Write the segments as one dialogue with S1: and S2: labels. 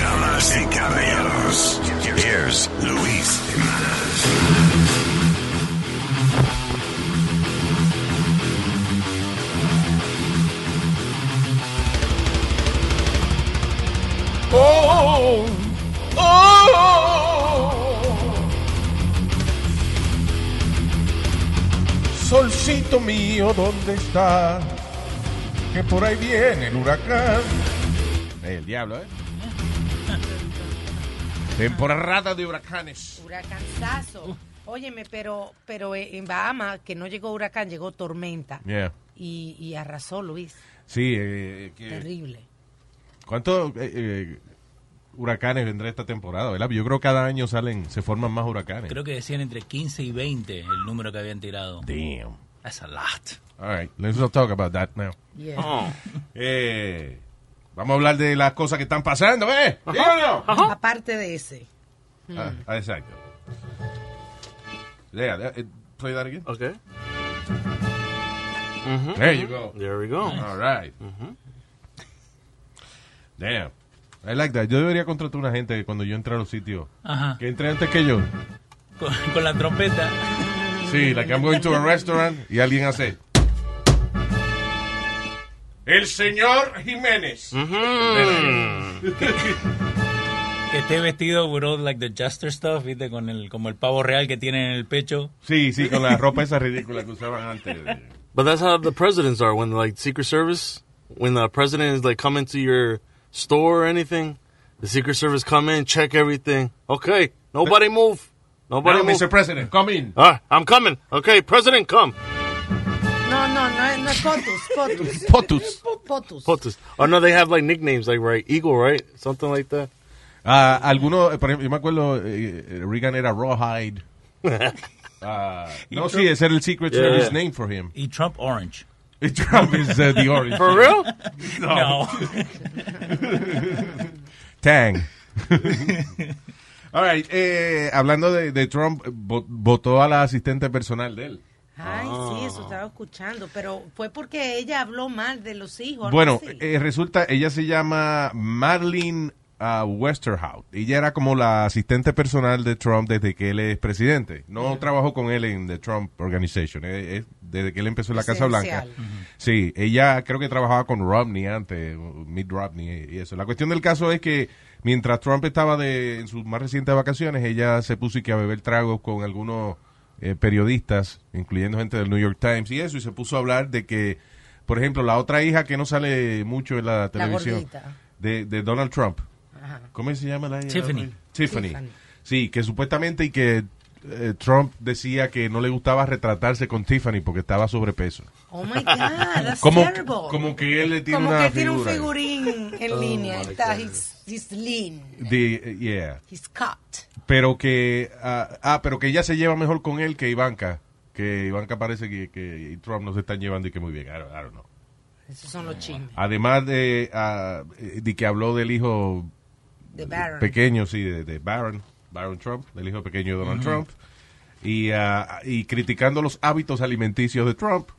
S1: Damas y caballeros, here's Luis Jimenez.
S2: Oh, oh, solcito mío, ¿dónde está? Que por ahí viene el huracán. El diablo, ¿eh? Temporada de huracanes.
S3: Huracanzazo. Óyeme, pero, pero eh, en Bahamas, que no llegó huracán, llegó tormenta.
S2: Yeah.
S3: Y, y arrasó, Luis.
S2: Sí, eh, que-
S3: Terrible.
S2: ¿cuántos eh, eh, huracanes vendrá esta temporada? verdad? Yo creo que cada año salen, se forman más huracanes.
S4: Creo que decían entre 15 y 20 el número que habían tirado.
S2: Damn.
S4: That's a lot.
S2: All right, let's not talk about that now.
S3: Yeah.
S4: Oh.
S2: Oh. Eh, vamos a hablar de las cosas que están pasando, ¿eh? ¿Sí o no?
S3: Aparte de ese.
S2: Ah,
S5: Mm.
S2: ah, exacto. Yeah, that- eh, play that again.
S5: Okay,
S2: There you go.
S5: there we go.
S2: All right. Damn. I like that. Yo debería contratar una gente que cuando yo entre a los sitios.
S4: Ajá.
S2: Que entre antes que yo.
S4: Con, con la trompeta.
S2: Sí, like I'm going to a restaurant y alguien hace. El señor Jiménez.
S4: Que esté vestido, bro, like the Jester stuff, ¿viste? Con el, como el pavo real que tiene en el pecho.
S2: Sí, sí, con la ropa esa ridícula que usaban antes. de-
S5: But that's how the presidents are when like Secret Service, when the president is like coming to your store or anything, the Secret Service come in, check everything. Okay, nobody move. Nobody
S2: Now,
S5: move.
S2: Mr. President, come in.
S5: Ah, I'm coming. Okay, president, come.
S3: No, no, no, es- no es Potus, Potus.
S2: Potus.
S3: Potus.
S5: Potus. Oh no, they have like nicknames like right Eagle, right? Something like that.
S2: Ah, algunos, eh, por ejemplo, yo me acuerdo, eh, eh, Reagan era Rawhide. Ah, no, sí, ese era el Secret
S5: Yeah,
S2: Service
S5: yeah.
S2: name for him.
S4: Y Trump Orange.
S2: Y Trump is uh, the orange.
S5: For real?
S4: No.
S2: Tang. All right, eh, hablando de, de Trump, vo- votó a la asistente personal de él.
S3: Ay,
S2: Ah.
S3: sí, eso estaba escuchando. Pero fue porque ella habló mal de los hijos. algo
S2: Bueno,
S3: así.
S2: eh, resulta, ella se llama Marlene ah, Westerhout. Ella era como la asistente personal de Trump desde que él es presidente. No trabajó con él en The Trump Organization, eh, eh, desde que él empezó en la Casa Blanca.
S3: Presidencial.
S6: Mm-hmm.
S2: Sí, ella creo que trabajaba con Romney antes, Mitt Romney y eso. La cuestión del caso es que mientras Trump estaba de, en sus más recientes vacaciones, ella se puso y que a beber tragos con algunos eh, periodistas, incluyendo gente del New York Times y eso, y se puso a hablar de que, por ejemplo, la otra hija que no sale mucho en la televisión
S3: gordita.
S2: de, de Donald Trump.
S3: Ajá.
S2: ¿Cómo se llama la hija?
S4: Tiffany.
S2: Tiffany.
S3: Tiffany.
S2: Sí, que supuestamente y que eh, Trump decía que no le gustaba retratarse con Tiffany porque estaba sobrepeso.
S3: Oh my God, that's
S2: Como,
S3: terrible.
S2: como que él le tiene
S3: Como
S2: una
S3: que tiene
S2: figura. Oh,
S3: un figurín en línea.
S5: my
S3: Está,
S5: God.
S3: he's, he's lean.
S2: De- yeah.
S3: He's cut.
S2: Pero que ah, ah, pero que ella se lleva mejor con él que Ivanka, que Ivanka parece que, que y Trump no se están llevando y que muy bien. I don't, I don't know.
S3: Esos son
S2: Ah.
S3: los chismes.
S2: Además de, ah, de que habló del hijo
S3: De Barron.
S2: pequeño, sí, de, de Barron, Barron Trump, del hijo pequeño de Donald Trump, y, ah, y criticando los hábitos alimenticios de Trump.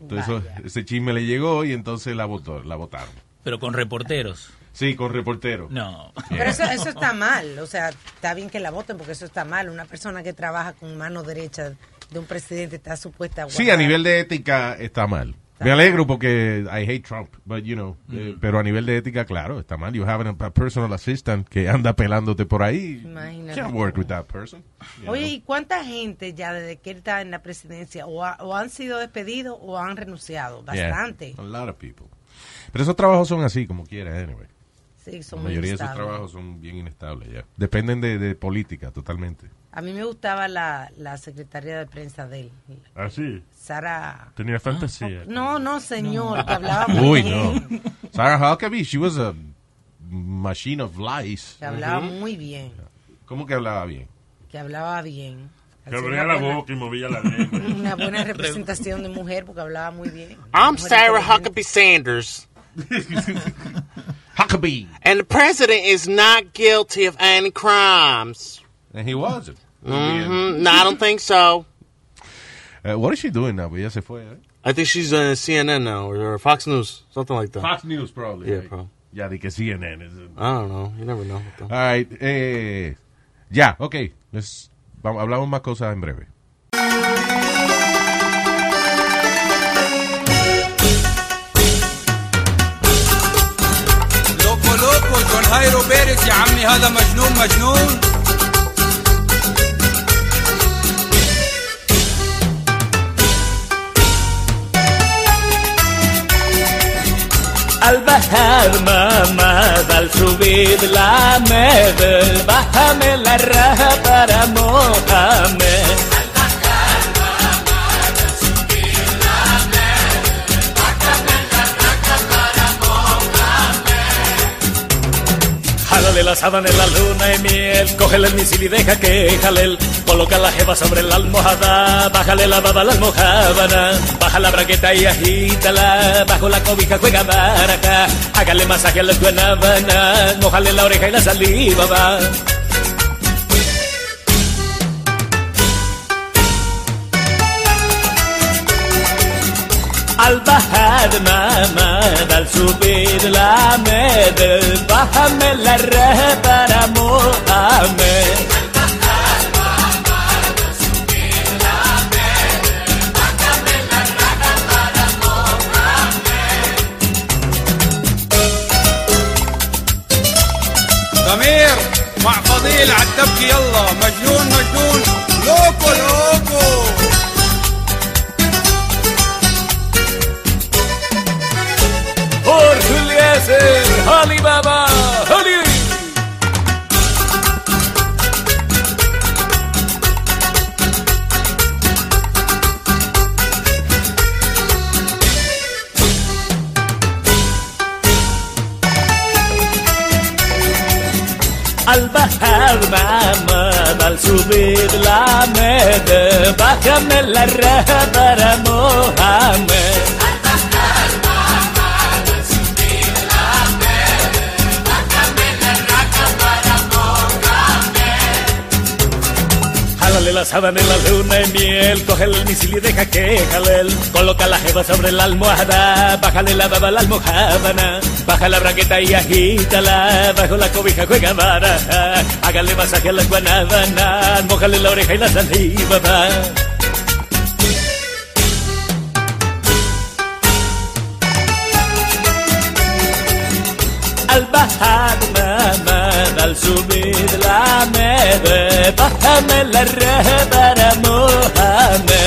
S2: Entonces eso-
S3: Vaya.
S2: ese chisme le llegó y entonces la votó, la votaron.
S4: Pero con reporteros.
S2: Sí, con reportero.
S4: No.
S3: Pero eso, eso está mal, o sea, está bien que la voten porque eso está mal. Una persona que trabaja con mano derecha de un presidente está supuesta a
S2: Sí, a nivel de ética está mal. Me alegro porque I hate Trump, but you know, eh, pero a nivel de ética, claro, está mal. You have a personal assistant que anda pelándote por ahí.
S3: Imagínate.
S2: Can't work with that person. you
S3: Oye, ¿y cuánta gente ya desde que él está en la presidencia o, ha- o han sido despedidos o han renunciado?
S2: know. Yeah,
S3: Bastante.
S2: a lot of people. Pero esos trabajos son así, como quiera, anyway.
S3: Sí,
S2: La
S3: son muy
S2: mayoría de esos
S3: inestables.
S2: trabajos son bien inestables, ya. Dependen de, de política, totalmente.
S3: A mí me gustaba la, la secretaria de prensa de él,
S2: Así.
S3: Sara.
S7: Ah, Tenía fantasía.
S3: No, no, señor, que hablaba muy
S2: Uy,
S3: bien.
S2: no. Sarah Huckabee, she was a Machine of Lies.
S3: Que hablaba muy bien.
S2: ¿Cómo que hablaba bien?
S3: Que hablaba bien.
S7: Que
S3: Hacía una
S7: abría la
S3: buena-
S7: boca y movía la lengua.
S3: Una buena representación de mujer porque hablaba muy bien.
S5: I'm
S3: Mujer
S5: Sarah
S3: inteligente.
S5: Huckabee Sanders,
S2: Huckabee.
S5: and the president is not guilty of any crimes.
S2: And he wasn't.
S5: Mm, no, I don't think so.
S2: Uh, what is she doing now? Pues ya se fue. ¿eh?
S5: I think she's on CNN now or, or Fox News, something like that.
S2: Fox News, probably.
S5: Yeah,
S2: right?
S5: probably.
S2: Ya di que CNN. is-
S5: I don't know. You never know. with them.
S2: All right. Eh, ya, ok. Let's- vamos- hablamos más cosas en breve.
S8: لوكو لوكو جون هايرو بيريز يا عمي هذا مجنون مجنون
S9: Al bajar mamás, al subir la medel, bájame la raja para mojarme. Jálale la sábana en la luna y miel, cógele el misil y deja que jale él. Coloca la jeva sobre la almohada, bájale la baba a la almohábana. Baja la braqueta y agítala, bajo la cobija juega baraja. Hágale masaje a la guanábana, mojale la oreja y la saliva va. Al bajar mamada, al subir la medel, bájame la reja para mojarme.
S8: ضمير مع فضيل على الدبكة يلا مجنون مجنون لوكو لوكو
S9: Por Eliezer, Alibaba, Ali. Al bajar mamá, al subir la meta, bájame la raja para mojarme. Jálale la sábana en la luna de miel, cógele el misil y deja que jale él. Coloca la jeva sobre la almohada, bájale la baba a la almohábana. Baja la braqueta y agítala, bajo la cobija juega baraja. Hágale masaje a la guanábana, mojale la oreja y la saliva va. Al bajar mamá, al subir la nieve, bájame la reja para mojarme.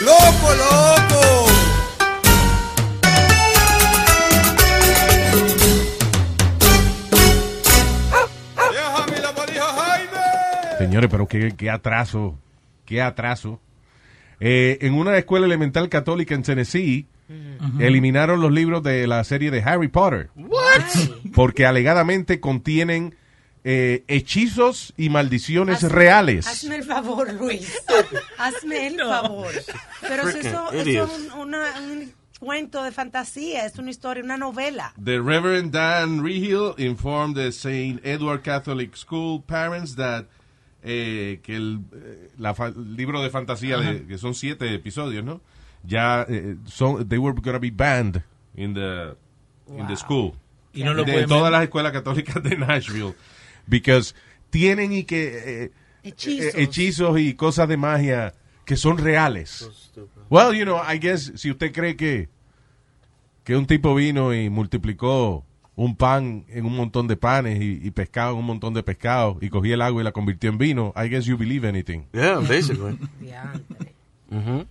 S8: لوكو لوكو يا هامي لبليها هايمي
S2: Señores, pero qué, qué atraso, qué atraso. Eh, en una escuela elemental católica en Tennessee, eliminaron los libros de la serie de Harry Potter. Porque alegadamente contienen eh, hechizos y maldiciones
S3: Hazme-
S2: reales.
S3: Hazme el favor, Luis. Hazme el favor. Pero si eso,
S5: Freaking
S3: eso es
S5: idiot.
S3: un, una- un cuento de fantasía, es una historia, una novela.
S2: The Reverend Dan Rehill informed the St. Edward Catholic School parents that eh, que el, eh, la fa- libro de fantasía de- que son siete episodios, ¿no? Ya eh, son they were gonna be banned in the in the school
S4: Y no lo
S2: de
S4: pueden
S2: todas las escuelas católicas de Nashville because tienen y que eh,
S3: Hechizos.
S2: eh, hechizos y cosas de magia que son reales. Well, you know, I guess si usted cree que que un tipo vino y multiplicó un pan en un montón de panes y, y pescado en un montón de pescado y cogía el agua y la convirtió en vino, I guess you believe anything.
S5: Yeah, basically.
S3: Diantre.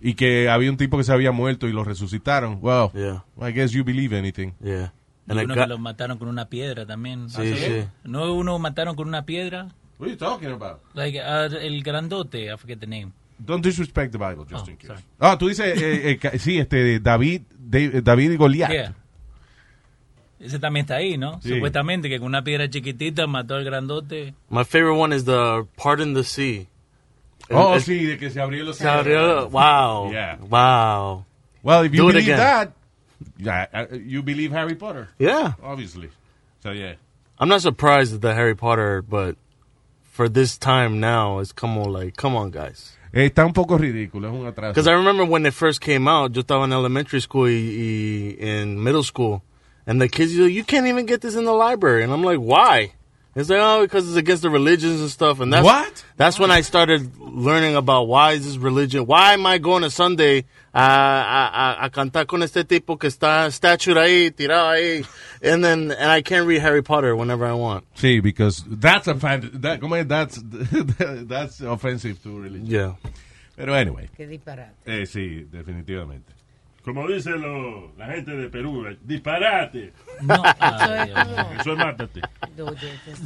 S2: y que había un tipo que se había muerto y lo resucitaron. Wow.
S5: Yeah.
S2: I guess you believe anything.
S5: Yeah.
S4: Y
S5: And I
S4: uno que
S5: got,
S4: lo mataron con una piedra también.
S5: sí, sí.
S4: No, uno mataron con una piedra.
S2: What are you talking about?
S4: Like, ah, el grandote, I forget the name.
S2: Don't disrespect the Bible, just
S4: Oh,
S2: in case.
S4: sorry.
S2: Ah, tú dices, eh, eh, ca- sí, este, David, Dave- David y Goliat.
S4: Yeah. Ese también está ahí, ¿no?
S2: Sí.
S4: Supuestamente que con una piedra chiquitita mató al grandote.
S5: My favorite one is the Pardon the Sea.
S2: Oh,
S5: It's-
S2: sí, de que se abrió los
S5: it's out there. Wow.
S2: Yeah.
S5: Wow.
S2: Well, if you
S5: Do it
S2: believe
S5: again.
S2: that, yeah, uh, you believe Harry Potter,
S5: Yeah.
S2: obviously. So, yeah.
S5: I'm not surprised at the Harry Potter, but for this time now, it's come on, like, come on, guys.
S2: Eh, Está un poco ridículo, es un atraso.
S5: Because I remember when it first came out, yo estaba in elementary school y, y in middle school, and the kids, you, you can't even get this in the library. And I'm like, why? It's like, oh, because it's against the religions and stuff. And that's,
S2: What?
S5: That's when I started learning about why is this religion? Why am I going to Sunday a, a, a, a cantar con este tipo que está statued ahí, tirado ahí? And then, and I can read Harry Potter whenever I want.
S2: Sí, because that's offensive. That, ¿Cómo es? That's, that's offensive to religion.
S5: Yeah.
S2: Pero anyway.
S3: Qué disparate.
S2: Eh, sí, definitivamente.
S7: Como dicen lo- la gente de Perú, eh, disparate.
S4: No, ay,
S3: Eso
S4: Dios
S3: es
S4: mío.
S3: como-
S7: Eso es mátate.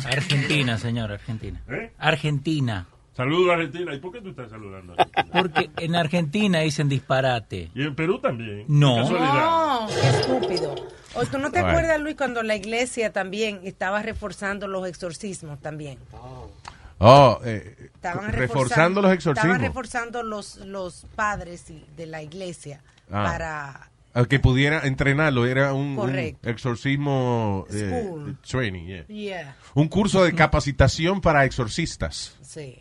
S4: Argentina, señor, Argentina.
S7: ¿Eh?
S4: Argentina.
S7: Saludos a Argentina. ¿Y por qué tú estás saludando a Argentina?
S4: Porque en Argentina dicen disparate.
S7: Y en Perú también.
S4: No.
S7: Qué casualidad.
S3: No, qué estúpido. O tú no te
S2: Right.
S3: acuerdas, Luis, cuando la iglesia también estaba reforzando los exorcismos también.
S2: Oh, eh,
S3: Estaban
S2: reforzando los exorcismos.
S3: Estaban reforzando los, los padres y- de la iglesia
S2: Ah.
S3: para...
S2: Al que pudiera entrenarlo, era un, un
S3: Correcto.
S2: exorcismo eh,
S3: School.
S2: training, yeah.
S3: Yeah,
S2: Un curso de capacitación para exorcistas.
S3: sí.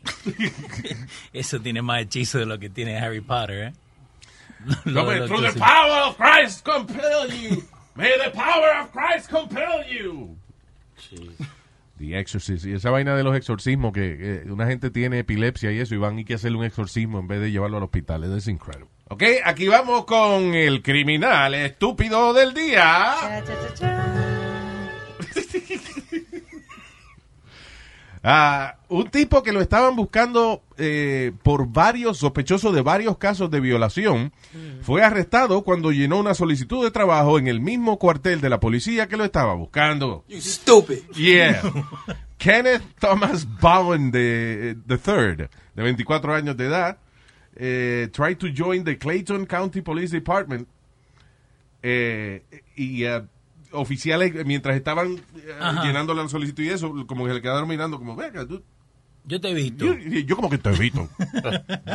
S4: Eso tiene más hechizo de lo que tiene Harry Potter, ¿eh? Lo-
S2: Come
S4: lo-
S2: through
S4: lo-
S2: the power of Christ compel you. May the power of Christ compel you. The Exorcist. Y esa vaina de los exorcismos, que eh, una gente tiene epilepsia y eso, y van y que hacerle un exorcismo en vez de llevarlo al hospital. Es incredible. Ok, aquí vamos con el criminal estúpido del día.
S3: Cha, cha, cha, cha.
S2: Ah, un tipo que lo estaban buscando eh, por varios sospechosos de varios casos de violación fue arrestado cuando llenó una solicitud de trabajo en el mismo cuartel de la policía que lo estaba buscando.
S8: You stupid.
S2: Yeah. Kenneth Thomas Bowen de the third, de 24 años de edad, eh, tried to join the Clayton County Police Department eh, y eh, oficiales eh, mientras estaban eh,
S4: Ajá.
S2: llenando la solicitud y eso, como que le quedaron mirando como, "Ve acá, tú-
S4: Yo te he visto.
S2: yo, yo como que te evito,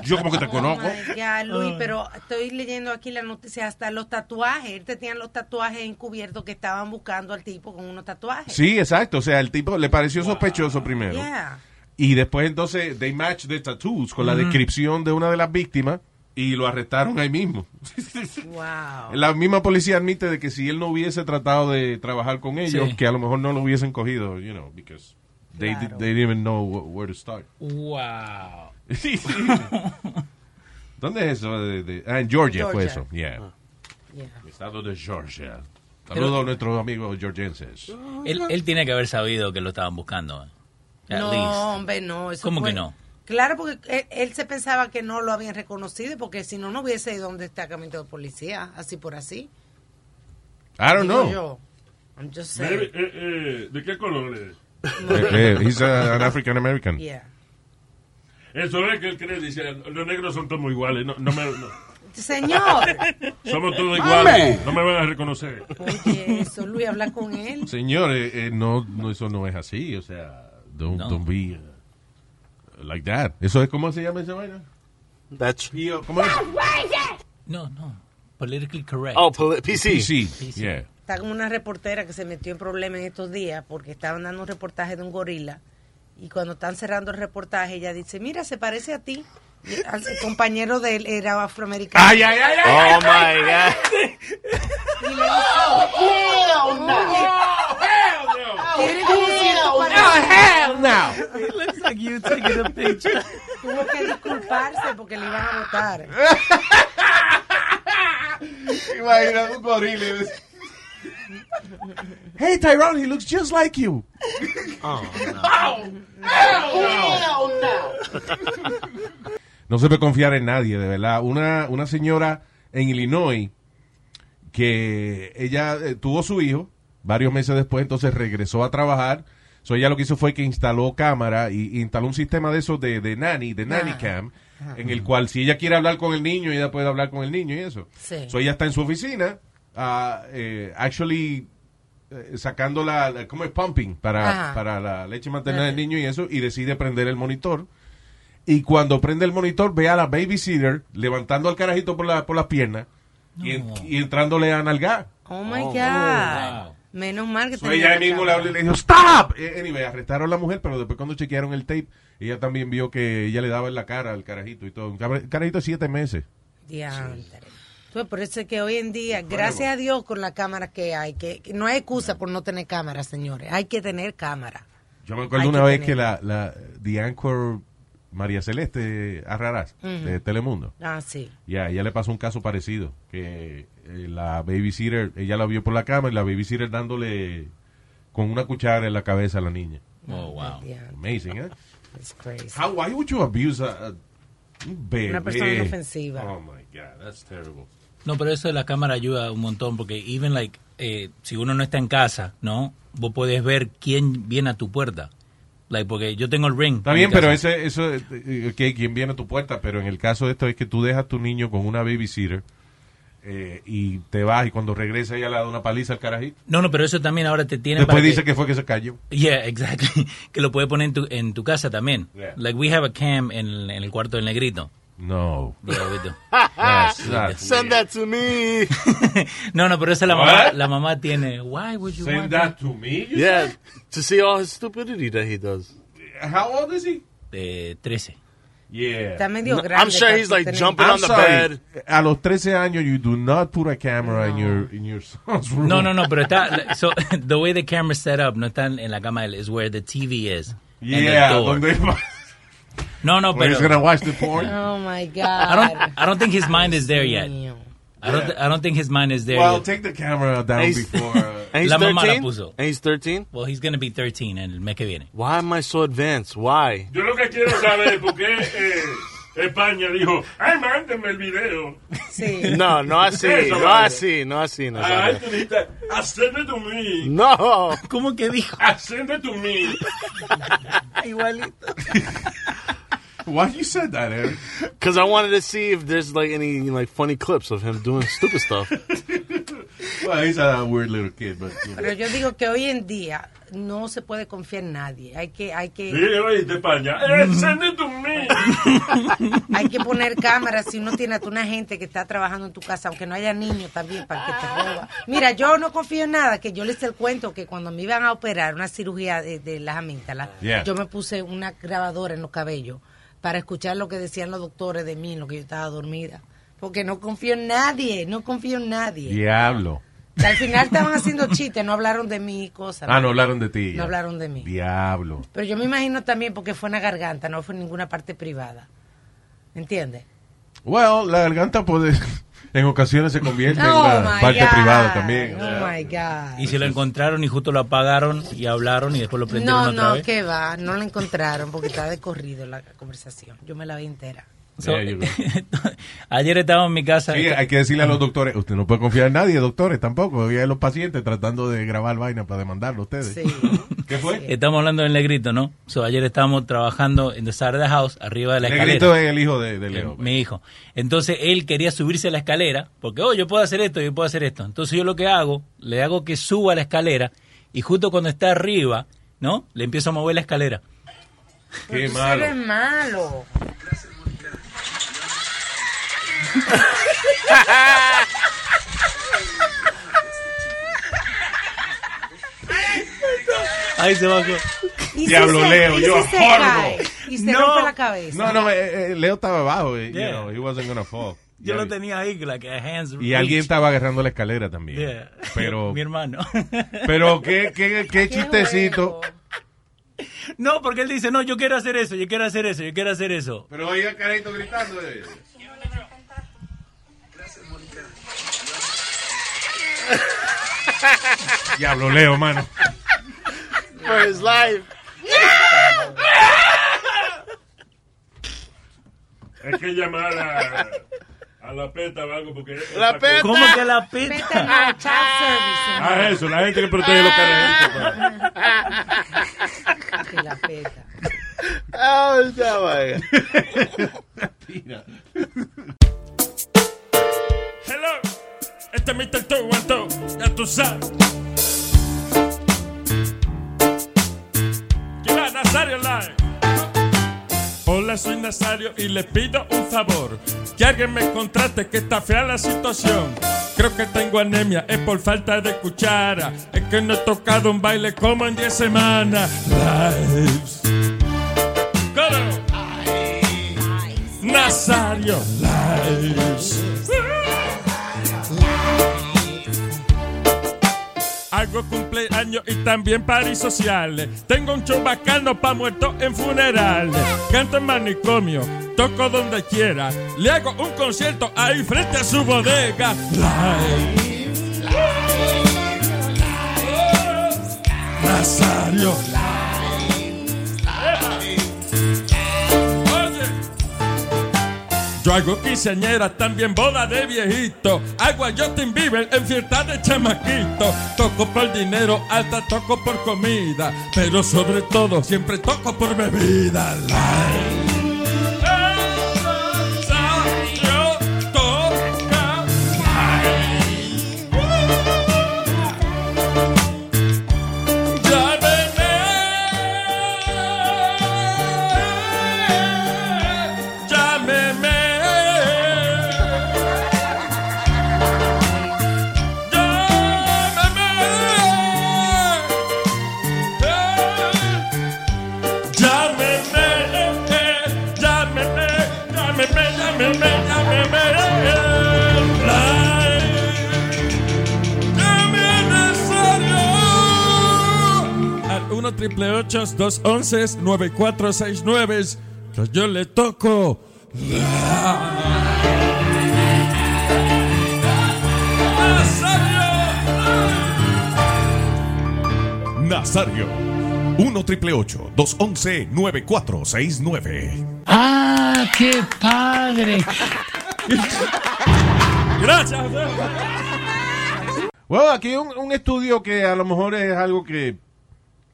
S2: yo como que te
S3: Oh
S2: conozco.
S3: my God, Luis, pero estoy leyendo aquí la noticia, hasta los tatuajes, él te tenían los tatuajes encubiertos que estaban buscando al tipo con unos tatuajes.
S2: Sí, exacto, o sea, el tipo le pareció sospechoso primero.
S3: Yeah.
S2: Y después entonces they match the tattoos con la descripción de una de las víctimas y lo arrestaron ahí mismo.
S3: Wow.
S2: La misma policía admite de que si él no hubiese tratado de trabajar con ellos,
S4: Sí.
S2: que a lo mejor no lo hubiesen cogido, you know, because they,
S3: Claro.
S2: did- they didn't even know wh- where to start.
S4: Wow.
S2: Sí, sí. ¿Dónde es eso? De- de- ah, en Georgia, fue
S3: Georgia.
S2: eso. Yeah.
S3: Yeah.
S2: Estado de Georgia. Saludos a nuestros amigos georgienses.
S4: Él, él tiene que haber sabido que lo estaban buscando. ¿eh? At
S3: No,
S4: least.
S3: hombre, no. Eso
S4: ¿Cómo
S3: fue-
S4: que no?
S3: Claro, porque él, él se pensaba que no lo habían reconocido, porque si no, no hubiese ido a un destacamento de policía, así por así.
S2: I don't
S3: Digo
S2: know.
S3: yo. I'm just
S7: Maybe,
S3: saying.
S7: eh, eh, ¿De qué color es?
S2: Eh, eh, he's a- an African American.
S3: Yeah.
S7: Eso es que él cree, dice, los negros son todos iguales. No, no me, no.
S3: Señor.
S7: Somos todos iguales. No me van a reconocer.
S3: Oye, eso, Luis, habla con él.
S2: Señor, eh, eh, no, no, eso no es así. O sea, don't,
S4: No.
S2: don't be uh, like that. Eso es, ¿cómo se llama esa vaina?
S5: That's.
S2: Pío, ¿Cómo es?
S4: No, no. Politically correct.
S5: Oh, poli- PC.
S2: Sí,
S4: PC.
S2: yeah.
S3: Está como una reportera que se metió en problemas en estos días porque estaban dando un reportaje de un gorila. Y cuando están cerrando el reportaje, ella dice: Mira, se parece a ti. Y el compañero de él era afroamericano.
S2: Ay, ay, ay, ay.
S5: Oh my God.
S3: "Oh,
S2: Oh,
S3: Tiene como cierto parecido.
S2: Oh,
S4: It looks like you taking a picture.
S3: Tuvo que disculparse porque le iban a votar.
S2: Imagínate un gorila. Hey, Tyrone, he looks just like you.
S8: Oh,
S2: no se puede confiar en nadie, de verdad. Una, una señora en Illinois que ella eh, tuvo su hijo varios meses después, entonces regresó a trabajar. So ella lo que hizo fue que instaló cámara y, y instaló un sistema de esos de, de nanny, de nanny cam, en el cual si ella quiere hablar con el niño, ella puede hablar con el niño y eso.
S3: Sí.
S2: So ella está en su oficina, ah, eh, actually eh, sacando la, la- ¿cómo es? Pumping para,
S3: Ajá.
S2: para la leche materna del niño y eso, y decide prender el monitor. Y cuando prende el monitor, ve a la babysitter levantando al carajito por, la, por las piernas y, en- y entrándole a nalgar.
S3: Oh my God.
S4: wow.
S3: Menos mal que
S2: So
S3: tenía
S2: ella
S3: la
S2: mismo le habló y
S3: cámara.
S2: le dijo, ¡Stop! Eh, Anyway, arrestaron a la mujer, pero después cuando chequearon el tape, ella también vio que ella le daba en la cara al carajito y todo. Un cabra- carajito de siete meses.
S3: Diantre. Entonces, por eso es que hoy en día, gracias a Dios con las cámaras que hay, que que no hay excusa por no tener cámaras, señores. Hay que tener cámara.
S2: Yo me acuerdo
S3: Hay
S2: una
S3: que
S2: vez
S3: tener.
S2: que la, la The Anchor María Celeste Arraraz de Telemundo,
S3: Ah, sí.
S2: ya ella le pasó un caso parecido, que eh, la babysitter, ella la vio por la cama y la babysitter dándole con una cuchara en la cabeza a la niña.
S4: Oh, wow.
S3: Diantre,
S2: Amazing, ¿eh?
S3: it's crazy.
S2: How, why would you abuse a, a- un bebé?
S3: Una persona inofensiva.
S2: Oh my God, that's terrible.
S4: No, pero eso de la cámara ayuda un montón porque even like eh, si uno no está en casa, ¿no? Vos podés ver quién viene a tu puerta. Like porque yo tengo el ring.
S2: Está
S4: en
S2: bien,
S4: mi casa.
S2: pero ese, eso, eh, eh, ok, quien viene a tu puerta, pero en el caso de esto es que tú dejas tu niño con una babysitter eh, y te vas y cuando regresa ella le da una paliza al carajito.
S4: No, no, pero eso también ahora te tiene
S2: Después
S4: para
S2: dice que fue que se cayó.
S4: Yeah, exactly. Que lo puede poner en tu, en tu casa también.
S2: Yeah.
S4: Like we have a cam en, el- en el cuarto del negrito.
S2: No.
S4: Yeah, we do.
S2: That's not-
S5: Send that to me.
S4: no, no, pero esa la
S2: What?
S4: mamá, la mamá tiene. Why would you want
S2: Send that to me. you
S5: yeah, to see all his stupidity that he does.
S2: say? How old is he?
S4: that? Eh, 13.
S2: Yeah.
S3: Está medio
S5: No,
S3: grande.
S5: I'm sure
S3: para
S5: he's
S3: tú
S5: like
S3: tener-
S5: jumping
S2: I'm
S5: on the
S2: sorry.
S5: bed.
S2: A los 13 años, you do not put a camera in your in your son's room.
S4: No, no, no, pero está. So, the way the camera's set up, no está en en la cama de él, is where the TV is. and the
S2: Yeah,
S4: door.
S2: donde
S4: No, no,
S2: where he's
S4: pero.
S2: gonna watch the porn.
S3: Oh my God.
S4: I don't, I don't think his mind is there yet.
S3: Mío.
S4: I don't, I don't think his mind is there
S2: Well,
S4: yet.
S2: take the camera down
S5: He's-
S2: before. uh,
S5: And he's
S4: La mamá la
S5: 13?
S4: puso.
S5: And he's 13?
S4: Well, he's going to be 13 en el mes que viene.
S5: Why am I so advanced? Why?
S7: Yo lo que quiero saber es por qué eh, España dijo, ay, mándenme el video.
S3: Sí.
S5: No, no así, no así, no así. No,
S7: Ay,
S5: así.
S7: Antonita, ascende to me.
S5: no.
S4: ¿Cómo que dijo?
S7: Ascende to me.
S3: Igualito.
S2: Why you said that, Eric?
S5: Because I wanted to see if there's like any like funny clips of him doing stupid stuff.
S2: Well, he's a weird little kid, but. you know.
S3: Pero yo digo que hoy en día no se puede confiar en nadie. Hay que, hay
S7: Sí,
S3: que,
S7: oíste, España.
S3: Mm.
S7: Ascende to me.
S3: hay que poner cámaras si uno tiene a tu- una gente que está trabajando en tu casa, aunque no haya niños también, para que te roba. Mira, yo no confío en nada, que yo les hice el cuento que cuando me iban a operar una cirugía de, de las amígdalas,
S2: Yeah.
S3: yo me puse una grabadora en los cabellos para escuchar lo que decían los doctores de mí, en lo que yo estaba dormida. Porque no confío en nadie, no confío en nadie.
S2: Diablo. Ah,
S3: Al final estaban haciendo chistes, no hablaron de mí y cosas.
S2: Ah, no hablaron de ti.
S3: No hablaron de mí.
S2: Diablo.
S3: Pero yo me imagino también porque fue en la garganta, no fue en ninguna parte privada. ¿Entiendes?
S2: Well, la garganta puede. En ocasiones se convierte en una
S3: Oh my
S2: parte
S3: God.
S2: privada también. o
S3: Oh
S2: sea.
S3: my God.
S2: Ah,
S4: Y se lo encontraron y justo lo apagaron y hablaron y después lo prendieron
S3: No,
S4: otra
S3: no,
S4: vez.
S3: que va, no la encontraron porque estaba de corrido la conversación. Yo me la vi entera.
S4: So,
S2: There you go.
S4: ayer estaba en mi casa.
S2: Sí, hay que decirle a los doctores, usted no puede confiar en nadie, doctores, tampoco. Y a los pacientes tratando de grabar vaina para demandarlo a ustedes.
S3: Sí.
S2: ¿Qué fue?
S4: Estamos hablando del negrito, ¿no? So, ayer estábamos trabajando en The Side of the House, arriba de la escalera.
S2: Negrito es el hijo de, de
S4: que-
S2: Leo. pues.
S4: mi hijo. Entonces él quería subirse a la escalera, porque, oh, yo puedo hacer esto, yo puedo hacer esto. Entonces yo lo que hago, le hago que suba la escalera y justo cuando está arriba, ¿no? Le empiezo a mover la escalera.
S2: Qué
S3: Tú
S2: malo.
S3: eres malo.
S4: Ahí se bajó.
S3: Y
S2: Diablo, Leo,
S3: y
S2: yo
S3: si se
S2: aforgo.
S3: cae, y se
S4: No.
S3: rompe la cabeza.
S2: No, no, eh, eh, Leo estaba abajo. eh,
S4: Yeah.
S2: You know, he wasn't gonna fall.
S4: Yo
S2: Ya
S4: lo
S2: vi.
S4: tenía ahí, like, hands
S2: Y alguien
S4: reach.
S2: estaba agarrando la escalera también.
S4: Yeah.
S2: Pero,
S4: Mi hermano.
S2: pero qué, qué, qué
S3: Qué juego.
S2: chistecito.
S4: No, porque él dice, no, yo quiero hacer eso, yo quiero hacer eso, yo quiero hacer eso.
S2: Pero oiga, carito gritando. eh. Diablo, Leo, mano.
S5: For his life.
S10: Es que llamar a, a la PETA o algo porque...
S8: La peta.
S4: ¿Cómo que la pita?
S3: Vete a Child Services.
S10: Ah, eso, la gente que protege los pues. carajitos. pa.
S3: Que la peta.
S8: Oh, ya vaya.
S10: Hello, este es Mr. Two One Two, ya tú sabes. Lleva Nazario Live. Hola, soy Nazario y les pido un favor. Que alguien me contrate, que está fea la situación. Creo que tengo anemia, es por falta de cuchara. Es que no he tocado un baile como en 10 semanas. Lives. Coro. Nazario Lives. Hago cumpleaños y también paris sociales. Tengo un show bacano pa' muertos en funerales. Canto en manicomio, toco donde quiera. Le hago un concierto ahí frente a su bodega. Live. Nazario. Oye. Yo hago quinceañeras, también boda de viejito. Hago a Justin Bieber en fiestas de chamaquito. Toco por dinero, alta toco por comida. Pero sobre todo, siempre toco por bebida. Live. Rosario toca live. Ya vené. Llámeme. Llámeme. Eh. Llámeme. eh, Llámeme. Llámeme. Llámeme. Llámeme. eh. Live. Llame a Nazario Al 1 triple 211 9469 que yo le toco.
S11: Nazario. 1 triple 211 9469.
S12: ¡Ah, qué padre!
S10: Gracias.
S2: Bueno, aquí hay un, un estudio que a lo mejor es algo que,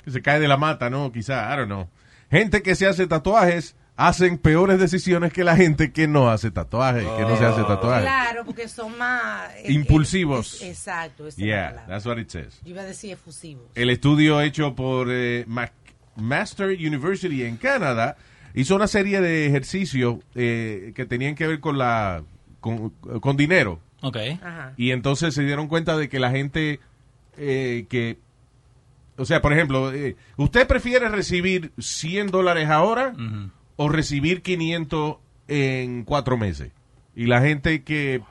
S2: que se cae de la mata, ¿no? Quizá, I don't know. Gente que se hace tatuajes hacen peores decisiones que la gente que no hace tatuajes, que no se hace tatuajes.
S3: Claro, porque son más... eh,
S2: Impulsivos.
S3: eh, exacto, esa es la
S2: Yeah,
S3: palabra.
S2: that's what it says.
S3: Yo iba a decir efusivos.
S2: El estudio hecho por eh, Mac- Master University en Canadá hizo una serie de ejercicios eh, que tenían que ver con la con, con dinero.
S4: Ok.
S3: Ajá.
S2: Y entonces se dieron cuenta de que la gente eh, que... O sea, por ejemplo, eh, ¿usted prefiere recibir 100 dólares ahora
S4: Ujú.
S2: o recibir 500 en cuatro meses? Y la gente que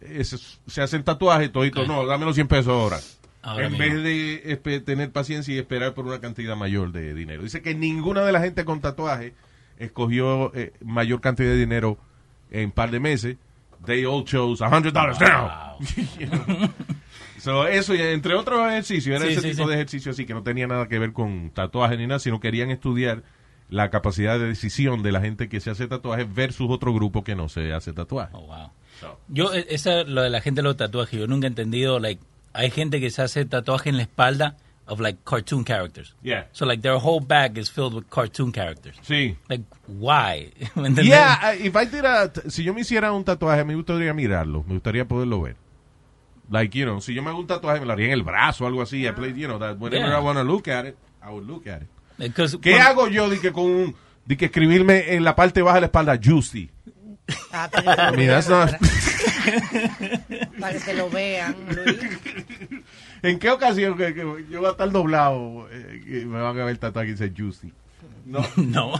S2: eh, se, se hacen tatuajes, todito,
S4: Ok.
S2: no, dame los 100 pesos ahora.
S4: Ahora
S2: en
S4: mismo.
S2: vez de espe- tener paciencia y esperar por una cantidad mayor de dinero. Dice que ninguna de la gente con tatuaje escogió eh, mayor cantidad de dinero en un par de meses. They all chose $100 now. You know. So, eso, y entre otros ejercicios, era
S4: Sí,
S2: ese
S4: sí,
S2: tipo
S4: sí.
S2: de ejercicio así que no tenía nada que ver con tatuajes ni nada, sino querían estudiar la capacidad de decisión de la gente que se hace tatuajes versus otro grupo que no se hace tatuaje.
S4: Oh, wow.
S2: So.
S4: Yo, eh, esa, lo de la gente de los tatuajes, yo nunca he entendido, like, hay gente que se hace tatuaje en la espalda of, like, cartoon characters.
S2: Yeah.
S4: So, like, their whole back is filled with cartoon characters.
S2: Sí.
S4: Like, why? ¿Me entendés?
S2: Yeah, I- if I did a t- si yo me hiciera un tatuaje, me gustaría mirarlo, me gustaría poderlo ver. Like, you know, si yo me hago un tatuaje, me lo haría en el brazo o algo así. I play, you know, that whenever
S4: Yeah.
S2: I want to look at it, I would look at it.
S4: Because-
S2: ¿Qué hago yo de que con un, de que escribirme en la parte baja de la espalda, juicy?
S3: Ah, para,
S2: I
S3: que te
S2: mean,
S3: lo
S2: that's not-
S3: vean, para que te lo vean, Luis.
S2: ¿En qué ocasión que, que yo voy a estar doblado eh, que me van a ver tatuaje que dice juicy?
S4: No.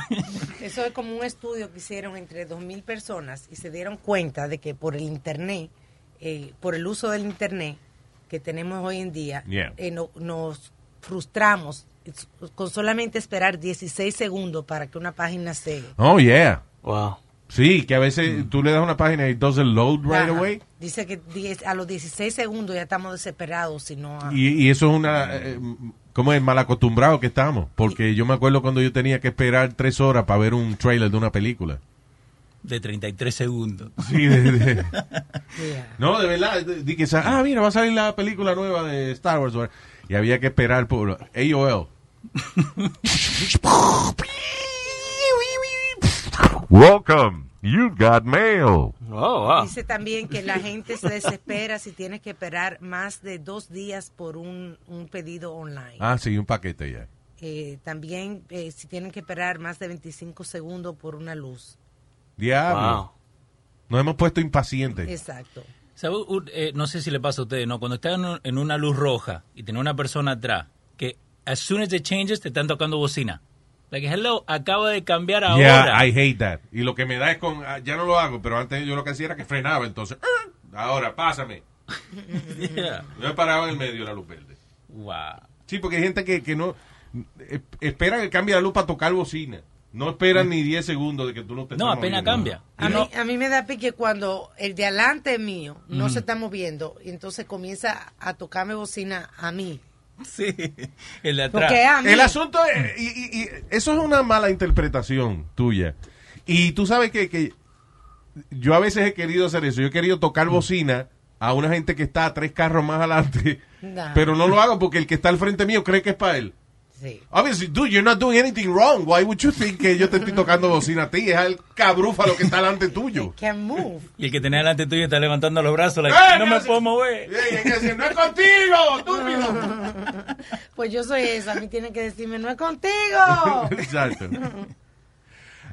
S3: Eso es como un estudio que hicieron entre 2.000 personas y se dieron cuenta de que por el Internet, eh, por el uso del Internet que tenemos hoy en día,
S2: Yeah.
S3: eh, no- nos frustramos es- con solamente esperar 16 segundos para que una página se...
S2: Oh, yeah.
S8: Wow.
S2: Sí, que a veces tú le das una página y it doesn't load right
S3: Ajá.
S2: away.
S3: Dice que 10 a los 16 segundos ya estamos desesperados, si no... ah. a-
S2: Y, y eso es una... eh, ¿Cómo es? Mal acostumbrado que estamos. Porque yo me acuerdo cuando yo tenía que esperar tres horas para ver un trailer de una película.
S4: de 33 segundos.
S2: Sí, de- de- No, de verdad, de- di que sa- ah, mira, va a salir la película nueva de Star Wars. whatever. Y había que esperar por AOL.
S6: Welcome. You've got mail.
S2: ah.
S3: Dice también que la gente se desespera si tienes que esperar más de dos días por un, un pedido online.
S2: Ah, sí, un paquete ya.
S3: Eh, también eh, si tienen que esperar más de 25 segundos por una luz.
S2: Diablo.
S4: Wow.
S2: Nos hemos puesto impacientes.
S3: Exacto.
S4: ¿Sabe? Un- eh, no sé si le pasa a ustedes, ¿no? Cuando están en un- en una luz roja y tiene una persona atrás, que as soon as it changes te están tocando bocina. Like, hello, acaba de cambiar ahora.
S2: Yeah, I hate that. Y lo que me da es con, ah, ya no lo hago, pero antes yo lo que hacía era que frenaba, entonces, "Ah, ahora, pásame.
S4: Yeah.
S2: Yo me paraba en el medio de la luz verde.
S4: Wow.
S2: Sí, porque hay gente que, que no, eh, espera que cambie la luz para tocar bocina. No esperan ni 10 segundos de que tú no te
S4: No,
S2: estás
S4: apenas
S2: moviendo.
S4: cambia.
S3: A mí, a mí me da pique cuando el de adelante mío no
S2: Ujú.
S3: se está moviendo y entonces comienza a tocarme bocina a mí.
S4: Sí, el de atrás.
S3: Porque a mí.
S2: El asunto es, y, y- y eso es una mala interpretación tuya. Y tú sabes que, que yo a veces he querido hacer eso. Yo he querido tocar bocina a una gente que está a tres carros más adelante,
S8: Ah.
S3: Nah.
S2: pero no lo hago porque el que está al frente mío cree que es para él.
S3: Sí.
S2: Obviously, dude, you're not doing anything wrong. Why would you think que yo te estoy tocando bocina a ti? Es el cabrúfalo que está delante tuyo.
S3: Can't move.
S4: Y el que tenía delante tuyo está levantando los brazos, like,
S2: ¡Eh,
S4: no
S2: qué
S4: me
S2: haces!
S4: puedo mover.
S2: Y hay que decir, no es contigo, estúpido.
S3: Pues yo soy esa, a mí tienen que decirme, no es contigo.
S2: Exacto.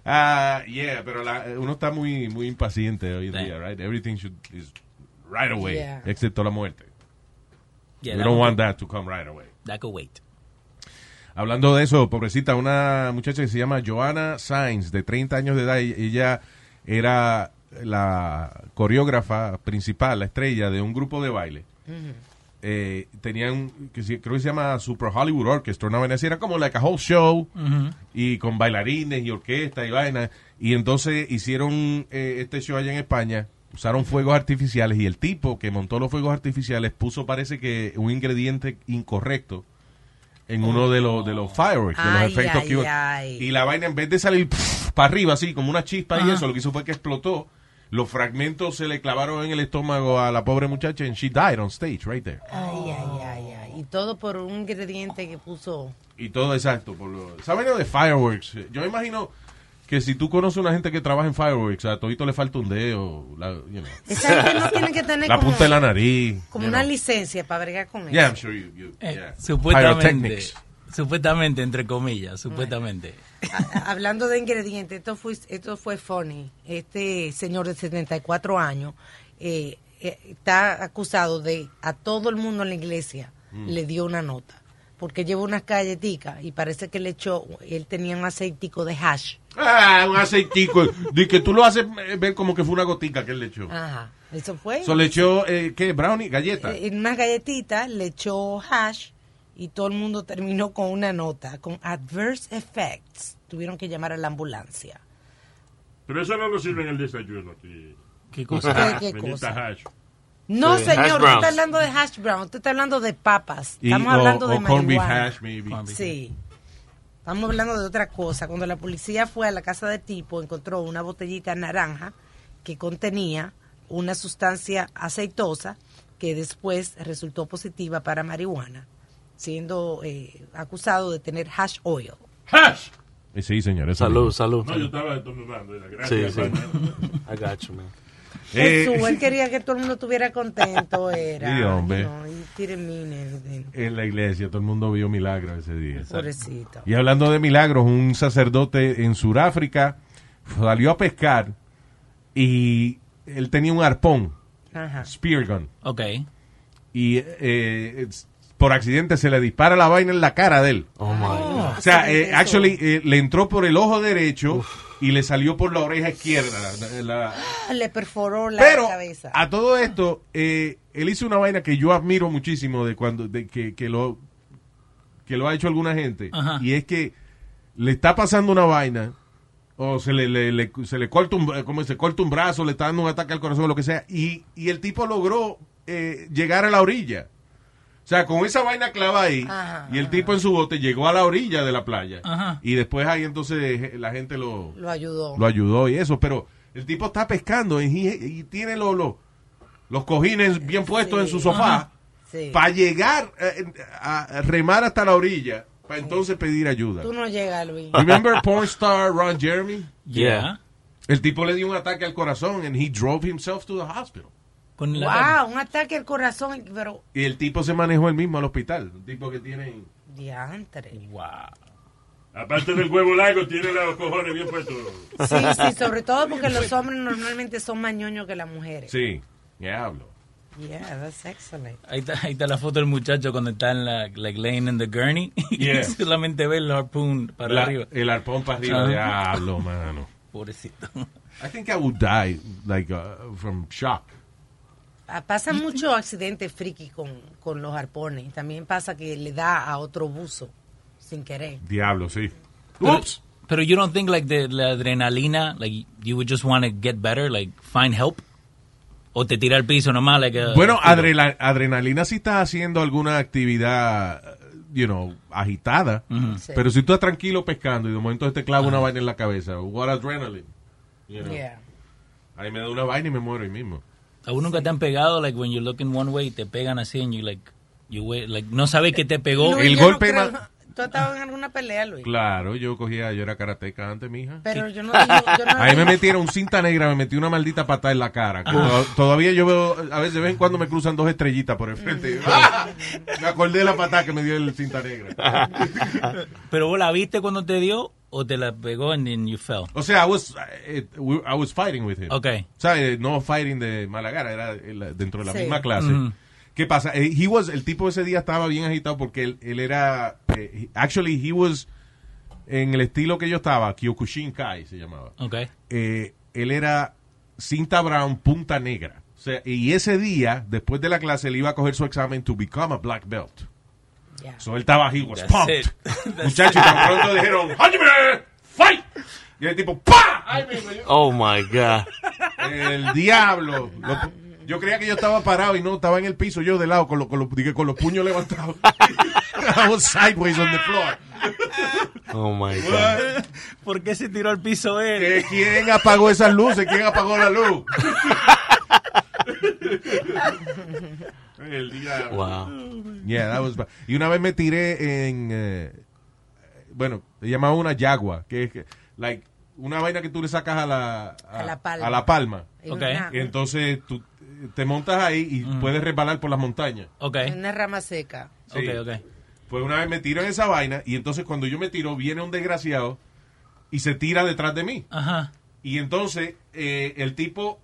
S2: Ah, yeah, pero la- uno está muy, muy impaciente hoy en día, right? Everything should is right away,
S4: Yeah.
S2: excepto la muerte.
S4: Yeah,
S2: We
S4: that
S2: don't
S4: one-
S2: want that to come right away.
S4: That could wait.
S2: Hablando de eso, pobrecita, una muchacha que se llama Joanna Sainz, de 30 años de edad, y- ella era la coreógrafa principal, la estrella de un grupo de baile. Eh, tenían, que se- creo que se llama Super Hollywood Orchestra, una vaina así, era como like a whole show,
S3: Mm-hmm.
S13: Ujú.
S2: y con bailarines y orquesta y vaina. Y entonces hicieron eh, este show allá en España, usaron fuegos artificiales y el tipo que montó los fuegos artificiales puso, parece que, un ingrediente incorrecto en uno de los, de los fireworks, de los
S13: Ay,
S2: efectos
S13: ay,
S2: que hubo.
S13: ay.
S2: Y la vaina, en vez de salir para arriba, así como una chispa y
S13: Ajá.
S2: eso, lo que hizo fue que explotó. Los fragmentos se le clavaron en el estómago a la pobre muchacha and she died on stage right there.
S3: Ay, ay, ay, ay. Y todo por un ingrediente que puso.
S2: Y todo exacto. Por lo, esa vaina de fireworks. Yo me imagino que si tú conoces una gente que trabaja en fireworks, a todito le falta un dedo. La, you know.
S3: Esa gente no tiene que tener
S2: La
S3: como-
S2: punta de la nariz.
S3: Como
S2: you
S3: una
S2: know.
S3: licencia para bregar con eso.
S2: Yeah, I'm sure you- you-
S4: Eh,
S2: yeah.
S4: Supuestamente.
S2: Pyrotechnics.
S4: Supuestamente, entre comillas, supuestamente.
S3: Ah, Hablando de ingredientes, esto fue, esto fue funny. Este señor de 74 años eh, eh, está acusado de a todo el mundo en la iglesia
S14: Mm.
S3: le dio una nota porque lleva unas galletitas y parece que le echó, él tenía un aceitico de hash.
S2: Ah, un aceitico. Di que tú lo haces eh, ver como que fue una gotica que él le echó.
S3: Ajá, eso fue.
S2: So, le echó, eh, ¿qué? Brownie, galleta.
S3: Eh, en unas galletitas le echó hash y todo el mundo terminó con una nota, con adverse effects. Tuvieron que llamar a la ambulancia.
S15: Pero eso no lo sirve en el desayuno. que-
S4: ¿Qué
S3: cosa? ¿Qué- qué
S15: Bendita
S3: cosa?
S15: hash.
S3: No,
S15: Sí. Hash
S3: señor, tú
S15: browns.
S3: estás hablando de hash brown, tú estás hablando de papas.
S2: Y-
S3: Estamos
S2: o-
S3: hablando de
S2: o corned beef
S3: marihuana.
S2: hash, maybe. Corned beef
S3: Sí. Estamos hablando de otra cosa. Cuando la policía fue a la casa del tipo, encontró una botellita naranja que contenía una sustancia aceitosa que después resultó positiva para marihuana, siendo eh, acusado de tener hash oil.
S15: ¡Hash!
S2: Eh, Sí, señor. eso mismo.
S5: Salud, salud.
S15: No, yo estaba estornudando. era
S5: Sí,
S15: Gracias.
S5: sí.
S15: hermano.
S5: I got you, man.
S2: Eh,
S3: Jesús, él quería que todo el mundo estuviera contento, era.
S2: Sí, hombre.
S3: No, y didn't mean anything.
S2: En la iglesia, todo el mundo vio milagros ese día.
S3: Pobrecito.
S2: Y hablando de milagros, un sacerdote en Sudáfrica salió a pescar y él tenía un arpón,
S3: Ajá.
S2: spear gun,
S4: Ok.
S2: y eh, es- por accidente se le dispara la vaina en la cara de él.
S3: Ah,
S4: God.
S2: O sea, eh, actually, eh, le entró por el ojo derecho y le salió por la oreja izquierda. la- la-
S3: Ah, Le perforó la
S2: Pero
S3: cabeza.
S2: a todo esto, eh, él hizo una vaina que yo admiro muchísimo de cuando de que, que lo que lo ha hecho alguna gente
S13: Ajá.
S2: y es que le está pasando una vaina o se le, le- le- se le corta un eh, como se corta un brazo, le está dando un ataque al corazón, lo que sea y, y el tipo logró eh, llegar a la orilla. O sea, con esa vaina clava ahí
S13: Ajá.
S2: y el tipo en su bote llegó a la orilla de la playa
S13: Ajá.
S2: y después ahí entonces eh, la gente lo
S3: Lo ayudó.
S2: lo ayudó y eso, pero El tipo está pescando y, he- y tiene los, los, los cojines bien puestos en su sofá para llegar eh, a, a remar hasta la orilla, para entonces pedir ayuda.
S3: Tú no llegas, Luis.
S2: Remember porn star Ron Jeremy?
S4: Yeah.
S2: El tipo le dio un ataque al corazón and he drove himself to the hospital.
S3: Wow, un ataque al corazón, pero
S2: Y el tipo se manejó él mismo al hospital. Un tipo que tiene...
S3: diantre.
S4: Wow.
S15: Aparte del huevo largo, tiene los cojones bien puestos.
S3: Sí, sí, sobre todo porque los hombres normalmente son más ñoños que las mujeres.
S2: Sí, diablo.
S3: Yeah, that's excellent.
S4: Ahí está, ahí está la foto del muchacho cuando está en la like, lane in the gurney.
S2: Yeah.
S4: Solamente ve el harpoon para
S2: La-
S4: arriba. Ah.
S2: El arpón para arriba.
S4: Ajá.
S2: Diablo, mano.
S4: Pobrecito.
S2: I think I would die, like, uh, from shock.
S3: Ah, Pasa mucho accidente friki con, con los arpones. También pasa que le da a otro buzo sin querer.
S2: Diablo, sí.
S4: Oops. Pero you don't think like the, la adrenalina, like you would just want to get better, like find help? O te tira al piso nomás, like a-
S2: Bueno, adrela- adrenalina si estás haciendo alguna actividad, eh, you know, agitada.
S4: Ujú.
S3: Sí.
S2: Pero si tú estás tranquilo pescando y de momento te clava una vaina en la cabeza, what adrenaline. you know.
S3: Yeah.
S2: Ahí me da una vaina y me muero ahí mismo.
S4: ¿A uno nunca te han pegado, like when you're looking one way, te pegan así and you like, you wait, like no sabes que te pegó?
S3: Luis, yo no creo- ¿Tú has estado en alguna pelea, Luis?
S2: Claro, yo cogía, yo era karateca antes, mija.
S3: Pero yo no digo... Yo no
S2: Ahí me metieron un cinta negra, me metí una maldita patada en la cara. Tod- Todavía yo veo, a veces de vez en cuando me cruzan dos estrellitas por el frente. ¡Ah! Me acordé de la patada que me dio el cinta negra.
S4: ¿Pero vos la viste cuando te dio o te la pegó and then you fell?
S2: O sea, I was, eh, we- I was fighting with him.
S4: Okay.
S2: O sea, eh, no fighting de Malagara, era eh, la- dentro de la
S4: Sí.
S2: misma clase.
S4: Mm.
S2: ¿Qué pasa? Eh, he was, el tipo ese día estaba bien agitado porque él, él era, eh, he- actually, he was en el estilo que yo estaba, Kyokushin Kai se llamaba.
S4: Okay.
S2: eh, él era cinta brown, punta negra. O sea, y ese día, después de la clase, él iba a coger su examen to become a black belt.
S3: Yeah.
S2: So él estaba, he was
S4: That's
S2: pumped.
S4: it. That's
S2: Muchachos,
S4: it.
S2: tan pronto dijeron, ¡Hajime! ¡Fight! Y el tipo, ¡pa! Ay, me- me-
S5: Oh my God.
S2: El diablo.
S4: Ah.
S2: Lo- yo creía que yo estaba parado y no, estaba en el piso yo de lado con, lo- con, lo- dije, con los puños levantados. I was sideways on the floor.
S5: Oh my God.
S2: What?
S4: ¿Por qué se tiró al piso él?
S2: ¿Que ¿Quién apagó esas luces? ¿Quién apagó la luz? El diablo.
S5: Wow.
S2: Yeah, that was bad. Y una vez me tiré en. eh, bueno, se llamaba una yagua, que es que, like, una vaina que tú le sacas a la,
S3: A la palma.
S2: a la palma.
S3: En una-
S2: Y entonces tú eh, te montas ahí y puedes resbalar por las montañas.
S4: Ok,
S3: en una rama seca.
S2: Sí.
S4: ok, ok.
S2: Pues una vez me tiro en esa vaina y entonces cuando yo me tiro, viene un desgraciado y se tira detrás de mí.
S4: Ajá.
S2: Y entonces eh, el tipo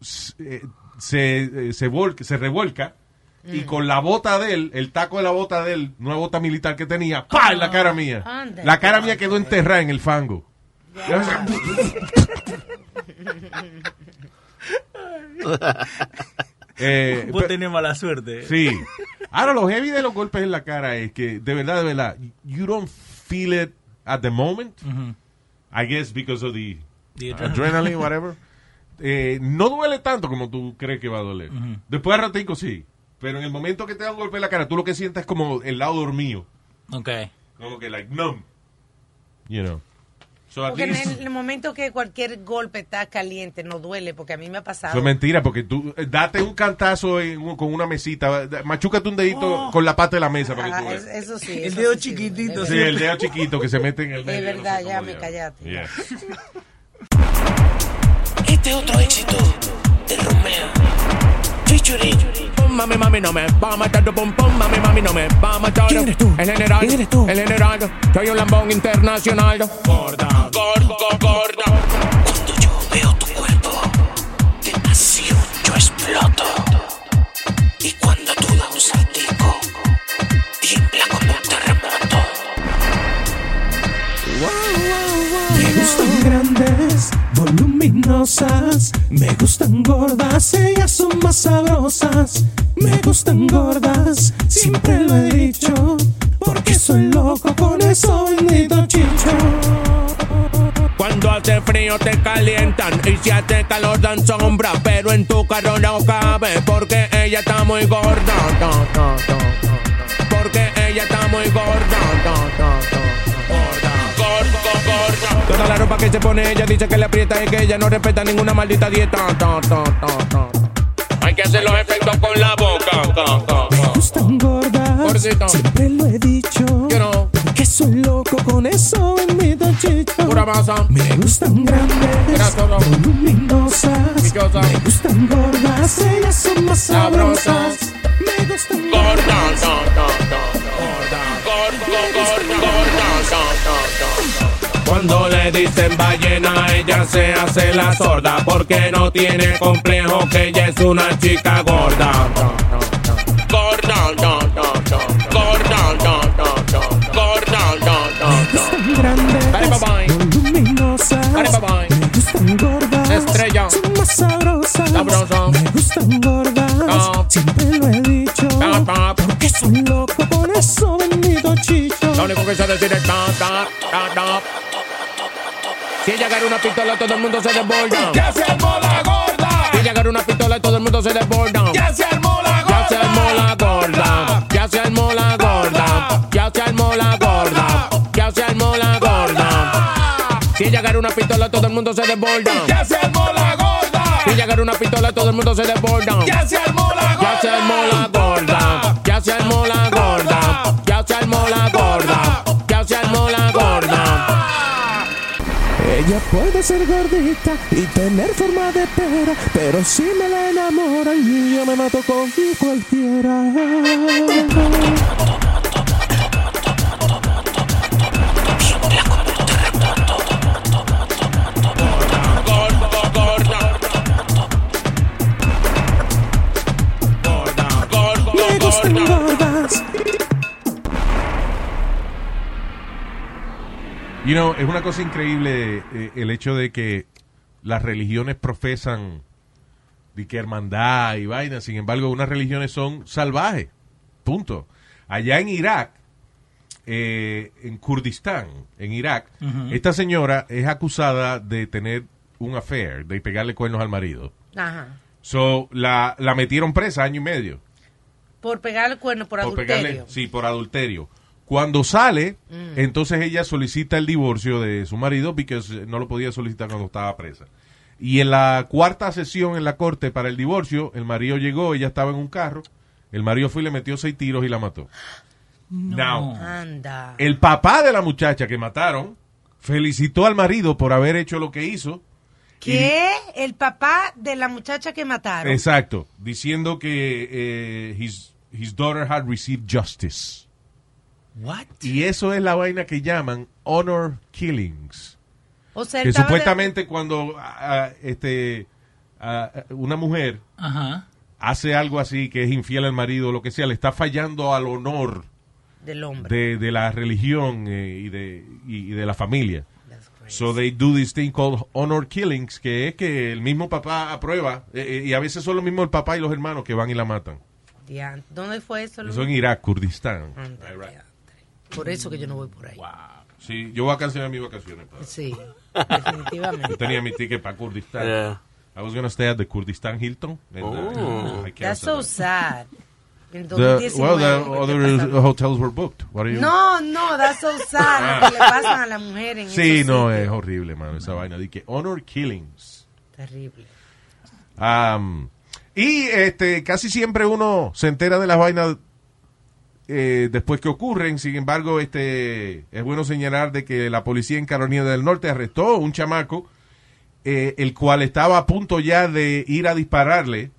S2: s- eh, se, eh, se, volca- se revuelca y con la bota de él, el taco de la bota de él, una bota militar que tenía, ¡pa! en la cara mía.
S3: Anda.
S2: La cara mía quedó enterrada en el fango. Yo decía, eh,
S4: Vos
S2: pe-
S4: tenés mala suerte.
S2: sí. Ahora, lo heavy de los golpes en la cara es que, de verdad, de verdad, you don't feel it at the moment.
S4: Ujú.
S2: I guess because of the uh,
S4: The
S2: adrenaline, whatever. Eh, no duele tanto como tú crees que va a doler.
S4: Ujú.
S2: Después de ratico sí. Pero en el momento que te da un golpe en la cara, tú lo que sientes es como el lado dormido.
S4: Ok.
S2: Como que, like, numb. You know. So, at
S3: Porque en
S2: least-
S3: el, el momento que cualquier golpe está caliente, no duele, porque a mí me ha pasado.
S2: Eso es mentira, porque tú eh, date un cantazo en un- con una mesita, da- machúcate un dedito con la pata de la mesa para que tú
S3: Oh. Ah,
S2: veas.
S3: es- eso sí.
S4: El
S3: eso
S4: dedo
S3: sí, sí,
S4: chiquitito,
S3: duele,
S2: Sí, el dedo chiquito que se mete en el
S3: Es
S2: medio. no sé
S3: verdad, ya
S2: cómo
S3: me
S2: diablo.
S3: callaste.
S2: Yeah.
S9: Este otro éxito del Romeo. Featuring. Mami, mami, no me va a matar tu pompón. Mami, mami, no me va a matar. ¿Quién eres tú? El general. ¿Quién eres tú? El general. Soy un lambón internacional. Gorda. Gorda, gorda. Cuando yo veo tu cuerpo, de pasión yo exploto. Y cuando tú das un saltico, tiembla como un terremoto. Me gustan grandes, voluminosas. Me gustan gordas, ellas son más sabrosas. Me gustan gordas, siempre lo he dicho. Porque soy loco con eso bendito chicho. Cuando hace frío te calientan y si hace calor dan sombra, pero en tu carro no cabe porque ella está muy gorda. No, no, no, no, no. Porque ella está muy gorda. No, no, no, no, no. Gorda, gorda, gorda. Toda la ropa
S13: ropa que se pone ella dice que le aprieta y que ella no respeta ninguna maldita dieta. Ta, ta, ta, ta.
S14: Hay que hacer los efectos con la boca. Con, con, con.
S13: Me gustan gordas, siempre lo he dicho. Que soy loco con eso bendito chicho. Me gustan grandes, voluminosas. Me gustan gordas, ellas son más sabrosas. Me gustan
S14: Gorda, no, no, no, no. Gorda, gorda, gorda, no, no, no.
S13: Cuando le dicen ballena, ella se hace la sorda porque no tiene complejo que ella es una chica gorda.
S14: Gorda, no, no, no. Gorda, no, no, no. Gorda, no, no, no.
S13: Son grandes,
S14: Dale, bye-bye.
S13: voluminosas.
S14: Dale, bye-bye.
S13: Me gustan gordas,
S14: Estrella.
S13: son más sabrosas.
S14: Sabrosa.
S13: Me gustan gordas,
S14: Ah.
S13: siempre lo he dicho.
S14: Ah, ah.
S13: Porque soy loco con eso bendito chicho.
S14: Lo único que se decir es ta, ta, ta, ta.
S13: Si ella agarra una pistola, todo el mundo se desborda.
S14: Ya se armó la gorda.
S13: Si ella agarra una pistola, todo el mundo se desborda.
S14: Ya se armó la gorda.
S13: Ya se armó la gorda, ya se armó la gorda, ya se armó la gorda, ya se armó la gorda. Si ella agarra una pistola, todo el mundo se desborda.
S14: Ya se armó la gorda.
S13: Si ella agarra una pistola, todo el mundo se desborda.
S14: Ya se armó la gorda.
S13: Ya se armó la gorda, ya se armó la gorda, ya se armó la gorda, ya se armó la gorda. Ella puede ser gordita y tener forma de pera, pero si me la enamora y yo me mato con cualquiera.
S14: Gorda, gorda. Gorda,
S13: Me gustan
S14: gorda.
S13: gordas.
S2: You know, es una cosa increíble eh, el hecho de que las religiones profesan de que hermandad y vaina, sin embargo, unas religiones son salvajes. Punto. Allá en Irak, eh, en Kurdistán, en Irak,
S6: Ujú.
S2: esta señora es acusada de tener un affair, de pegarle cuernos al marido.
S3: Ajá.
S2: So, la, la metieron presa año y medio.
S3: Por pegar el cuerno, por,
S2: Por
S3: adulterio.
S2: pegarle- sí, por adulterio. Cuando sale,
S3: Mm.
S2: entonces ella solicita el divorcio de su marido porque no lo podía solicitar cuando estaba presa. Y en la cuarta sesión en la corte para el divorcio, el marido llegó, ella estaba en un carro, el marido fue y le metió seis tiros y la mató. Now,
S3: Anda.
S2: el papá de la muchacha que mataron felicitó al marido por haber hecho lo que hizo.
S3: ¿Qué? El papá de la muchacha que mataron.
S2: Exacto, diciendo que eh, his, his daughter had received justice.
S4: What?
S2: Y eso es la vaina que llaman honor killings.
S3: O sea, él
S2: Que
S3: estaba de-
S2: supuestamente cuando ah, ah, este, ah, una mujer
S4: Ajá.
S2: hace algo así, que es infiel al marido o lo que sea, le está fallando al honor
S3: del hombre.
S2: de, de la religión eh, y, de, y, y de la familia. So they do this thing called honor killings, que es que el mismo papá aprueba, eh, eh, y a veces son lo mismo el papá y los hermanos que van y la matan.
S3: Dian- ¿Dónde fue eso? Luis?
S2: Eso en Irak, Kurdistán.
S3: Anda,
S2: Iraq.
S3: Por eso que yo no voy por ahí.
S2: Sí, yo voy a cancelar mis vacaciones. padre.
S3: Sí, definitivamente.
S2: Yo tenía mi ticket para Kurdistán.
S5: Yeah.
S2: I was going to stay at the Kurdistan Hilton. and, uh, I canceled
S3: That's so
S2: it.
S3: sad. En
S2: The-
S3: 2019,
S2: well, the
S3: ¿qué
S2: other
S3: pasa?
S2: uh, hotels were booked. What are you?
S3: No, no, that's so sad lo que le pasan a las mujeres. en
S2: Ah. Sí,
S3: esos
S2: no,
S3: sitios.
S2: es horrible, mano, esa vaina. Di que honor killings.
S3: Terrible.
S2: Um, y este, casi siempre uno se entera de las vainas eh, después que ocurren. Sin embargo, este, es bueno señalar de que la policía en Carolina del Norte arrestó un chamaco, eh, el cual estaba a punto ya de ir a dispararle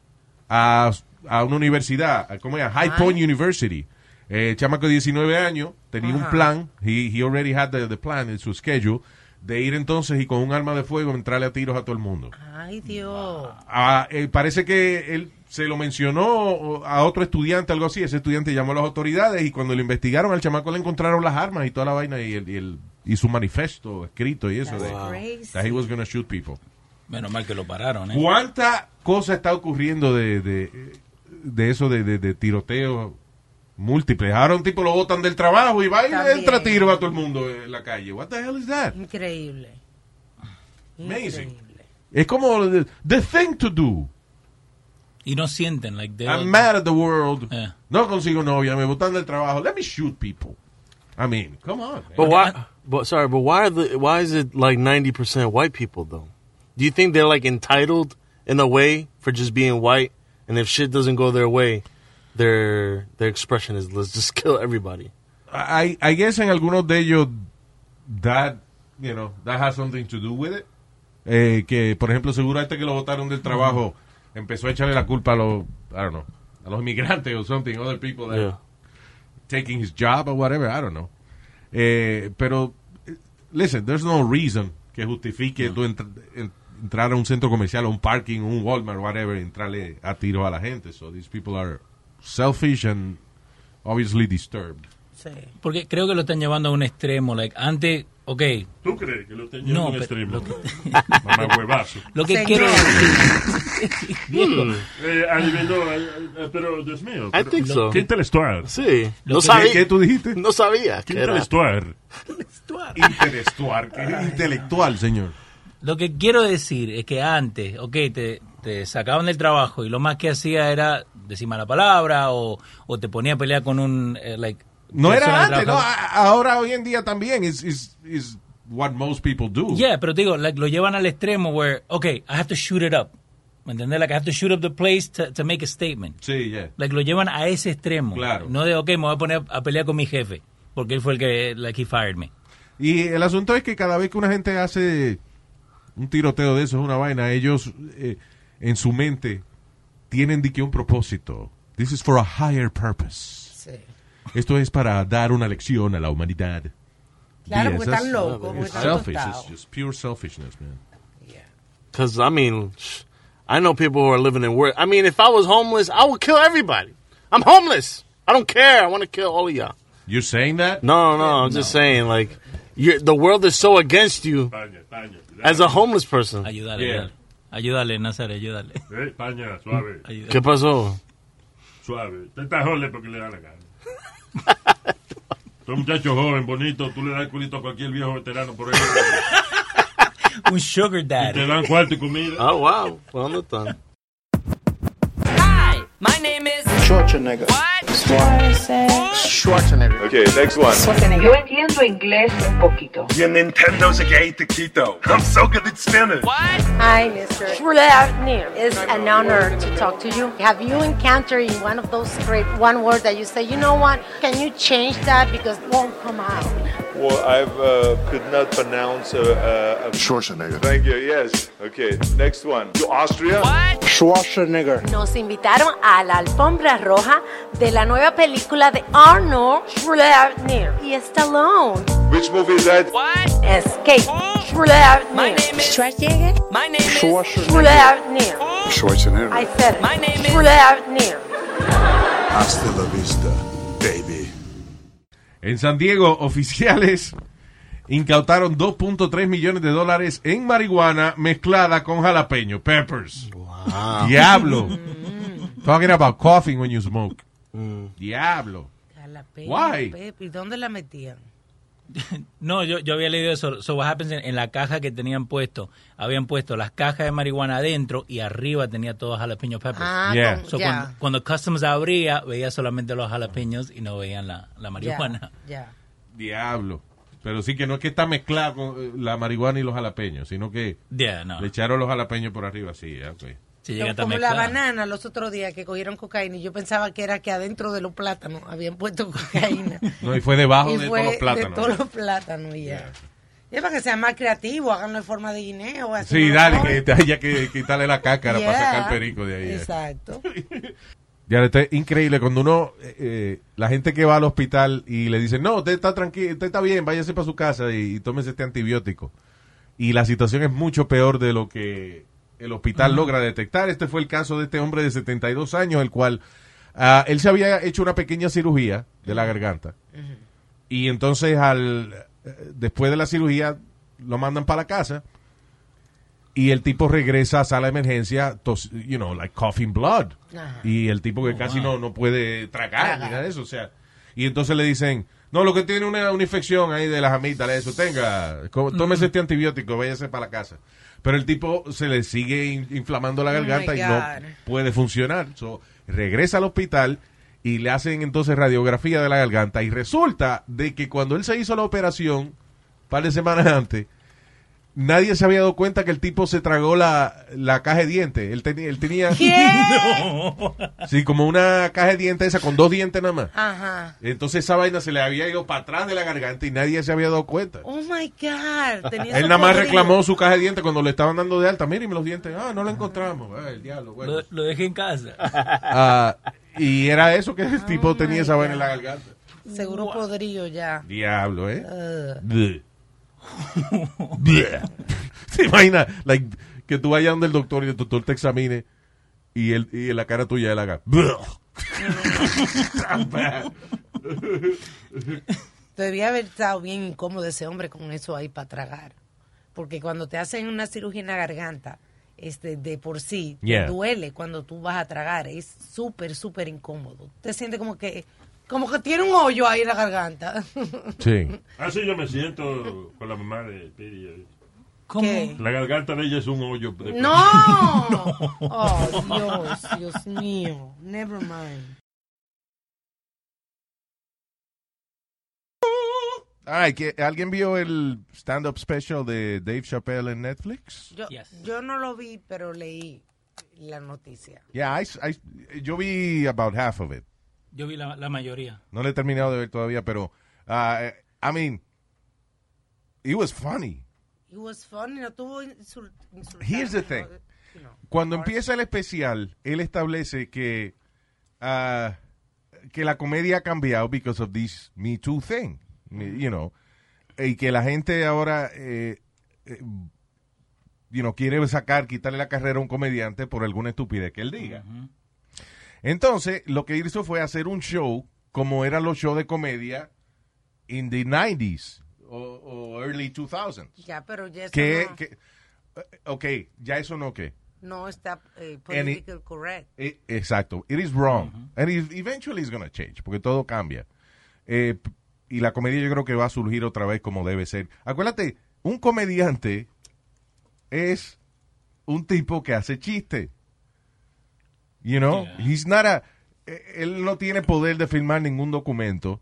S2: a, a una universidad, a, ¿cómo es? A High Point University. Eh, chamaco de 19 años, tenía un
S6: Ajá.
S2: plan, he, he already had the, the plan en su schedule, de ir entonces y con un arma de fuego entrarle a tiros a todo el mundo.
S3: Ay, Dios.
S2: Ah, eh, parece que él se lo mencionó a otro estudiante, algo así. Ese estudiante llamó a las autoridades y cuando lo investigaron al chamaco le encontraron las armas y toda la vaina y, el, y, el- y su manifesto escrito y eso.
S4: That's
S2: de-
S4: crazy.
S2: that he was gonna shoot people.
S4: Menos mal que lo pararon, ¿eh?
S2: ¿Cuánta cosa está ocurriendo de, de, de eso de, de, de tiroteo múltiples? Ahora un tipo lo botan del trabajo y va y le
S3: También.
S2: entra tiro a todo el mundo eh, en la calle. What the hell is that?
S3: Increíble.
S2: Amazing. Es como the, the thing to do.
S4: Y no sienten, like, they
S2: I'm
S4: don't-
S2: mad at the world.
S4: Yeah.
S2: No consigo novia, me botan del trabajo. Let me shoot people. I mean, come on. man.
S5: But why, But sorry, but why are the why is it like ninety percent white people though? Do you think they're like entitled in a way for just being white? And if shit doesn't go their way, their their expression is let's just kill everybody.
S2: I, I guess en algunos de ellos that, you know, that has something to do with it. Eh, que, por ejemplo, seguro este que lo votaron del trabajo empezó a echarle la culpa a los, I don't know, a los inmigrantes o something, other people that
S5: Yeah.
S2: taking his job or whatever, I don't know. Eh, pero, eh, listen, there's no reason que justifique tú entr- en- entrar a un centro comercial, a un parking, un Walmart, whatever, entrarle a tiro a la gente. So these people are selfish and obviously disturbed.
S4: Porque creo que lo están llevando a un extremo. Like, antes, ok.
S15: ¿Tú crees que lo están llevando a un
S4: pero
S15: extremo?
S4: Lo que,
S15: Mamahuevazo.
S4: Lo que
S15: Señor.
S4: quiero
S15: Mm, eh, a nivel, no, eh, eh, pero Dios mío.
S5: I
S15: pero-
S5: think so.
S15: Qué intelectual.
S5: Ah, Sí.
S15: Lo
S5: no
S15: que-
S5: sabía.
S15: ¿Qué
S2: tú dijiste?
S5: No sabía.
S15: Qué
S5: que era.
S15: intelectual.
S2: Intelectual, que es intelectual, señor.
S4: Lo que quiero decir es que antes, ok, te, te sacaban del trabajo y lo más que hacía era decir mala palabra o, o te ponía a pelear con un... eh, like,
S2: No era
S4: persona del
S2: antes, no, Ah,
S4: trabajo.
S2: a- ahora hoy en día también is, is, is what most people do.
S4: Yeah, pero te digo, like, lo llevan al extremo where, ok, I have to shoot it up. ¿Me entiendes? Like, I have to shoot up the place to, to make a statement.
S2: Sí, yeah.
S4: Like, lo llevan a ese extremo.
S2: Claro.
S4: No de, ok, me voy a poner a pelear con mi jefe porque él fue el que, like, he fired me.
S2: Y el asunto es que cada vez que una gente hace un tiroteo de eso, es una vaina, ellos eh, en su mente tienen de que un propósito. This is for a higher purpose. Esto es para dar una lección a la humanidad.
S3: Claro,
S2: Yeah,
S3: porque
S2: that's-
S3: están locos, porque
S2: It's
S3: están
S2: selfish,
S3: tostados.
S2: it's just pure selfishness, man.
S5: Because, I mean, sh- I know people who are living in work. I mean, if I was homeless, I would kill everybody. I'm homeless. I don't care. I want to kill all of y'all.
S2: You're saying that?
S5: No, no, I'm just saying, like, you're, the world is so against you as a homeless
S2: Ah,
S5: person.
S4: Ayúdale, ayúdale. Ayúdale, Nazar, ayúdale.
S15: Eh, España, suave.
S4: Ayúdale.
S5: ¿Qué pasó?
S15: Suave. Usted está joven porque le da la gana. Son muchachos joven, bonito. Tú le das el culito a cualquier viejo veterano por ahí.
S4: Un sugar daddy.
S15: te dan cuarto y comida.
S5: Ah, wow. Well, no tan.
S16: My name is
S17: Schwarzenegger. Schwarzenegger. Okay, next one.
S18: Yo entiendo inglés un poquito.
S17: Your Nintendo's a gay taquito. I'm so good at spinning.
S18: Hi, Mr. Schroeder. It's an honor to talk to you. Have you encountered in one of those scripts one word that you say, you know what, can you change that because it won't come out?
S17: Well, I uh, could not pronounce uh, uh, Schwarzenegger. Thank you. Yes. Okay. Next one. To Austria. Schwarzenegger.
S18: Nos invitaron a la alfombra roja de la nueva película de Arnold Schwarzenegger y Stallone.
S17: Which movie is that?
S18: Escape Schwarzenegger. Schwarzenegger. Schwarzenegger.
S1: Schwarzenegger.
S18: I said it. My name is Schwarzenegger.
S1: Hasta la vista, baby.
S2: En San Diego, oficiales incautaron 2.3 millones de dólares en marihuana mezclada con jalapeño, peppers. Diablo. Talking about coughing when you smoke. Diablo.
S3: Jalapeño,
S2: Why?
S3: Pepe, ¿Y dónde la metían?
S4: No, yo, yo había leído eso. So what happens en, en la caja que tenían puesto, habían puesto las cajas de marihuana adentro y arriba tenía todos jalapeño peppers.
S3: Ah, Yeah. con-
S4: So
S3: ya.
S4: cuando, cuando Customs abría, veía solamente los jalapeños y no veían la, la marihuana.
S3: Ya.
S2: Diablo. Pero sí que no es que está mezclado con eh, la marihuana y los jalapeños, sino que
S4: Yeah, no.
S2: le echaron los jalapeños por arriba, sí, ya, ok.
S4: Sí, llega
S3: Como la banana los otros días que cogieron cocaína y yo pensaba que era que adentro de los plátanos habían puesto cocaína.
S2: No, y fue debajo
S3: Y
S2: de
S3: fue
S2: todos los
S3: De
S2: plátanos.
S3: todos los plátanos, y ya. Es para que sean más creativos, háganlo en forma de guineo. así,
S2: Sí,
S3: ¿no?
S2: dale, que haya que quitarle la cácara para
S3: Yeah.
S2: sacar el perico de ahí. eh.
S3: Exacto.
S2: Ya, esto es increíble. Cuando uno, eh, eh, la gente que va al hospital y le dicen, no, usted está tranquilo, usted está bien, váyase para su casa y, y tómese este antibiótico. Y la situación es mucho peor de lo que el hospital
S10: Ujú.
S2: logra detectar. Este fue el caso de este hombre de 72 años, el cual, ah, él se había hecho una pequeña cirugía de la garganta.
S3: Mm-hmm.
S2: Y entonces, al eh, después de la cirugía, lo mandan para la casa. Y el tipo regresa a sala de emergencia, tos- you know, like coughing blood.
S10: Ajá.
S2: Y el tipo que casi no, no puede tragar, ni nada de eso. O sea, y entonces le dicen, no, lo que tiene una, una infección ahí de las amígdalas, eso, tenga, co- tómese este antibiótico, váyase para la casa. Pero el tipo se le sigue in- inflamando la
S10: Oh, my
S2: garganta y
S10: God.
S2: no puede funcionar. So, regresa al hospital y le hacen entonces radiografía de la garganta y resulta de que cuando él se hizo la operación par de semanas antes, nadie se había dado cuenta que el tipo se tragó la, la caja de dientes. Él, tenía- él tenía... Sí, como una caja de dientes esa con dos dientes nada más.
S3: Ajá.
S2: Entonces esa vaina se le había ido para atrás de la garganta y nadie se había dado cuenta.
S3: Oh my God. Tenía
S2: Él
S3: eso
S2: nada más
S3: podrido.
S2: reclamó su caja de dientes cuando le estaban dando de alta. Míreme los dientes. Ah, no la encontramos. Ah, el diablo, bueno.
S4: Lo, lo dejé en casa.
S2: Ah, y era eso que
S3: Ah,
S2: el tipo tenía esa vaina en la garganta.
S3: Seguro podrido ya.
S2: Diablo, ¿eh?
S3: Ugh.
S2: Bleh. Bleh. ¿Te imaginas? Like, que tú vayas donde el doctor y el doctor te examine y, él, y la cara tuya él haga... "Bleh".
S3: Debía haber estado bien incómodo ese hombre con eso ahí para tragar. Porque cuando te hacen una cirugía en la garganta, este, de por sí, te
S14: Yeah.
S3: duele cuando tú vas a tragar. Es súper, súper incómodo. Te sientes como que, como que tiene un hoyo ahí en la garganta.
S2: Sí.
S15: Así yo me siento con la mamá de Piri.
S3: ¿Cómo? ¿Qué?
S15: La garganta de ella es un hoyo. de-
S3: ¡No! Oh, Dios, Dios mío. Never mind.
S2: Ay, que ¿alguien vio el stand-up special de Dave Chappelle en Netflix?
S3: Yo, yo no lo vi, pero leí la noticia.
S2: Yeah, I s- I s- yo vi about half of it.
S4: Yo vi la, la mayoría.
S2: No lo he terminado de ver todavía, pero, ah, eh, I mean, it was funny.
S3: It was funny, no tuvo insult
S2: Here's the thing. Cuando empieza el especial, él establece que, ah, que la comedia ha cambiado because of this Me Too thing, you know, y que la gente ahora, eh, eh, you know, quiere sacar, quitarle la carrera a un comediante por alguna estupidez que él diga.
S3: Mm-hmm.
S2: Entonces, lo que hizo fue hacer un show como eran los shows de comedia in the 90s o, o early 2000s.
S3: Ya, pero ya eso
S2: Que,
S3: no,
S2: que- eh, ok, ya eso no que.
S3: no está eh,
S2: And it-
S3: political correct.
S2: eh, exacto. It is wrong. And it- eventually it's gonna change, porque todo cambia. Eh, p- y la comedia yo creo que va a surgir otra vez como debe ser. Acuérdate, un comediante es un tipo que hace chiste. You know? He's not a- eh, él no tiene poder de firmar ningún documento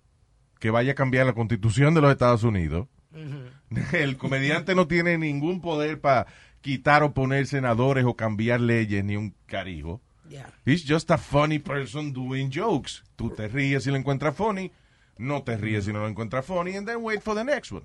S2: que vaya a cambiar la constitución de los Estados Unidos.
S3: Mm-hmm.
S2: El comediante no tiene ningún poder para quitar o poner senadores o cambiar leyes ni un carijo.
S3: Yeah.
S2: He's just a funny person doing jokes. Tú te ríes si lo encuentras funny, no te ríes si no lo encuentras funny, and then wait for the next one.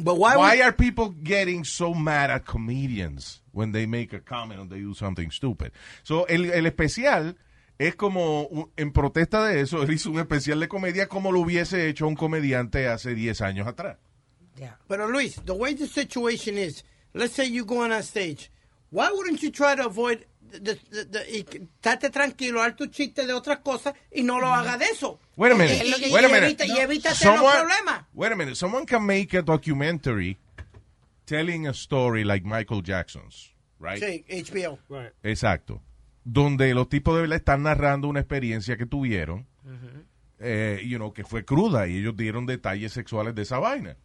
S2: But why,
S13: would-
S2: are people getting so mad at comedians when they make a comment or they do something stupid? So, el, el especial es como, un- en protesta de eso, él hizo un especial de comedia como lo hubiese hecho un comediante hace 10 años atrás.
S16: But Luis, the way the situation is, let's say you go on a stage, why wouldn't you try to avoid the, the, the, y que- estate tranquilo, haz tu chiste de otras cosas y no lo haga de eso.
S2: Mm. Wait a
S16: Y-
S2: minute.
S16: y- y-
S2: Wait a
S16: y
S2: minute.
S16: evita- Y evítate los
S2: Someone-
S16: problemas.
S2: Wait a minute. Someone can make a documentary telling a story like Michael Jackson's, right?
S16: Sí, HBO.
S2: Exacto. Donde los tipos de verdad están narrando una experiencia que tuvieron,
S3: Mm-hmm.
S2: eh, you know, que fue cruda y ellos dieron detalles sexuales de esa vaina.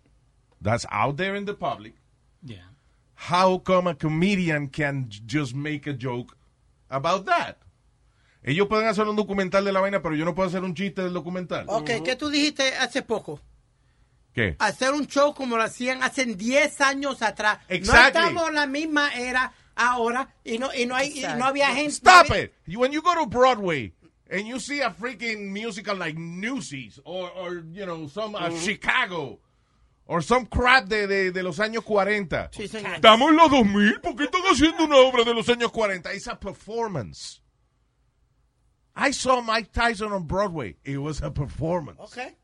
S2: That's out there in the public.
S4: Yeah.
S2: How come a comedian can j- just make a joke about that? Ellos pueden hacer un documental de la vaina, pero yo no puedo hacer un chiste del documental.
S16: Ok, ¿qué tú dijiste hace poco?
S2: ¿Qué?
S16: Hacer un show como lo hacían hace 10 años atrás. No
S2: Exactly.
S16: estamos en la misma era ahora y no, y no, hay, y no había gente.
S2: Stop it! You- when you go to Broadway and you see a freaking musical like Newsies or, or you know, some
S16: Mm-hmm.
S2: uh, Chicago or some crap de, de, de los años 40. Estamos en los 2000, ¿por qué están haciendo una obra de los años 40? It's a performance. I saw Mike Tyson on Broadway. It was a performance.
S16: Okay.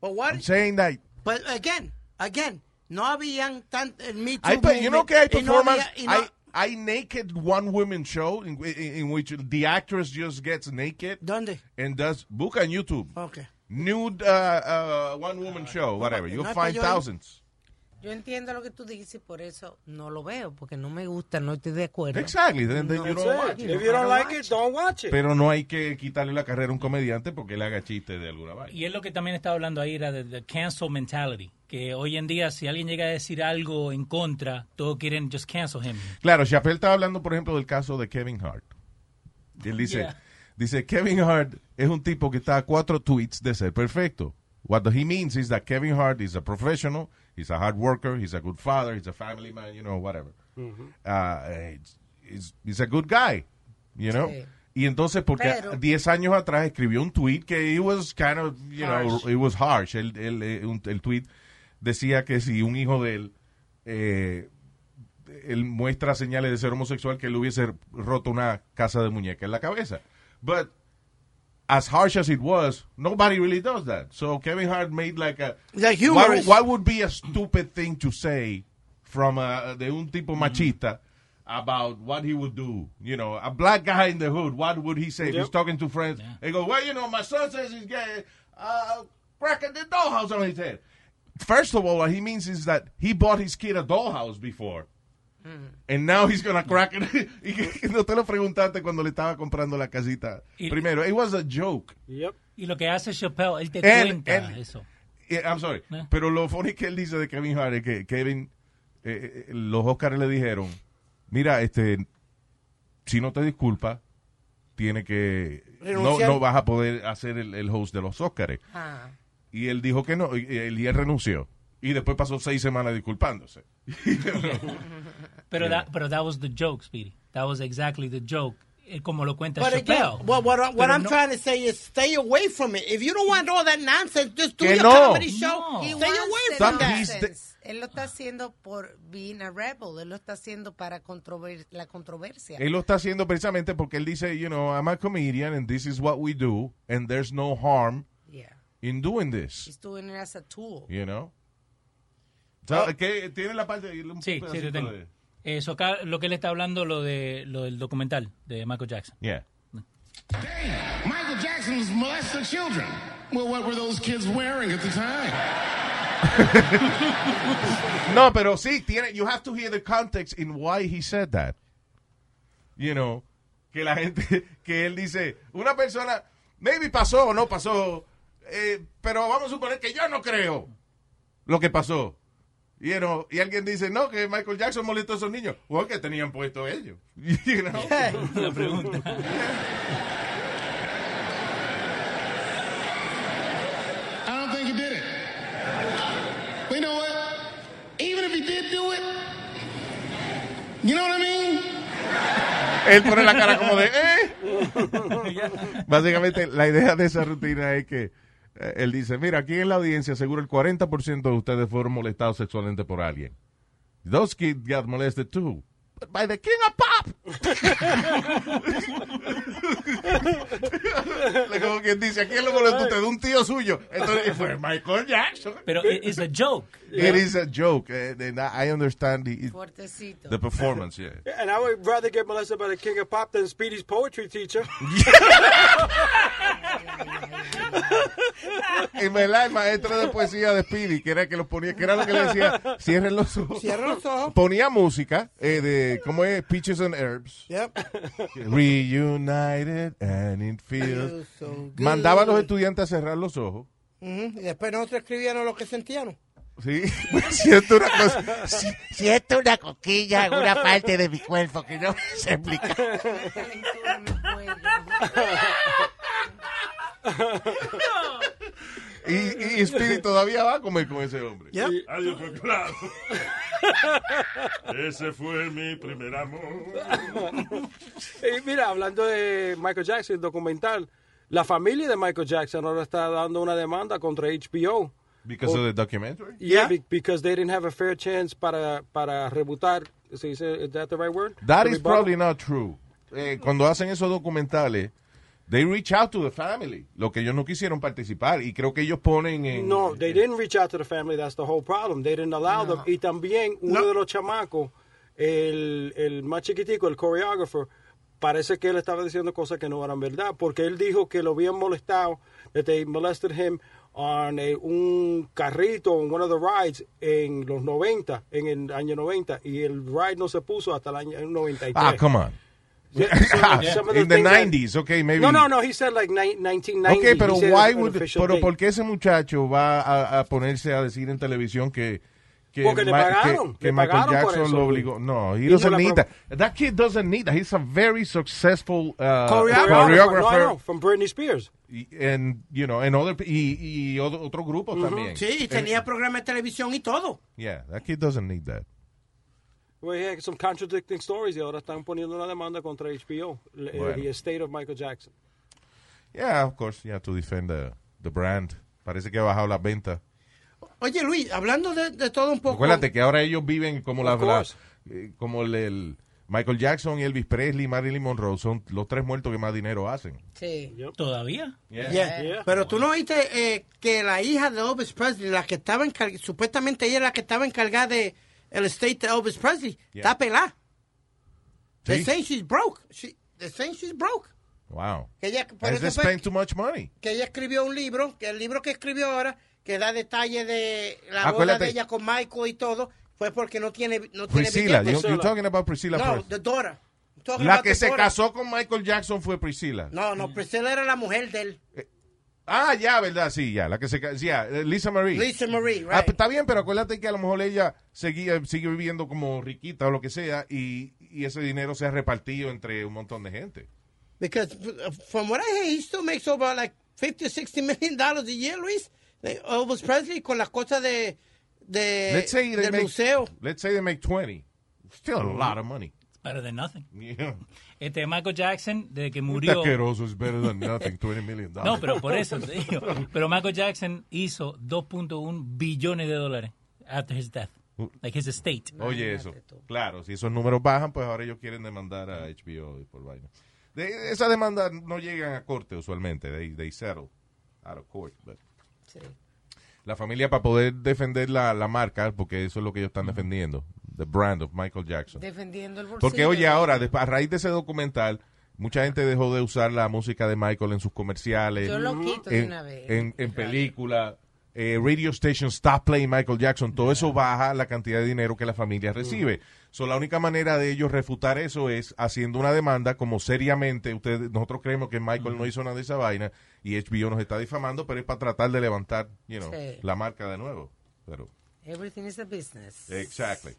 S16: But what?
S2: I'm saying that
S16: But again, again, no habían tan el Me Too
S2: I pe- you know que hay
S16: movement, y no
S2: performance.
S16: había- y no-
S2: I, I naked one woman show in, in, in which the actress just gets naked.
S16: ¿Dónde?
S2: And does book on YouTube.
S16: Okay.
S2: Nude uh, uh, one woman
S16: Ah,
S2: show, whatever. You'll
S3: no,
S2: find
S3: yo-
S2: thousands.
S3: Yo entiendo lo que tú dices y por eso no lo veo, porque no me gusta, no estoy de acuerdo.
S2: Exactly, then- then you don't
S3: sé,
S2: watch it.
S3: no
S2: If you don't
S3: lo
S2: like
S3: watch.
S16: Don't watch it.
S2: Pero no hay que quitarle la carrera a un comediante porque él haga chiste de alguna vaina.
S4: Y es lo que también estaba hablando ahí, era de the cancel mentality. Que hoy en día, si alguien llega a decir algo en contra, todos quieren just cancel him.
S2: Claro, Chappelle estaba hablando, por ejemplo, del caso de Kevin Hart. Él dice,
S4: Yeah.
S2: dice, Kevin Hart es un tipo que está a cuatro tweets de ser perfecto. What he means is that Kevin Hart is a professional, He's a hard worker. He's a good father. He's a family man. You know, whatever.
S19: Mm-hmm.
S14: Mhm.
S2: Ah, eh, he's, he's a good guy. You know.
S14: Sí.
S2: Y entonces porque
S14: Pero-
S2: 10 años atrás escribió un tweet que it was kind of, you
S14: Harsh.
S2: know, it was harsh. El, el, eh, un- el tweet decía que si un hijo de él eh, él muestra señales de ser homosexual que él hubiese roto una casa de muñeca en la cabeza. But as harsh as it was, nobody really does that. So Kevin Hart made like a
S16: Like
S2: what,
S16: humorous.
S2: what would be a stupid thing to say from a, de un tipo machista about what he would do? You know, a black guy in the hood, what would he say if he's
S14: Yep.
S2: talking to friends? They go, well, you know, my son says he's gay. Uh, cracking the dollhouse on his head. First of all, what he means is that he bought his kid a dollhouse before. And now he's gonna crack it. Y que no te lo preguntaste cuando le estaba comprando la casita.
S4: Y-
S2: Primero, it was a joke.
S4: Y lo que hace Chappelle, él te
S2: And-
S4: cuenta
S2: and-
S4: eso.
S2: Eh, I'm sorry. Pero lo funny que él dice de Kevin Hart es que Kevin, eh, eh, los Oscars le dijeron, mira, este, si no te disculpas, tiene que, no,
S14: Renunciar.
S2: no vas a poder hacer el, el host de los Oscars.
S3: Ah.
S2: Y él dijo que no, y, él- y él renunció. Y después pasó seis semanas disculpándose.
S3: Mm-hmm.
S4: Pero, that, pero that was the joke, Speedy. That was exactly the joke. Eh, Como lo cuenta
S16: But again,
S4: Chappelle.
S16: what, what, what
S4: Pero
S16: I'm
S4: no-
S16: trying to say is stay away from it. If you don't want all that nonsense, just do
S2: Que
S16: your
S2: no.
S16: comedy show.
S3: He
S16: Stay
S3: wants
S16: away
S3: the
S16: from
S3: nonsense.
S16: that.
S3: Él lo está haciendo por being a rebel. Él lo está haciendo para controver- la controversia.
S2: Él lo está haciendo precisamente porque él dice, you know, I'm a comedian and this is what we do and there's no harm
S3: Yeah.
S2: in doing this,
S3: He's doing it as a tool.
S2: you know. Ah. So, ¿qué? ¿Tiene la parte? un
S4: Sí, sí,
S2: pedacito
S4: lo tengo.
S2: de-
S4: Eso acá, lo que él está hablando, lo, de, lo del documental de Michael Jackson.
S2: Yeah.
S19: Michael Jackson was molesting children. Well, what were those kids wearing at the time?
S2: No, pero sí, tiene, you have to hear the context in why he said that. You know, que la gente, que él dice, una persona, maybe pasó o no pasó, eh, pero vamos a suponer que yo no creo lo que pasó. You know, y alguien dice, no, que Michael Jackson molestó a esos niños. ¿O que tenían puesto ellos? You know?
S4: La pregunta.
S19: I don't think he did it. But you know what? Even if he did do it, you know what I mean?
S2: Él pone la cara como de, "Eh, Básicamente, la idea de esa rutina es que eh, él dice, mira, aquí en la audiencia seguro el 40% de ustedes fueron molestados sexualmente por alguien. Those kids got molested too. But by the king of pop. como quien dice, ¿a quién lo molestó usted? Un tío suyo. Entonces fue Michael Jackson.
S4: Pero it is a joke.
S2: It is a joke. eh, and I understand the,
S20: Fuertecito.
S2: the performance, yeah.
S20: And I would rather get molested by the king of pop than Speedy's poetry teacher.
S2: En verdad, el maestro de poesía de Speedy, que era el que los ponía, que era lo que le decía, cierren los ojos.
S16: Cierra los ojos.
S2: Ponía música eh, de, ¿cómo es? Peaches and Herbs. Reunited and it feels.
S16: Feels so good.
S2: Mandaba a los estudiantes a cerrar los ojos.
S16: Ujú, Mm-hmm. Y después nosotros escribíamos lo que sentíamos.
S2: Sí, siento una cosa. si- siento una coquilla
S14: en una parte
S2: de mi cuerpo que no se explica. Y, y Speedy todavía va a comer con ese hombre.
S15: Adiós, pues, claro. Ese fue mi primer amor.
S20: Y mira, hablando de Michael Jackson, el documental, la familia de Michael Jackson ahora está dando una demanda contra HBO.
S2: Because of the documentary.
S20: Yeah, be- because they didn't have a fair chance para, para rebutar. ¿Se dice- Is that the right word?
S2: That
S20: To
S2: is
S20: rebuttal?
S2: probably not true. Eh, cuando hacen esos documentales, they reach out to the family, lo que ellos no quisieron participar. Y creo que ellos ponen en...
S20: No, they didn't reach out to the family. That's the whole problem. They didn't allow them. Y también uno de los chamacos, el, el más chiquitico, el choreógrafo, parece que él estaba diciendo cosas que no eran verdad, porque él dijo que lo habían molestado, that they molested him on a- un carrito, on one of the rides en los 90, en el año 90, y el ride no se puso hasta el año 93.
S2: Ah, come on.
S20: Yeah, so some of the
S2: In the
S20: things that-
S2: 90s, okay, maybe.
S20: No, no, no, he said like ni- 1990.
S2: Ok, pero,
S20: He said
S2: why
S20: an
S2: would,
S20: official
S2: pero
S20: date.
S2: ¿por qué ese muchacho va a, a ponerse a decir en televisión que, que que,
S20: Porque le
S2: Ma- que-
S20: pagaron,
S2: que
S20: le
S2: Michael
S20: pagaron por
S2: Jackson
S20: eso.
S2: lo obligó. No,
S20: Y
S2: he
S20: no
S2: doesn't
S20: la
S2: need
S20: pro-
S2: that. That kid doesn't need that. He's a very successful uh,
S20: Choreographer. No, I
S2: choreographer.
S20: know, from Britney Spears.
S2: Y- and, you know, and other, y, y otro- otros grupos también. Eh,
S16: Sí, y tenía programa de televisión y todo.
S2: Yeah, that kid doesn't need that.
S20: Well, yeah, Pues, eh, some contradicting stories y ahora están poniendo una demanda contra HBO, el
S2: Bueno.
S20: estate of Michael Jackson.
S2: Yeah, of course, yeah, to defend the, the brand. Parece que ha bajado las ventas.
S16: Oye, Luis, hablando de, de todo un poco.
S2: Acuérdate que ahora ellos viven como la,
S16: Of
S2: la-
S16: course.
S2: eh, como el, el Michael Jackson, Elvis Presley, Marilyn Monroe son los tres muertos que más dinero hacen.
S8: Sí.
S4: ¿Todavía?
S2: Yeah.
S16: Yeah.
S2: Yeah.
S16: Pero tú no oíste eh, que la hija de Elvis Presley, la que estaba encargada, supuestamente ella es la que estaba encargada de el estate de Elvis Presley,
S2: Yeah.
S16: está pelada.
S2: Sí.
S16: They're saying she's broke. She, they're saying she's broke.
S2: Wow.
S16: Que ella, por
S2: They
S16: eso fue
S2: spend too much money.
S16: que ella escribió un libro, que el libro que escribió ahora, que da detalle de la boda
S2: Acuérdate.
S16: de ella con Michael y todo, fue porque no tiene, no tiene
S2: Priscilla, you,
S16: billetes.
S2: you're talking about Priscilla
S16: No,
S2: first.
S16: the daughter. I'm talking
S2: La
S16: about
S2: que
S16: the
S2: se
S16: daughter.
S2: casó con Michael Jackson fue Priscilla.
S16: No, no, Priscilla era la mujer de él.
S2: Ah, ya, verdad, sí, ya, la que se ca- ya, eh, Lisa Marie.
S16: Lisa Marie, right.
S2: Ah, pues está bien, pero acuérdate que a lo mejor ella seguía, sigue viviendo como riquita o lo que sea y, y ese dinero se ha repartido entre un montón de gente.
S16: Because uh, from what I hear, he still makes over like 50 or 60 million dollars a year, Luis. Like Elvis Presley con las cosas de, de
S2: let's say they
S16: del
S2: make,
S16: museo.
S2: Let's say they make 20. Still a lot of money.
S4: Better than nothing.
S2: Yeah.
S4: Este Michael Jackson, desde que
S2: Un
S4: murió.
S2: taqueroso is better than nothing, 20 million dollars.
S4: No, pero por eso te digo. Pero Michael Jackson hizo 2.1 billones de dólares after his death. Like his estate.
S2: Uh. Oye, eso. Claro, si esos números bajan, pues ahora ellos quieren demandar a HBO y por vaina. De, esas demandas no llegan a corte usualmente. They, they settle out of court. but- La familia para poder defender la, la marca, porque eso es lo que ellos están defendiendo. The brand of Michael Jackson.
S8: Defendiendo el bolsillo.
S2: Porque oye, ahora, después- a raíz de ese documental, mucha gente dejó de usar la música de Michael en sus comerciales.
S8: Yo lo quito de
S2: en,
S8: una vez.
S2: En, en películas. eh, radio Station Stop Playing Michael Jackson. Todo eso baja la cantidad de dinero que la
S8: Mm.
S2: familia recibe. So, la única manera de ellos refutar eso es haciendo una demanda como seriamente. Ustedes, nosotros creemos que Michael
S8: Mm.
S2: no hizo nada de esa vaina y HBO nos está difamando, pero es para tratar de levantar you know,
S8: Sí.
S2: la marca de nuevo. Pero,
S8: Everything is a business.
S2: exactly.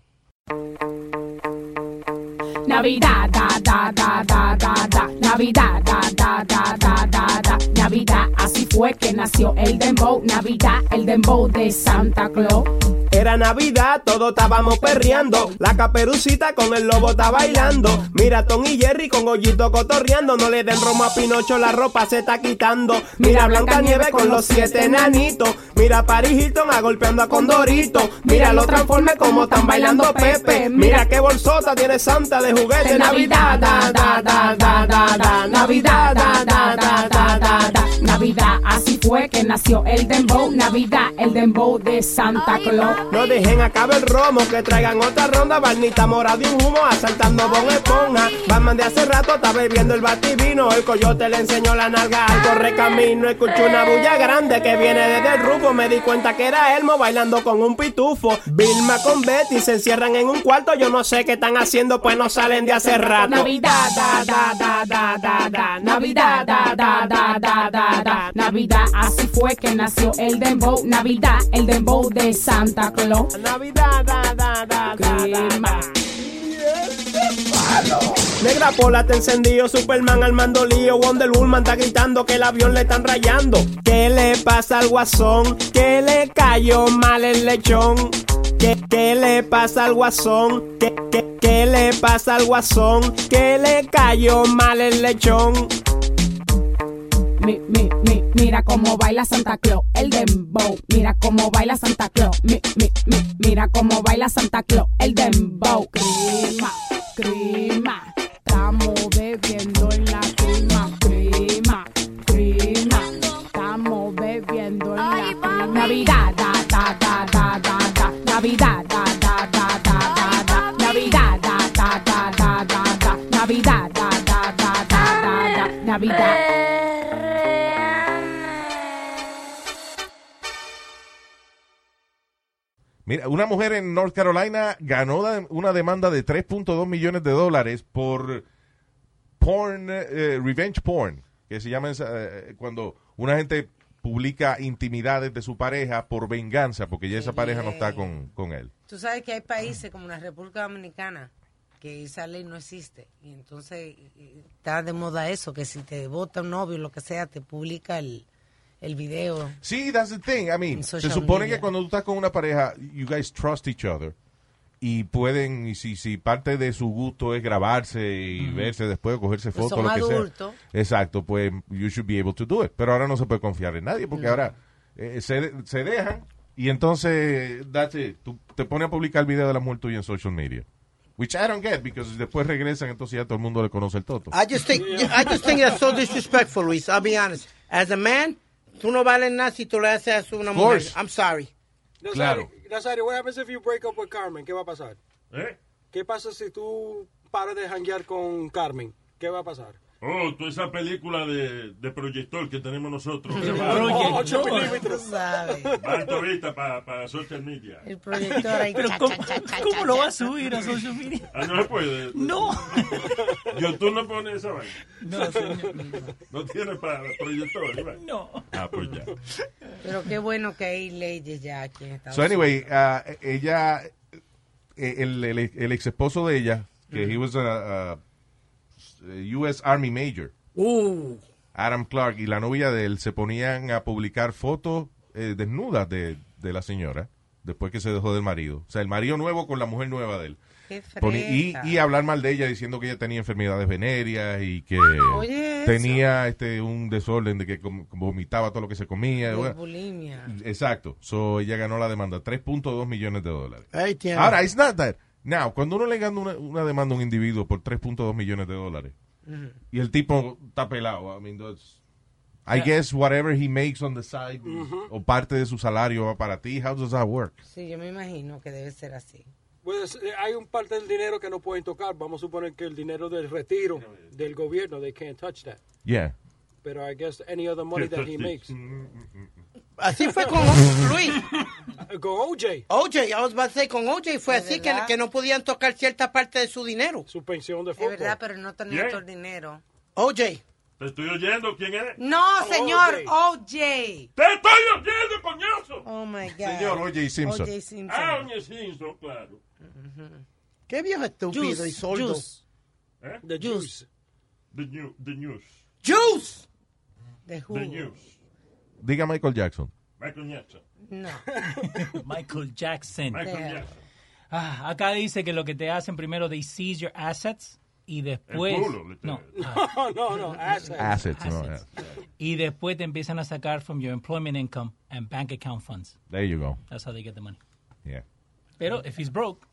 S14: Navidad, da, da, da, da, da, da. Navidad, da, da, da, da, da, da. Navidad, así fue que nació el dembow. Navidad, el dembow de Santa Claus.
S21: Era Navidad, todos estábamos perreando. La caperucita con el lobo está bailando. Mira a Tom y Jerry con hoyito cotorreando. No le den romo a Pinocho, la ropa se está quitando. Mira a Blancanieves con los siete enanitos. Mira a Paris Hilton agolpeando a Condorito. Mira a los transformes como están bailando Pepe. Mira qué bolsota tiene Santa de juguete.
S14: Navidad, da, da, da, da, da, da. Navidad, da, da, da, da, da, da. Navidad, así fue que nació el dembow. Navidad, el dembow de Santa Claus.
S21: No dejen acabar el romo, que traigan otra ronda. Barnita mora de un humo, asaltando bon esponja. Batman de hace rato está bebiendo el bativino. El coyote le enseñó la nalga al correcamino. Escuché una bulla grande que viene desde el rufo. Me di cuenta que era Elmo bailando con un pitufo. Vilma con Betty se encierran en un cuarto. Yo no sé qué están haciendo, pues no salen de hace rato.
S14: Navidad, da, da, da, da, da, da. Navidad, da, da, da, da, da, da. Navidad, así fue que nació el dembow. Navidad, el dembow de Santa Claus.
S21: Navidad, da, da, da, da, da, da. Negra Pola está encendido, Superman armando lío, Wonder Woman está gritando que el avión le están rayando. ¿Qué le pasa al guasón? ¿Qué le cayó mal el lechón? ¿Qué, qué le pasa al guasón? ¿Qué, qué, qué le pasa al guasón? ¿Qué le cayó mal el lechón?
S14: Mi, mi, mi, mira cómo baila Santa Claus, el dembow. Mira cómo baila Santa Claus. Mi, mi, mi, mira cómo baila Santa Claus, el dembow. Crima, crima, estamos bebiendo en la crima. Crima, crima, estamos bebiendo en la crima. Navidad, da, da, da, da, da, da. Navidad, da, da, da, da, da, da. Navidad, da, da, da, da, da, da. Navidad, da, da, da, da, da, da. Navidad.
S2: Mira, una mujer en North Carolina ganó la- una demanda de 3.2 millones de dólares por porn, eh, revenge porn, que se llama esa, eh, cuando una gente publica intimidades de su pareja por venganza, porque ya esa pareja no está con, con él.
S3: Tú sabes que hay países como la República Dominicana que esa ley no existe. Y entonces eh, está de moda eso, que si te vota un novio, lo que sea, te publica el, el video.
S2: Sí, that's the thing. I mean, se
S3: social
S2: supone
S3: media.
S2: que cuando tú estás con una pareja, you guys trust each other. Y pueden, y si, si parte de su gusto es grabarse y
S3: Ujú.
S2: verse después, o cogerse
S3: Pues
S2: fotos,
S3: son
S2: lo que
S3: adultos.
S2: sea. Exacto, pues you should be able to do it. Pero ahora no se puede confiar en nadie, porque
S3: No.
S2: ahora eh, se, se dejan y entonces that's it. Tú te pones a publicar el video de la mujer tuya en social media. Which I don't get, because después regresan, entonces ya todo el mundo le conoce el toto.
S16: I just think I just think that's so disrespectful, Luis. I'll be honest. As a man, tú no vales nada si tú le haces eso a una
S2: Of
S16: mujer.
S2: course.
S16: I'm sorry.
S2: That's Claro.
S20: Nazario, what happens if you break up with Carmen? ¿Qué va a pasar?
S15: ¿Eh?
S20: ¿Qué pasa si tú paras de janguear con Carmen? ¿Qué va a pasar?
S15: Oh, toda esa película de, de proyector que tenemos nosotros.
S20: Ocho
S3: Tú sabes.
S15: Alto ahorita para social media.
S3: El proyector ahí.
S15: Pero
S3: cha,
S15: ¿cómo-
S3: cha, cha, cha,
S15: cómo
S3: cha,
S15: lo
S3: cha.
S15: va a subir a social media? Ah, no se puede.
S3: No.
S15: YouTube no pone esa vaina.
S14: No, señor.
S15: No tiene para proyector, ¿verdad?
S14: No.
S15: Ah, pues ya.
S3: Pero qué bueno que hay leyes ya aquí en Estados
S2: So anyway, ah, ella, eh, el, el, el ex esposo de ella, que he was a, a U.S. Army Major,
S3: Uh.
S2: Adam Clark y la novia de él se ponían a publicar fotos eh, desnudas de, de la señora después que se dejó del marido. O sea, el marido nuevo con la mujer nueva de él.
S3: Qué
S2: Poni- y,
S3: fresa.
S2: y hablar mal de ella diciendo que ella tenía enfermedades venéreas y que
S3: Ah, Oye, eso.
S2: tenía este un desorden de que com- vomitaba todo lo que se comía.
S3: Unidos.
S2: Bueno,
S3: Bulimia.
S2: Exacto. So, ella ganó la demanda. 3.2 millones de dólares.
S16: Ahí tiene.
S2: Ahora, it's not that. Now, cuando uno le gana una, una demanda a un individuo por 3.2 millones de dólares
S14: Ujú.
S2: y el tipo está pelado, I mean, that's-
S3: Yeah.
S2: I guess whatever he makes on the side o parte de su salario va para ti. How does that work?
S3: Sí, yo me imagino que debe ser así.
S20: Pues eh, hay un parte del dinero que no pueden tocar. Vamos a suponer que el dinero del retiro del gobierno, they can't touch that.
S2: Yeah.
S20: Pero I guess any other money that he makes.
S2: Mm-hmm.
S16: Así fue con Luis.
S20: Con OJ.
S16: OJ, I was about to say, con OJ fue así que,
S3: verdad.
S16: que no podían tocar cierta parte de su dinero.
S20: Su pensión de
S3: Es verdad, pero no tenía
S15: Bien.
S3: todo el dinero.
S16: OJ.
S15: ¿Te estoy oyendo? ¿Quién es?
S2: Oh,
S3: No, señor, OJ.
S15: ¡Te estoy oyendo, coñazo!
S3: Oh my God.
S2: Señor O.J. Simpson.
S3: O.J. Simpson.
S15: Ah, oye, Simpson, claro.
S16: Qué viejo estúpido y sordo.
S3: Juice.
S15: ¿Eh?
S20: The Juice.
S15: The, new, the News.
S16: Juice.
S3: De
S15: The
S3: Who.
S15: News.
S2: Diga Michael Jackson.
S15: Michael Jackson.
S3: No.
S4: Michael Jackson.
S15: Michael Jackson.
S4: Ah, acá dice que lo que te hacen primero, they seize your assets y después...
S15: El culo,
S4: no,
S15: literal.
S4: Ah.
S20: no, no, assets.
S2: Assets, no, yeah.
S4: Y después te empiezan a sacar from your employment income and bank account funds.
S2: There you go.
S4: That's how they get the money.
S2: Yeah.
S4: Pero if he's broke,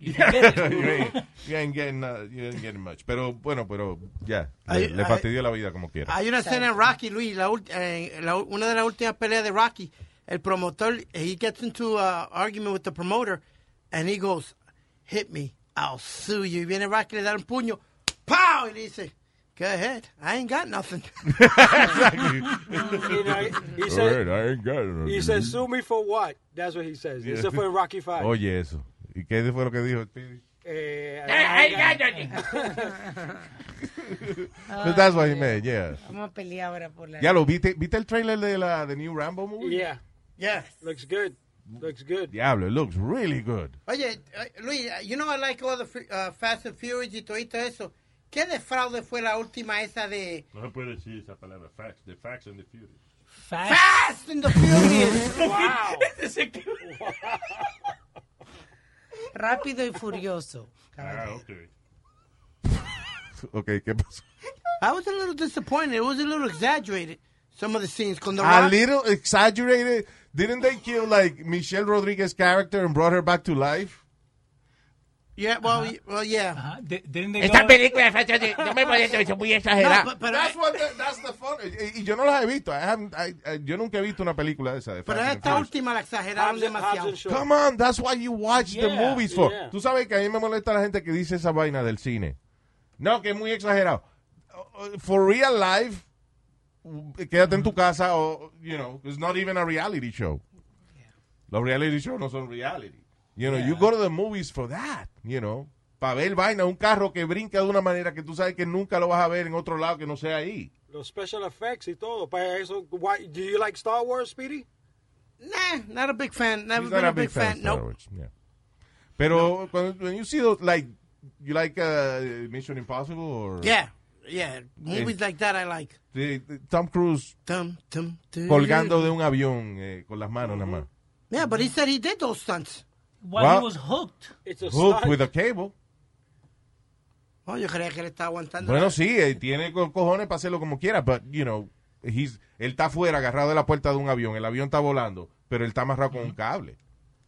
S4: you can get it.
S2: you, ain't, you ain't getting, uh, you ain't getting much. Pero bueno, pero ya.
S16: Ay,
S2: le, le
S16: ay.
S2: fastidió la vida como quiera.
S16: Hay una escena en Rocky, Luis, la ult- eh, la u- una de las últimas peleas de Rocky. El promotor, he gets into an argument with the promoter, and he goes, hit me, I'll sue you. Y viene Rocky, le da un puño, ¡pow! Y le dice, go ahead, I ain't got nothing.
S20: You know, he- he
S2: All
S20: said-
S2: right, I ain't got nothing.
S20: He says, sue me for what? That's what he says.
S2: Yeah.
S20: Eso fue en Rocky Five.
S2: Oye, eso. ¿Y qué fue lo que dijo?
S20: Eh,
S14: Ay, ay,
S2: But that's what he meant, yeah.
S3: Vamos a pelear ahora por la...
S2: Ya lo viste, viste el trailer de la de New Rambo movie?
S20: Yeah.
S16: Yeah.
S20: Looks good. Looks good.
S2: Diablo, it looks really good.
S16: Oye, eh, Luis, you know I like all the fu- uh, Fast and Furious y todo eso. ¿Qué defraude fue la última esa de
S15: No se puede decir esa palabra, facts. The facts and the fury.
S16: Fast and the Furious?
S20: wow.
S3: Rápido y furioso.
S15: Ah, ok.
S2: Ok, ¿qué pasó?
S16: I was a little disappointed. It was a little exaggerated. Some of the scenes con The
S2: A
S16: Rock.
S2: little exaggerated. Didn't they kill like Michelle Rodriguez character and brought her back to life?
S16: Yeah, well,
S2: Uh-huh.
S16: y- well, yeah.
S4: Esta
S16: película de
S4: no me parece eso, muy
S2: exagerada. That's what the- that's the fun. Y, y yo no las he visto. I haven't- I- I- yo nunca he visto una película de esa. De
S16: Pero
S2: Fast and
S16: esta
S2: Furious.
S16: última la exageraron demasiado.
S2: Come on, that's why you watch the
S16: Yeah,
S2: movies for.
S16: yeah.
S2: Tú sabes que a mí me molesta la gente que dice esa vaina del cine. No, que es muy exagerado. Uh, uh, For real life, uh, quédate en tu casa o, you know, it's not even a reality show. Los reality shows no son reality. You know, you go to the movies for that, you know. Para ver vaina, un carro que brinca de una manera que tú sabes que nunca lo vas a ver en otro lado que no sea ahí.
S20: Los special effects y todo. Para eso, why, do you like Star Wars, Speedy?
S16: Nah, not a big fan. Never
S2: He's
S16: been
S2: not
S16: a big fan.
S2: of Star
S16: Nope.
S2: Wars, yeah. Pero cuando when you see those, like, you like uh, Mission Impossible or
S16: Yeah, yeah. Movies
S2: Eh,
S16: like that I like.
S2: de- de Tom Cruise
S16: tum.
S2: colgando de un avión eh, con las manos nada más.
S16: Yeah, but he said he did those stunts.
S2: Well, he Well, was
S4: hooked.
S20: It's
S2: Hooked with a cable.
S16: Oh, yo creía que le estaba aguantando.
S2: Bueno, sí, eh, tiene co- cojones para hacerlo como quiera, but, you know, he's- él está afuera agarrado de la puerta de un avión, el avión está volando, pero él está amarrado con un cable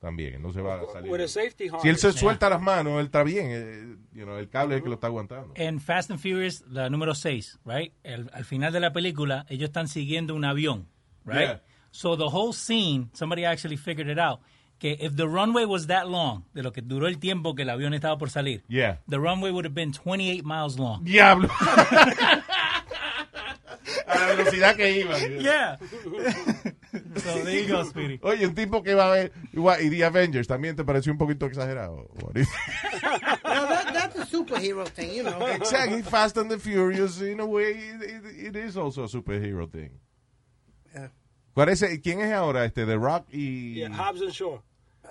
S2: también, no se va a salir.
S20: With a safety harness.
S2: Si él se suelta las manos, él está bien, eh, you know, el cable es el que lo está aguantando.
S4: En Fast and Furious, la número 6, right? El- al final de la película, ellos están siguiendo un avión, right?
S2: Yeah.
S4: So the whole scene, somebody actually figured it out, que if the runway was that long, de lo que duró el tiempo que el avión estaba por salir,
S2: Yeah.
S4: the runway would have been 28 miles long.
S2: Diablo. A la velocidad que iba.
S4: Yeah. so there you go, Speedy.
S2: Oye, un tipo que va a ver igual, y The Avengers también te pareció un poquito exagerado. Juanito?
S16: No, that, that's a superhero thing, you know.
S2: Exactly, Fast and the Furious, in a way, it, it- it is also a superhero thing.
S16: Yeah.
S2: ¿Cuál es el- ¿Quién es ahora este? The Rock y...
S20: Yeah, Hobbs and Shaw.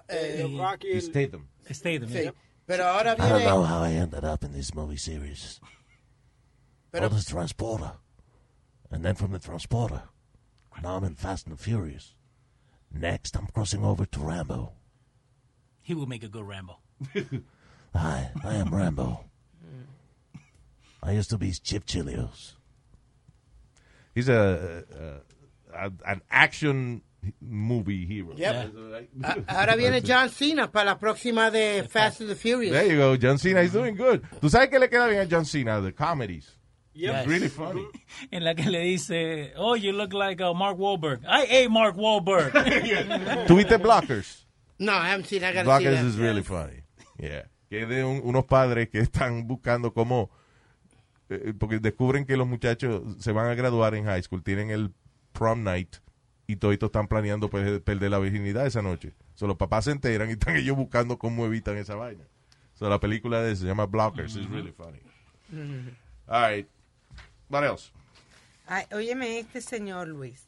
S20: Eh, The Rock y
S2: y
S20: el-
S2: Statham.
S4: Statham,
S16: Sí. Pero ahora
S22: I don't know
S16: viene.
S22: how I ended up in this movie series.
S16: Pero-
S22: I was transporter, and then from the transporter, now I'm in Fast and Furious. Next, I'm crossing over to Rambo.
S4: He would make a good Rambo.
S22: Hi, I am Rambo. I used to be Chip Chilios.
S2: He's a, a- a- an action movie hero.
S16: Yep. A- Ahora viene John Cena para la próxima de Fast and the Furious.
S2: There you go, John Cena is doing good. ¿Tú sabes qué le queda bien a John Cena? The comedies.
S4: Yes.
S2: Really funny.
S4: En la que le dice, oh, you look like uh, Mark Wahlberg. I ate Mark Wahlberg.
S2: ¿Tuviste Blockers?
S16: No, I haven't seen. I gotta see
S2: Blockers
S16: that.
S2: is really funny. Yeah. Que de un- unos padres que están buscando cómo. eh, porque descubren que los muchachos se van a graduar en high school, tienen el prom night y toditos están planeando pe- perder la virginidad esa noche. So, los papás se enteran y están ellos buscando cómo evitan esa vaina. So, la película de- se llama Blockers. It's really funny. All right. What else?
S3: Ay, óyeme, este señor Luis.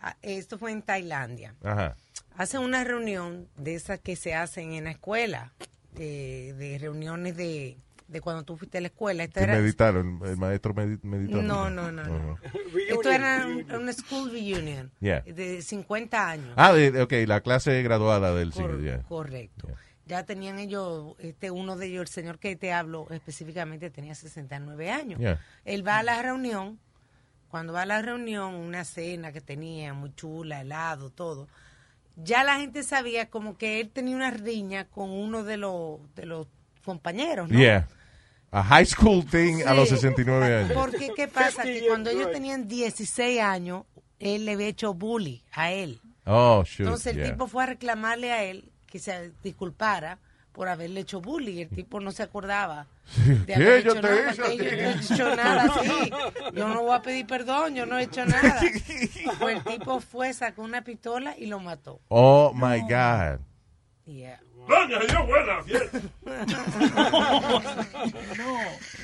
S3: Ah, Esto fue en Tailandia.
S2: Ajá.
S3: Hacen una reunión de esas que se hacen en la escuela, de, de reuniones de, de cuando tú fuiste a la escuela. Esta
S2: Que
S3: era-
S2: meditaron. El maestro medi- Uh-huh. meditó.
S3: No, no, no, no.
S2: Ajá.
S3: Esto era un- una school reunion
S2: Yeah.
S3: de 50 años.
S2: Ah, de, ok, la clase graduada del cine. yeah.
S3: Correcto. Ya tenían ellos, este uno de ellos, el señor que te hablo específicamente, tenía 69 años.
S2: Yeah.
S3: Él va a la reunión, cuando va a la reunión, una cena que tenía muy chula, helado, todo. Ya la gente sabía como que él tenía una riña con uno de los, de los compañeros, ¿no?
S2: Yeah. A high school thing a
S3: Sí.
S2: los 69 años.
S3: Porque, ¿qué pasa? Que cuando ellos tenían 16 años, él le había hecho bully a él.
S2: Oh, shoot.
S3: Entonces el
S2: yeah.
S3: tipo fue a reclamarle a él que se disculpara por haberle hecho bullying. El tipo no se acordaba de haber
S14: ¿Qué? Yo
S3: hecho
S14: te
S3: nada.
S14: hice,
S3: que
S14: te
S3: yo no he
S14: hice.
S3: hecho nada, sí. Yo no voy a pedir perdón, yo no he hecho nada. Pues el tipo fue, sacó una pistola y lo mató.
S2: Oh, my God.
S3: Yeah.
S15: Vaya, yo buena fiesta.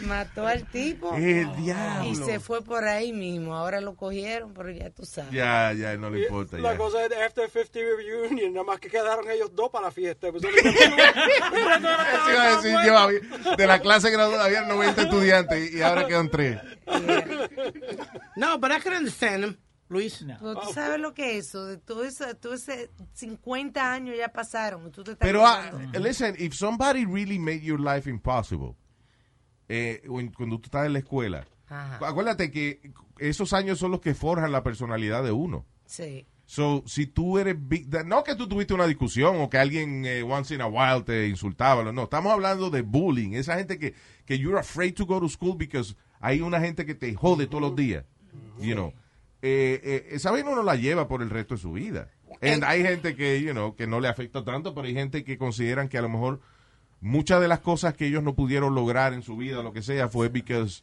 S3: Mató al tipo
S2: El diablo.
S3: y se fue por ahí mismo. Ahora lo cogieron, pero ya tú sabes.
S2: Ya, ya, no le importa.
S20: La
S2: ya.
S20: cosa es, after 50 reunion, nada más que quedaron ellos dos para la fiesta. Pues, Eso
S2: Eso iba a decir yo, había- de la clase graduada había 90 estudiantes y ahora quedan 3.
S16: No, but I can understand him, Luis. Oh.
S3: Pero tú sabes lo que es eso, de todo eso, todo ese 50 años ya pasaron y tú te estás
S2: Pero, ah,
S3: acordando.
S2: listen, if somebody really made your life impossible, eh, when- cuando tú estás en la escuela,
S3: Ajá.
S2: acuérdate que esos años son los que forjan la personalidad de uno.
S3: Sí.
S2: So, si tú eres big, da- no que tú tuviste una discusión o que alguien eh, once in a while te insultaba, no, estamos hablando de bullying, esa gente que, que you're afraid to go to school because hay una gente que te jode todos los días, you know. Eh, eh, esa vaina uno la lleva por el resto de su vida. And hay gente que, you know, que no le afecta tanto, pero hay gente que consideran que a lo mejor muchas de las cosas que ellos no pudieron lograr en su vida, lo que sea, fue because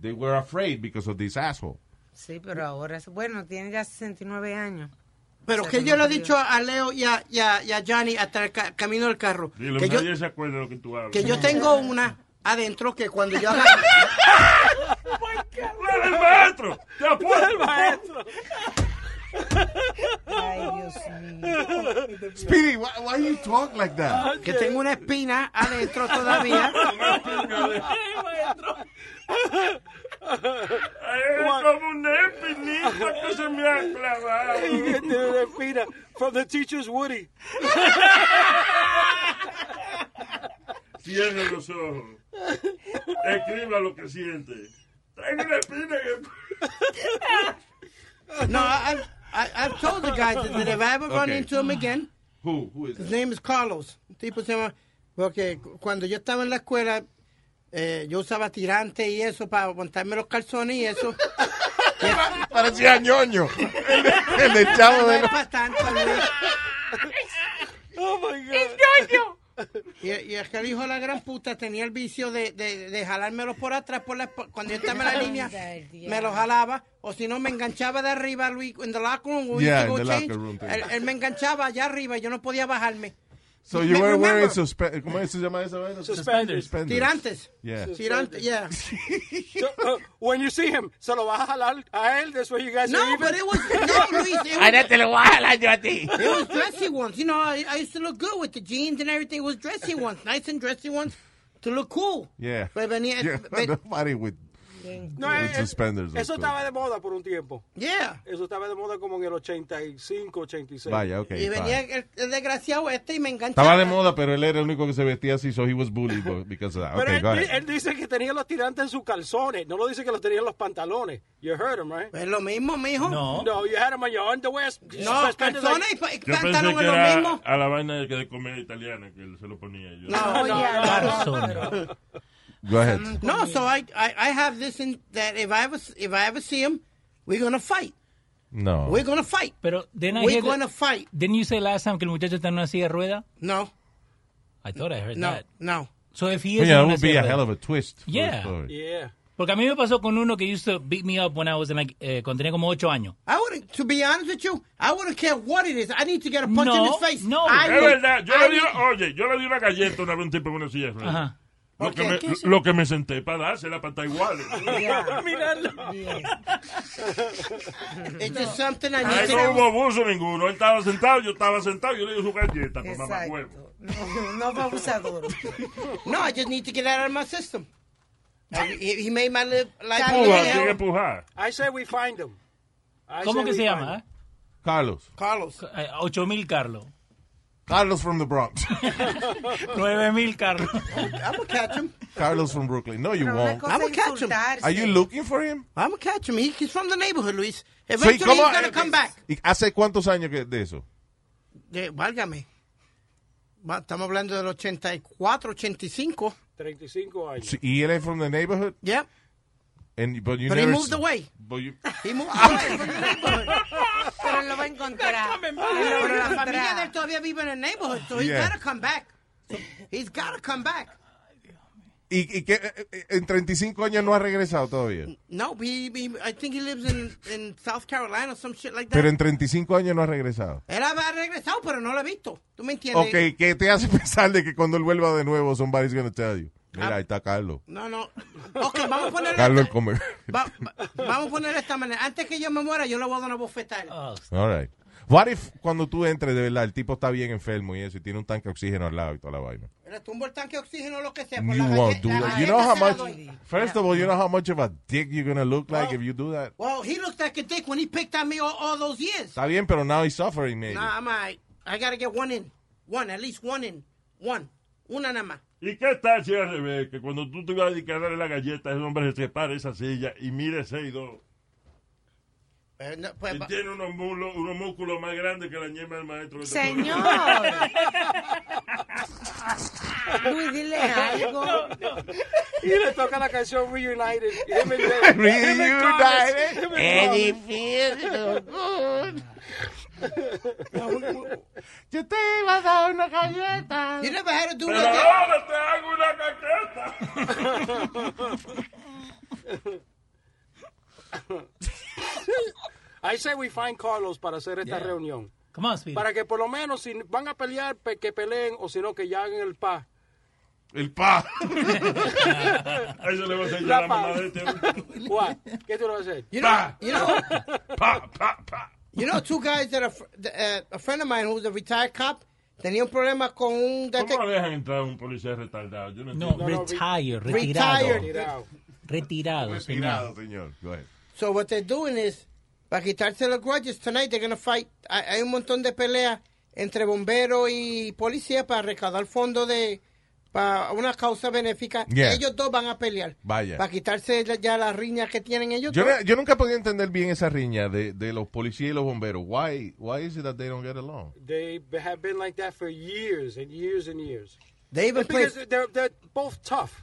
S2: they were afraid because of this asshole.
S3: Sí, pero ahora, es- bueno, tiene ya 69 años.
S16: Pero
S3: O sea,
S16: que
S3: no
S16: yo le he
S3: perdió.
S16: dicho a Leo y a, y a- y a Johnny hasta el ca- camino del carro.
S15: Dile,
S16: que, yo,
S15: nadie se acuerda de lo que tú hablas.
S3: Oh
S16: que yo tengo una adentro que cuando yo haga...
S15: ¡Fuera el maestro! ¡Te apuesto!
S14: el maestro!
S23: Speedy, why, why you talk like
S14: Ah,
S23: that?
S16: Que tengo una espina adentro todavía.
S15: Es como una espinita que se me ha clavado.
S20: Espina, from the teacher's Woody.
S15: Cierra los ojos. Escriba lo que siente. Tengo una espina que...
S16: No, I, I've- I, I've told the guys that if I ever run
S2: Okay.
S16: into him again,
S2: Who? Who is
S16: His
S2: that?
S16: name is Carlos. Un tipo se llama. Porque cu- cuando yo estaba en la escuela, eh, yo usaba tirante y eso para aguantarme los calzones y eso.
S23: Parecía ñoño. El, de- el de chavo de.
S16: No es pa' tanto, Luis.
S20: Oh my God.
S16: Y, y es que el hijo de la gran puta tenía el vicio de, de, de jalármelos por atrás. Por la, esp- cuando yo estaba en la línea, me los jalaba. O si no, me enganchaba de arriba, Luis, en the locker room. we
S23: Yeah,
S16: used to
S23: in the
S16: go change.
S23: locker room, too.
S16: Él, él me enganchaba allá arriba y yo no podía bajarme.
S23: So you were
S16: Remember-
S23: wearing suspenders. ¿Cómo se llama esa vaina?
S20: Suspenders.
S16: Tirantes.
S23: Yeah.
S16: Tirantes, yeah.
S20: So, uh, when you see him, se lo vas a jalar a él. That's where you guys are
S16: No,
S20: even.
S16: but it was no, Luis. It was,
S20: Ahora te lo voy a jalar yo a ti.
S16: It was dressy ones. You know, I, I used to look good with the jeans and everything. It was dressy ones, nice and dressy ones, to look cool.
S23: Yeah.
S2: Pues
S16: But venía-
S23: yeah.
S16: but-
S23: Nobody with.
S20: No,
S23: With
S20: eh, eh,
S23: suspenders,
S20: eso
S23: of course.
S20: estaba de moda por un tiempo.
S16: Yeah.
S20: Eso estaba de moda como en el 85, 86.
S2: Vaya, ok,
S16: Y venía el, el desgraciado este y me enganchaba.
S2: Estaba de moda, pero él era el único que se vestía así, so he was bullied but- because of that.
S20: Pero
S2: Okay,
S20: él,
S2: go ahead.
S20: él dice que tenía los tirantes en sus calzones. No lo dice que los tenía en los pantalones. You heard him, right?
S16: Es Pues lo mismo, mijo.
S20: No. No, you had him on your underwear.
S16: No,
S20: suspended
S16: calzones
S20: like-
S16: y pa- y
S15: Yo pensé que era a la vaina de que de comida italiana que él se lo ponía yo.
S16: No, no,
S23: Go ahead.
S16: No, so I, I, I have this in that if I ever if I ever see him, we're gonna fight.
S2: No.
S16: We're gonna fight.
S4: Pero then I
S16: We're
S4: hear that-
S16: gonna fight.
S4: Didn't you say last time que el muchacho está en una silla de rueda?
S16: No.
S4: I thought I heard
S16: No,
S4: that.
S16: No.
S4: So if he is in
S2: Yeah, that
S4: una
S2: would be
S4: silla
S2: a
S4: de
S2: hell
S4: rueda-
S2: of a twist. for the
S4: Yeah.
S2: story.
S20: Yeah.
S4: Porque a mí me pasó con uno que used to beat me up when I was in like, eh, cuando tenía como 8 años.
S16: I wouldn't. To be honest with you, I wouldn't care what it is. I need to get a punch in his face. I
S15: es
S16: will-
S15: verdad. Yo
S16: I
S15: le di,
S16: will-
S15: oye, yo le di una galleta una vez a un tipo en una silla. de ruedas.
S16: Ajá.
S15: Lo,
S16: Ok,
S15: que me,
S16: ¿qué es eso?
S15: lo que me senté para dársela para estar igual.
S20: Míralo.
S16: It's just something I need
S15: Ahí
S16: to
S15: no hubo abuso ninguno. Él estaba sentado, yo estaba sentado, yo le di su galleta con mamá huevo.
S16: No, fue abusador. No, I just need to get out of my system. I- He, he made my live, life
S15: Empuja, tiene que empujar.
S20: I say we find him. I
S4: ¿Cómo
S20: say
S4: que
S20: we
S4: se
S20: find
S2: eh?
S4: llama?
S2: Carlos.
S16: Carlos.
S4: 8000 Carlos.
S2: Carlos from the Bronx.
S4: 9000 Carlos.
S16: I'm gonna catch him.
S2: Carlos from Brooklyn. No, you
S16: Pero una
S2: won't.
S16: cosa I'm gonna catch him.
S2: Are you looking for him?
S16: I'm gonna catch him. He, he's from the neighborhood, Luis.
S2: So he
S16: Eventually,
S2: come
S16: he's
S2: on-
S16: gonna come back.
S2: ¿Y ¿Hace cuántos años que de eso?
S16: Eh, válgame. Va- Estamos hablando del 84, 85.
S20: 35 años.
S2: Sí, ¿Y él es from the neighborhood?
S16: Yeah.
S2: And, but you
S16: But he
S2: never
S16: moved
S2: s-
S16: away.
S2: But you,
S16: He moved away from the neighborhood.
S3: Pero lo va a encontrar.
S16: Pero la familia de él todavía vive en el neighborhood, so he's
S2: Yeah.
S16: gotta come back. So he's gotta come back.
S2: ¿Y, y qué- eh, eh, en 35 años no ha regresado todavía?
S16: No, he, he, I think he lives in, in South Carolina, some shit like that.
S2: Pero en 35 años no ha regresado.
S16: Él ha regresado, pero no lo he visto. ¿Tú me entiendes?
S2: Ok, ¿qué te hace pensar de que cuando él vuelva de nuevo somebody's gonna tell you?
S16: Ah.
S2: Mira, ahí está Carlos.
S16: No, no. Ok, vamos a poner
S2: Carlos el comer.
S16: Va- va- vamos a poner de esta manera. Antes que yo me muera, yo le voy a dar una bofetada.
S2: All right. What if cuando tú entres, de verdad, el tipo está bien enfermo y eso, y tiene un tanque de oxígeno al lado y toda la vaina?
S16: Le tumbo el tanque de oxígeno o lo que sea. por
S2: You
S16: la
S2: won't
S16: galle-
S2: do
S16: la
S2: that. You
S16: galleta
S2: know
S16: se la
S2: how much,
S16: doy.
S2: first of all, you know how much of a dick you're gonna look like if you do that?
S16: Well, he looked like a dick when he picked on me all, all those years.
S2: Está bien, pero now he's suffering, maybe.
S16: Nah, I'm all right. I gotta get one in. One, at least one in. One. Una nada más.
S15: ¿Y qué tal si al revés? Que cuando tú te vas a dedicar a darle la galleta, ese hombre se separa esa silla y mire seis dos.
S16: Eh, no, pues,
S15: Y
S16: va-
S15: tiene unos, mulos- unos músculos más grandes que la ñema del maestro. este
S3: Señor. Luis, dile algo.
S20: Y le toca la canción Reunited.
S14: Reunited. Eddie
S23: Yo te iba a dar una galleta.
S16: You never had to do
S15: Pero
S16: nothing.
S15: ahora te hago una caqueta.
S20: I say we find Carlos para hacer esta
S4: Yeah.
S20: reunión.
S4: Come on, Speedy.
S20: Para que por lo menos si van a pelear, pe- que peleen o si no, que ya hagan el paz.
S2: El pa.
S15: Eso le va a hacer
S20: La
S15: llorar a
S20: pa.
S15: mamá de este.
S20: What? ¿Qué tú lo vas a hacer?
S16: You know, you know, you know, two guys that are fr- th- uh, a friend of mine who's a retired cop tenía un problema con un detec-
S15: ¿Cómo dejan entrar a un policía retardado? Yo no,
S4: No,
S15: entiendo.
S4: retire,
S16: Retired.
S4: retirado. Retirado,
S2: Retirado,
S4: señor.
S2: señor. Go ahead.
S16: So what they're doing is, para quitarse los grudges tonight, they're gonna fight. Hay, hay un montón de peleas entre bomberos y policía para recaudar fondos de para una causa benéfica.
S2: Yeah.
S16: Ellos dos van a pelear.
S2: Vaya.
S16: Para quitarse la- ya las riñas que tienen ellos
S2: Yo,
S16: dos.
S2: yo nunca podía entender bien esa riña de, de los policías y los bomberos. Why, why is it that they don't get along?
S20: They b- have been like that for years and years and years.
S16: They even
S20: It's because they're, they're both tough.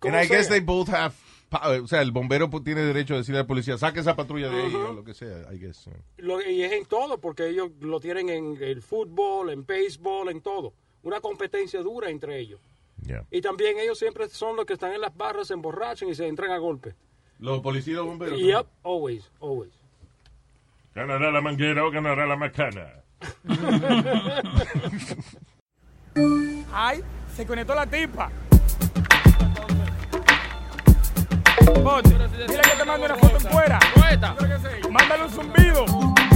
S2: And
S20: Como
S2: I guess
S20: sea.
S2: they both have... pa- O sea, el bombero pu- tiene derecho a decirle al policía, saque esa patrulla de ahí o lo que sea, I guess.
S20: Lo- y es en todo, porque ellos lo tienen en el fútbol, en béisbol, en todo. Una competencia dura entre ellos.
S2: Yeah.
S20: Y también ellos siempre son los que están en las barras, se emborrachan y se entran a golpe.
S2: Los policías y los bomberos.
S20: Yep, always, always.
S15: Ganará la manguera o ganará la macana.
S7: ¡Ay! Se conectó la tipa. Bote, dile que te mando una foto en fuera. Mándale un zumbido.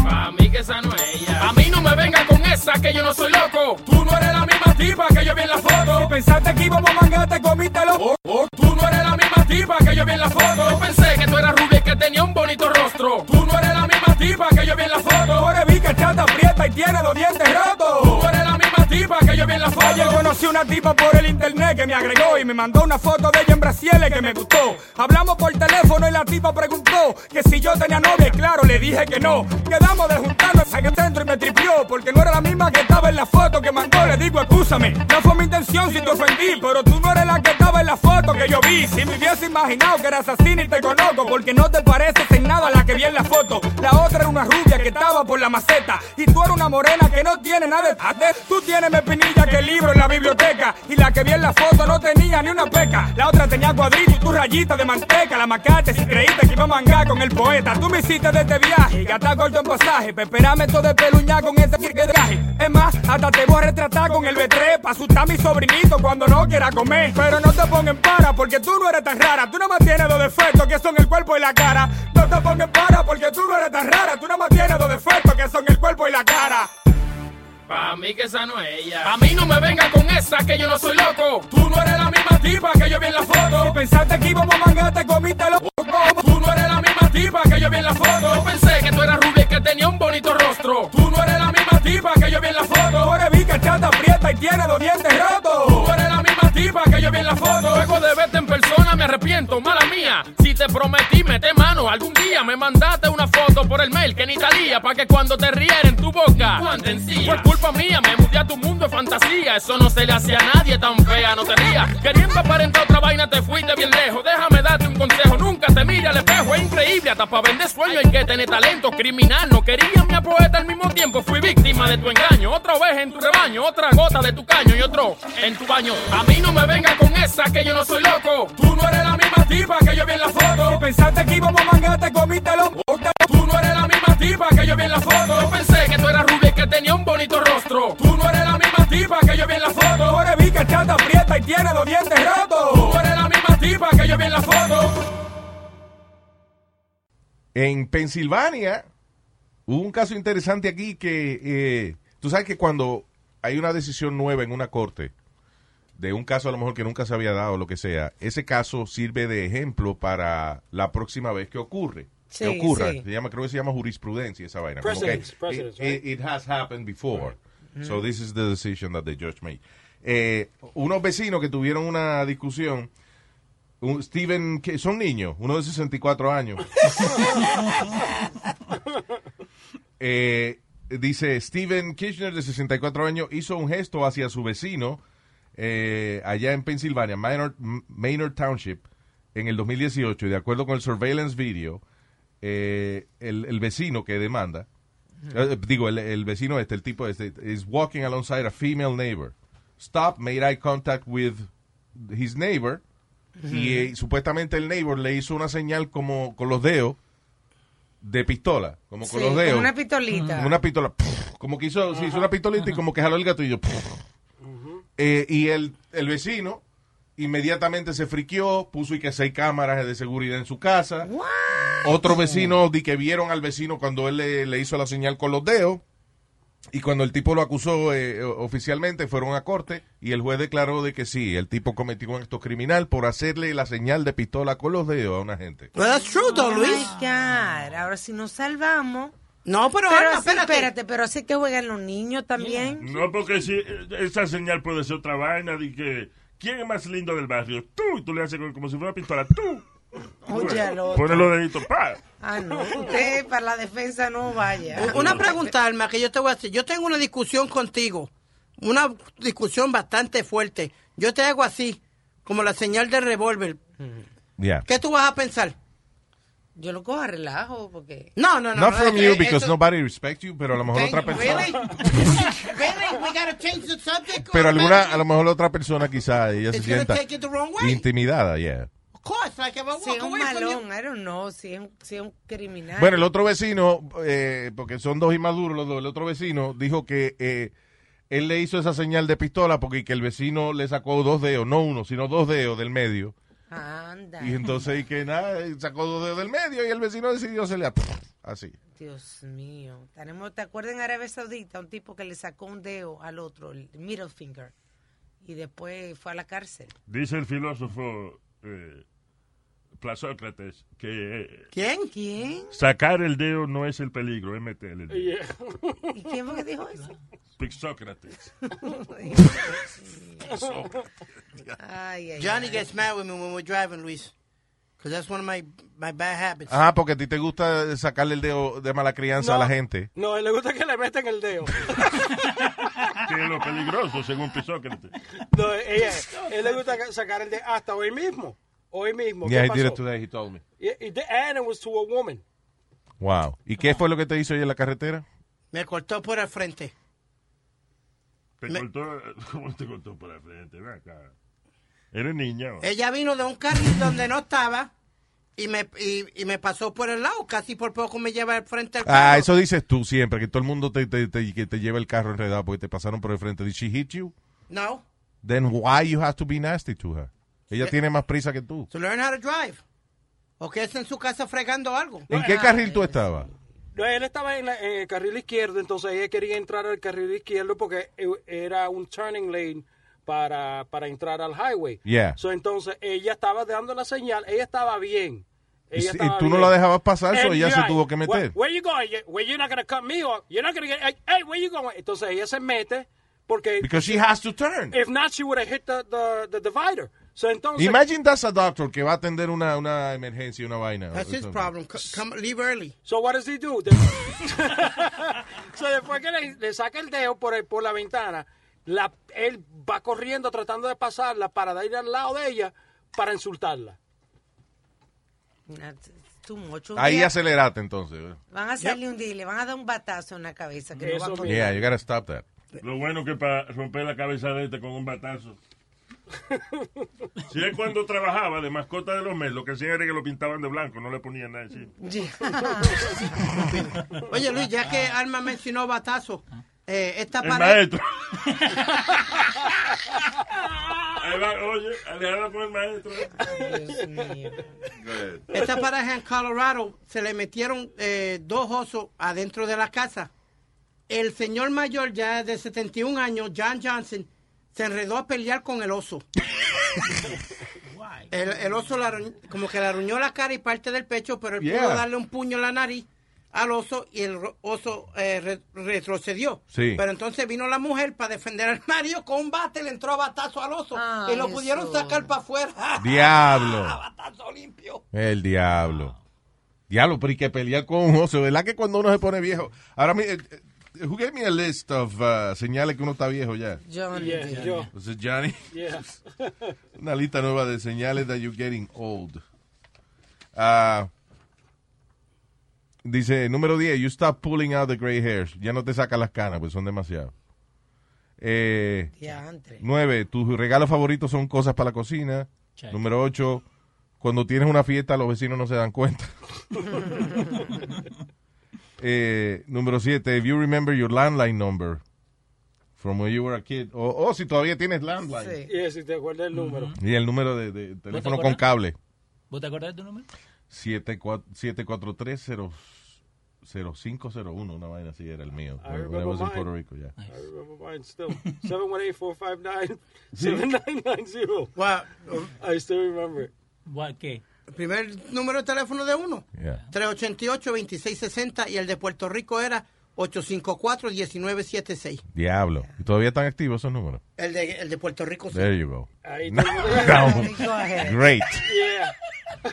S7: Pa' mí que esa no es ella. A mí no me venga con esa, que yo no soy loco. Tú no eres la misma tipa que yo vi en la foto. Si pensaste que íbamos a mangar, te comiste los... Tú no eres la misma tipa que yo vi en la foto. Yo pensé que tú eras rubia y que tenía un bonito rostro. Tú no eres la misma tipa que yo vi en la foto. Ahora vi que chata aprieta y tiene los dientes rotos. Tú eres la misma tipa que yo vi en la foto. Yo conocí una tipa por el internet que me agregó y me mandó una foto de ella en Brasiles que me gustó. Hablamos por teléfono y la tipa preguntó que si yo tenía novia. Y Claro, le dije que no. Quedamos de juntarnos en el centro y me tripió porque no era la misma que estaba en la foto que mandó. Le digo, escúchame, no fue mi intención si te ofendí, pero tú no eres la que estaba en la foto que yo vi. Si me hubiese imaginado que eras asesina y te conozco porque no te pareces en nada a la que vi en la foto. La otra era una rubia que estaba por la maceta y tú eres una morena que no tiene nada de tate. Tú tienes más pinilla que el libro en la biblioteca y la que vi en la foto no tenía ni una peca. La otra tenía cuadrito y tu rayita de manteca. La macaste si creíste que iba a mangar con el poeta. Tú me hiciste de este viaje, gata corto en pasaje. Peperame todo de peluña con ese que traje. Es más, hasta te voy a retratar con el B3 para asustar a mi sobrinito cuando no quiera comer. Pero no te pongan para porque tú no eres tan rara. Tú nomás tienes dos defectos que son el cuerpo y la cara. No te pongan para porque tú no eres tan rara. Tú nomás tienes dos defectos que son el cuerpo y la cara.
S14: Pa' mí que esa no es ella.
S7: A mí no me venga con esa que yo no soy loco. Tú no eres la misma tipa que yo vi en la foto. Si pensaste que íbamos a mangar, te comiste los cocos. Tú no eres la misma tipa que yo vi en la foto. Yo pensé que tú eras rubia y que tenía un bonito rostro. Tú no eres la misma tipa que yo vi en la foto. Ahora vi que chata aprieta y tiene los dientes rotos. Tú no eres la misma tipa que yo vi en la foto. Luego de verte en persona me arrepiento, mala mía. Si te prometí, mete mano. Algún día me mandaste una foto por el mail que ni talía. Pa' que cuando te riera en tu boca, cuando encía. Por culpa mía me mudé a tu mundo de fantasía. Eso no se le hacía a nadie tan fea, no tenía. Queriendo aparentar otra vaina te fuiste bien lejos. Déjame darte un consejo, nunca te mire al espejo. Es increíble, hasta para vender sueño hay que tener talento. Criminal, no quería mi poeta al mismo tiempo. Fui víctima de tu engaño. Otra vez en tu rebaño, otra gota de tu caño y otro en tu baño. A mí no me venga con esa que yo no soy loco. Tú no eres la misma tipa que yo vi en la foto. Si pensaste que íbamos a mangar, te comiste los mocos. Tú no eres la misma tipa que yo vi en la foto. Yo pensé que tú eras rubia y que tenía un bonito rostro. Tú no eres la misma tipa que yo vi en la foto. Ahora vi que chata aprieta y tiene los dientes rotos. Tú no eres la misma tipa que yo vi en la foto.
S2: En Pensilvania hubo un caso interesante aquí que eh, tú sabes que cuando hay una decisión nueva en una corte de un caso a lo mejor que nunca se había dado o lo que sea, ese caso sirve de ejemplo para la próxima vez que ocurre.
S8: Sí,
S2: que ocurra.
S8: sí.
S2: Se llama, creo que se llama jurisprudencia esa vaina. Como que
S8: Precedents,
S2: it-
S8: precedents,
S2: it-
S8: right?
S2: it has happened before.
S8: Right. Mm-hmm.
S2: So this is the decision that the judge made. Eh, unos vecinos que tuvieron una discusión, un- Steven, que son niños, uno de 64 años. Eh, dice Steven Kirchner, de 64 años, hizo un gesto hacia su vecino eh, allá en Pensilvania, Maynard, M- Maynard Township, en el 2018. Y de acuerdo con el surveillance video, eh, el, el vecino que demanda, eh, digo, el, el vecino este, el tipo este, is walking alongside a female neighbor. Stop, made eye contact with his neighbor. Y eh, supuestamente el neighbor le hizo una señal como con los dedos de pistola, como con
S3: Sí,
S2: los dedos.
S3: con una pistolita.
S2: Como una pistola. Como que hizo, se hizo una pistolita y como que jaló el gatillo. Eh, y el, el vecino inmediatamente se friqueó, puso y que seis cámaras de seguridad en su casa. Otro vecino, di que vieron al vecino cuando él le, le hizo la señal con los dedos. Y cuando el tipo lo acusó eh, o- oficialmente, fueron a corte y el juez declaró de que sí, el tipo cometió un acto criminal por hacerle la señal de pistola con los dedos a una gente.
S16: Well, that's true, though, Luis.
S3: Oh my God. Ahora si nos salvamos.
S16: No, pero
S3: pero
S16: Ana,
S3: así,
S16: espérate.
S3: espérate, pero así que juegan los niños también.
S15: No, porque si eh, esa señal puede ser otra vaina de que quién es más lindo del barrio, tú, y tú le haces como- como si fuera una pistola, tú.
S3: Oye, al otro.
S15: Pone los deditos, pa.
S3: Ah, no, usted para la defensa no vaya.
S16: Una pregunta, Alma, que yo te voy a hacer. Yo tengo una discusión contigo. Una discusión bastante fuerte. Yo te hago así, como la señal del revólver.
S2: Yeah.
S16: ¿Qué tú vas a pensar?
S3: Yo lo cojo a relajo porque.
S16: No, no, no.
S2: Not from
S16: eh,
S2: you
S16: eh,
S2: because
S16: eso-
S2: nobody respects you, pero a lo mejor otra persona.
S16: Really? Really? We gotta change the subject?
S2: Pero alguna, a lo mejor otra persona quizá ella se
S16: It's gonna
S2: sienta
S16: take it the wrong way.
S2: intimidada, yeah.
S16: Of course, like if I walk
S3: Si es un
S16: away from you-
S3: malón, I don't know, si es un, si es un criminal.
S2: Bueno, el otro vecino, eh, porque son dos inmaduros los dos, el otro vecino dijo que eh, él le hizo esa señal de pistola porque que el vecino le sacó dos dedos, no uno, sino dos dedos del medio.
S3: Anda.
S2: Y entonces y que nada, y sacó dos dedos del medio y el vecino decidió hacerle a- así.
S3: Dios mío. Tenemos, ¿Te acuerdas en Arabia Saudita un tipo que le sacó un dedo al otro, el middle finger? Y después fue a la cárcel.
S15: Dice el filósofo eh, Plasócrates que eh,
S16: ¿Quién?
S3: ¿Quién?
S15: sacar el dedo no es el peligro, es meterle el dedo.
S3: ¿Y quién fue que dijo eso?
S15: Pixócrates.
S3: Ay, ay,
S16: Johnny
S3: ay.
S16: gets mad with me when we're driving, Luis. Because that's one of my, my bad habits.
S2: Ah, porque a ti te gusta sacarle el dedo de mala crianza a la gente.
S20: No, a él le gusta que le metan el dedo.
S15: que es lo peligroso, según Pixócrates.
S20: No, ella, él le gusta ca- sacar el dedo hasta hoy mismo. Hoy mismo. ¿Qué
S2: Yeah, he did it
S20: pasó?
S2: today, he told me.
S20: Y- y the- and it was to a woman.
S2: Wow. ¿Y qué fue lo que te hizo hoy en la carretera?
S16: Me cortó por el frente.
S15: Te cortó, ¿Cómo te cortó por la frente? Ven acá. Eres niña. ¿o?
S16: Ella vino de un carril donde no estaba y me, y, y me pasó por el lado. Casi por poco me lleva al frente al
S2: Ah,
S16: carro.
S2: eso dices tú siempre, que todo el mundo te, te, te- que te lleva el carro enredado porque te pasaron por el frente. Did she hit you?
S16: No.
S2: Then why you have to be nasty to her? Ella
S16: Eh,
S2: tiene más prisa que tú.
S16: To learn how to drive. O que es en su casa fregando algo.
S2: ¿En qué
S20: Ah.
S2: carril tú estabas?
S20: No, él estaba en, la- en el carril izquierdo, entonces ella quería entrar al carril izquierdo porque e- era un turning lane para, para entrar al highway.
S2: Yeah.
S20: So, entonces ella estaba dando la señal, ella estaba bien.
S2: Y
S20: Ella
S2: si- y
S20: estaba
S2: tú no
S20: bien.
S2: la dejabas pasar, so
S20: And
S2: ella se
S20: yeah,
S2: tuvo que meter.
S20: Where, where you going? You- Where you not gonna cut me off? You're not gonna get- hey, hey, where you going? Entonces ella se mete porque
S2: Because she has to turn.
S20: if not she would have hit the, the, the divider. So, entonces
S2: Imagine that's a doctor que va a atender una, una emergencia, una vaina.
S20: That's his
S2: Eso-
S20: problem.
S16: Come, leave early.
S20: So what does he do? The- so después que le, le saca el dedo por, el- por la ventana, la, él va corriendo tratando de pasarla para ir al lado de ella para insultarla.
S3: That's too much. Un
S2: Ahí
S3: día
S2: acelerate entonces.
S3: Van a salir un día y le van a dar un batazo en la cabeza que no va a poder.
S2: Yeah, you gotta stop that.
S15: Lo bueno que para romper la cabeza de este con un batazo. Si es cuando trabajaba de mascota de los meses, lo que hacían era que lo pintaban de blanco, no le ponían nada. así.
S16: Oye, Luis, ya que Alma mencionó batazo, eh, esta
S15: El
S16: pareja-
S15: maestro. Ahí va, oye, Alejandro con el maestro.
S16: Esta pareja en Colorado se le metieron eh, dos osos adentro de la casa. El señor mayor, ya de 71 años, John Johnson, se enredó a pelear con el oso. El, el oso le arruñ- como que le arruñó la cara y parte del pecho, pero él
S2: Yeah.
S16: pudo darle un puño en la nariz al oso y el ro- oso eh, re- retrocedió.
S2: Sí.
S16: Pero entonces vino la mujer para defender al marido con un bate, le entró a batazo al oso y lo pudieron sacar para afuera.
S2: Diablo.
S16: Batazo limpio.
S2: El diablo. Diablo, pero y que pelear con un oso, ¿verdad que cuando uno se pone viejo? Ahora, mi- eh, eh, who gave me a list of uh, señales que uno está viejo ya?
S3: Johnny.
S20: Oh, Yeah,
S3: Johnny.
S20: yo.
S2: Was it Johnny?
S20: Yeah.
S2: Una lista nueva de señales that you're getting old. Ah, dice, número 10, you stop pulling out the gray hairs. Ya no te sacas las canas, pues son demasiado. Eh,
S3: Diantre.
S2: 9, tus regalos favoritos son cosas para la cocina.
S3: Check.
S2: Número 8, cuando tienes una fiesta los vecinos no se dan cuenta. Eh, número 7, if you remember your landline number From when you were a kid. O o si todavía tienes landline.
S20: Y si te acuerdas el
S4: Mm.
S20: número.
S2: Y el número de, de teléfono
S4: acuerdas?
S2: con cable.
S4: ¿Vos te acordás de tu número?
S2: 743-0501, una vaina así era el mío.
S20: I
S2: When- when I
S20: remember
S2: was in
S20: mine.
S2: Puerto Rico, yeah.
S20: I remember mine still. 718-459-7990.
S16: Wow.
S20: I still remember it.
S4: What, ¿Qué?
S16: El primer número de teléfono de uno.
S2: Yeah.
S16: 388-2660 y el de Puerto Rico era 854-1976.
S2: Diablo. ¿Y todavía están activos esos números?
S16: El de, el de Puerto Rico. sí. eh.
S2: There you go.
S16: Ahí
S2: No,
S16: tengo-
S2: no. Great.
S20: Yeah.
S4: you